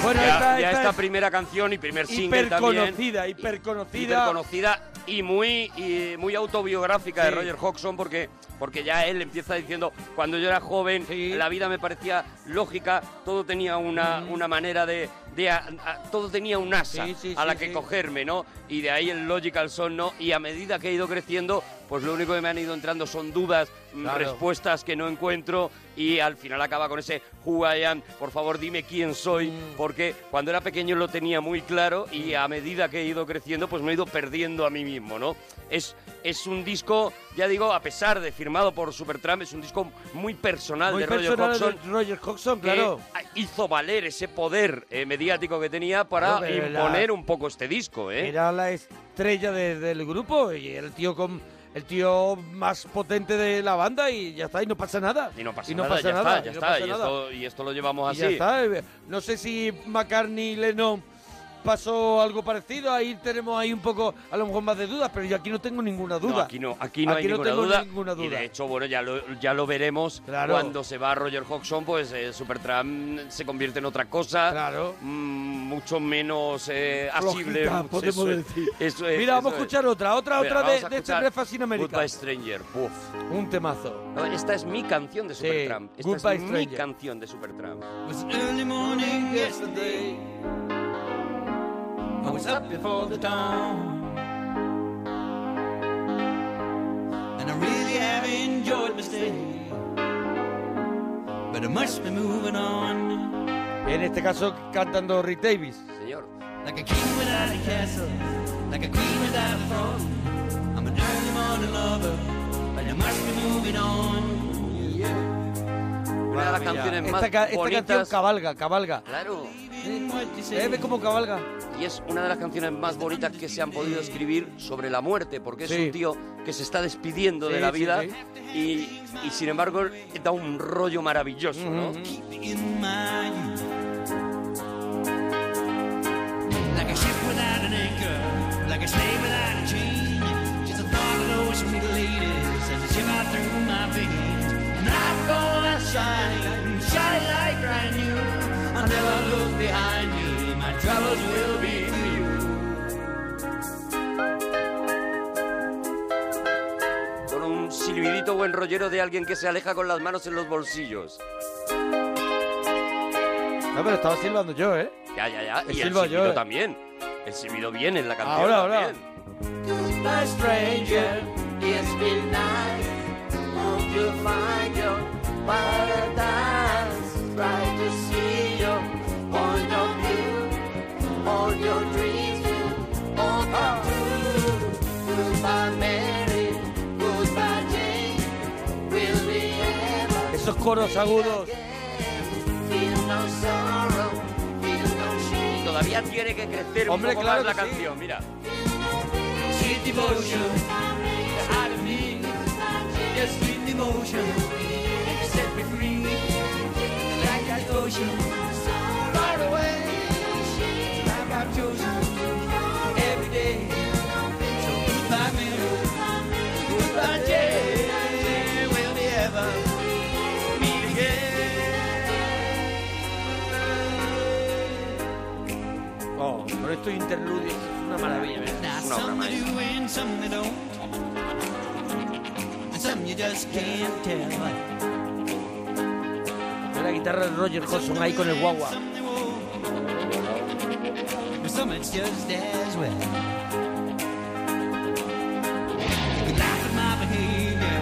Bueno, ya, esta- ya esta esta es primera canción y primer single también. Hiperconocida, hiperconocida. Hiperconocida y muy y muy autobiográfica de Sí. Roger Hodgson porque porque ya él empieza diciendo cuando yo era joven la vida me parecía lógica todo tenía una, una manera de, de a- a- todo tenía un asa Mm. Sí, sí, a la sí, que sí. cogerme no y de ahí el logical son no y a medida que he ido creciendo pues lo único que me han ido entrando son dudas mm, Claro. respuestas que no encuentro y al final acaba con ese who I am, por favor dime quién soy, Mm. porque cuando era pequeño lo tenía muy claro y a medida que he ido creciendo pues me he ido perdiendo a mí mismo, ¿no? Es, es un disco, ya digo, a pesar de firmado por Supertramp, es un disco muy personal Muy de personal Roger de Hodgson. Roger Hodgson, que claro. hizo valer ese poder eh, mediático que tenía para Claro, pero la- imponer un poco este disco, ¿eh? Era la estrella de- del grupo y el tío con el tío más potente de la banda y ya está, y no pasa nada. Y no pasa y no nada, pasa ya nada, está, ya y no está. pasa Y nada. esto, y esto lo llevamos Y así. ya está. eh, No sé si McCartney y Lennon pasó algo parecido. Ahí tenemos ahí un poco, a lo mejor más de dudas, pero yo aquí no tengo ninguna duda. No, aquí no, aquí no hay ninguna, tengo duda, ninguna Y duda. de hecho, bueno, ya lo, ya lo veremos. Claro. Cuando se va Roger Hodgson, pues eh, Supertramp se convierte en otra cosa. Mm, mucho menos eh, asible. Flojita, mucho- podemos eso es- decir. eso es, eh, eso Mira, vamos a es. escuchar otra, otra, Venga, otra vamos de, a de este escuchar Breakfast in America. Goodbye Stranger. Uf. Un temazo. No, esta es mi canción de Sí, Supertramp. esta Goodbye es mi Stranger. canción de Supertramp. was an early morning yesterday. I was up before the dawn. And I really have enjoyed my stay. But I must be moving on. En este caso cantando Rick Davis. Señor. Like a king without a castle. Like a queen without a throne. I'm an early morning lover. But I must be moving on. Yeah. Una de las canciones más Esta, ca- esta bonitas. canción cabalga, cabalga. Claro. Eh, ve cómo cabalga. Y es una de las canciones más bonitas que se han podido escribir sobre la muerte, porque es Sí. un tío que se está despidiendo de Sí, la sí, vida Y, y, sin embargo da un rollo maravilloso, ¿no? in my youth. Like a ship without an anchor, like a slave without a chain. Just the thought of those sweet ladies as they shiver through my veins. And I'm gonna shine, shine like brand new. I'll never look behind me, my troubles will be for you. Con un silbidito buen rollero de alguien que se aleja con las manos en los bolsillos. No, pero estaba silbando yo, ¿eh? Ya, ya, ya. He y el silbado yo, silbido eh. también. El silbido viene en la canción. Ahora, ahora. también. Goodbye, stranger. It's been nice. Hope you find your paradise. Try to see your point of view. All your dreams will all come true. Goodbye, Mary. Goodbye, Jane. Will we ever Esos coros agudos. feel no sorrow? Feel no shame. Todavía tiene que crecer Hombre, un poco claro más que la sí. canción, mira. Sweet devotion, the heart of me. Your sweet devotion, and you set me free. Like that ocean, far away. Like I've chosen, every day. So goodbye, Mary. Goodbye, Jane. Will we ever meet again? Oh, con estos interludios. Es una maravilla. ¿eh? Now, Es una obra some you do maestra. and some you don't. And some you just can't tell. La guitarra de Roger Hodgson ahí con el guagua. Some it's just as well. You can laugh at my behavior.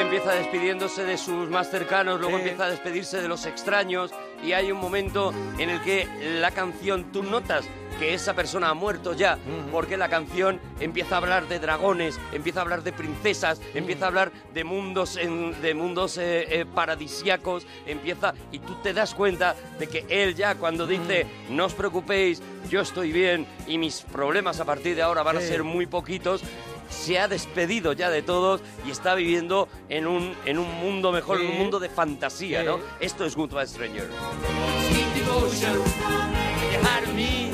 empieza despidiéndose de sus más cercanos, luego empieza a despedirse de los extraños y hay un momento en el que la canción tú notas que esa persona ha muerto ya, porque la canción empieza a hablar de dragones, empieza a hablar de princesas, empieza a hablar de mundos en- de mundos eh, eh, paradisiacos, empieza y tú te das cuenta de que él ya cuando dice no os preocupéis, yo estoy bien y mis problemas a partir de ahora van a Sí. ser muy poquitos, se ha despedido ya de todos y está viviendo en un, en un mundo mejor, en un Sí. mundo de fantasía, Sí. ¿no? Esto es Goodbye Stranger. Sweet devotion, you had to me.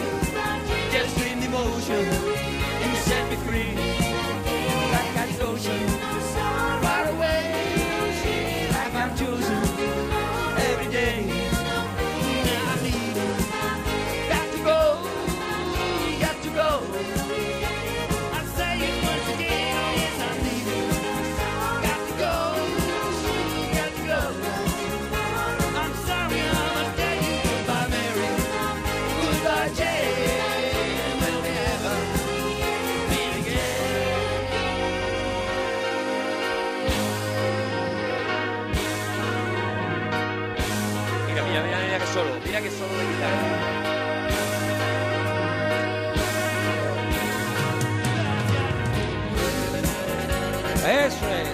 Just dream devotion, and you set me free. Like an ocean, far away. Like I'm chosen, every day. Now I'm leaving. Got to go, got to go. I say it once again, yes, I'm leaving. Got to go, got to go. I'm sorry, I must tell you goodbye, Mary. Goodbye, Jane. Will we ever meet again? Mira, mira, mira, mira que solo, mira que solo de guitarra. Eso es.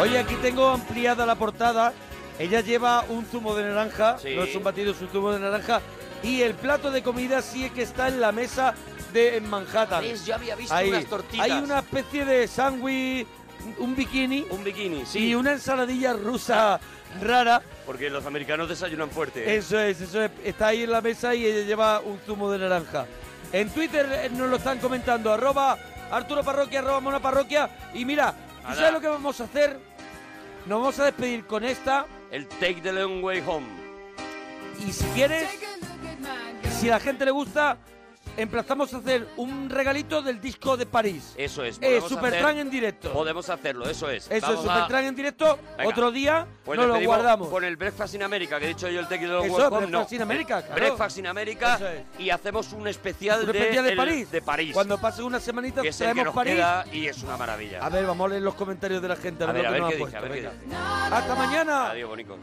Oye, aquí tengo ampliada la portada. Ella lleva un zumo de naranja, no es un batido, es un zumo de naranja. Y el plato de comida sí es que está en la mesa de en Manhattan. ¿Ves? Yo había visto unas tortitas. Hay una especie de sándwich, un bikini. Un bikini, Y una ensaladilla rusa rara. Porque los americanos desayunan fuerte. Eso es, eso es. Está ahí en la mesa y ella lleva un zumo de naranja. En Twitter eh, nos lo están comentando, arroba Arturo Parroquia, arroba Mona Parroquia. Y mira, ¿tú Ala. ¿sabes lo que vamos a hacer? Nos vamos a despedir con esta. El Take the Long Way Home. Y si quieres, si a la gente le gusta, emplazamos a hacer un regalito del disco de París. Eso es. Eh, podemos Supertran hacer- en directo. Podemos hacerlo, eso es. Eso es, Vamos a- Supertran en directo. Venga. Otro día Pues nos lo despedimos guardamos. Con el Breakfast in America, que he dicho yo el Take the Long Way Eso es, Home. Breakfast no. in America, claro. Breakfast in America y hacemos un especial, Un especial de el- París. de París. Cuando pase una semanita que es el que nos traemos París. queda y es una maravilla. A ver, vamos a leer los comentarios de la gente. A ver, lo a ver que nos qué han dice, a puesto, ver qué venga. dice. Hasta mañana. Adiós, bonicos.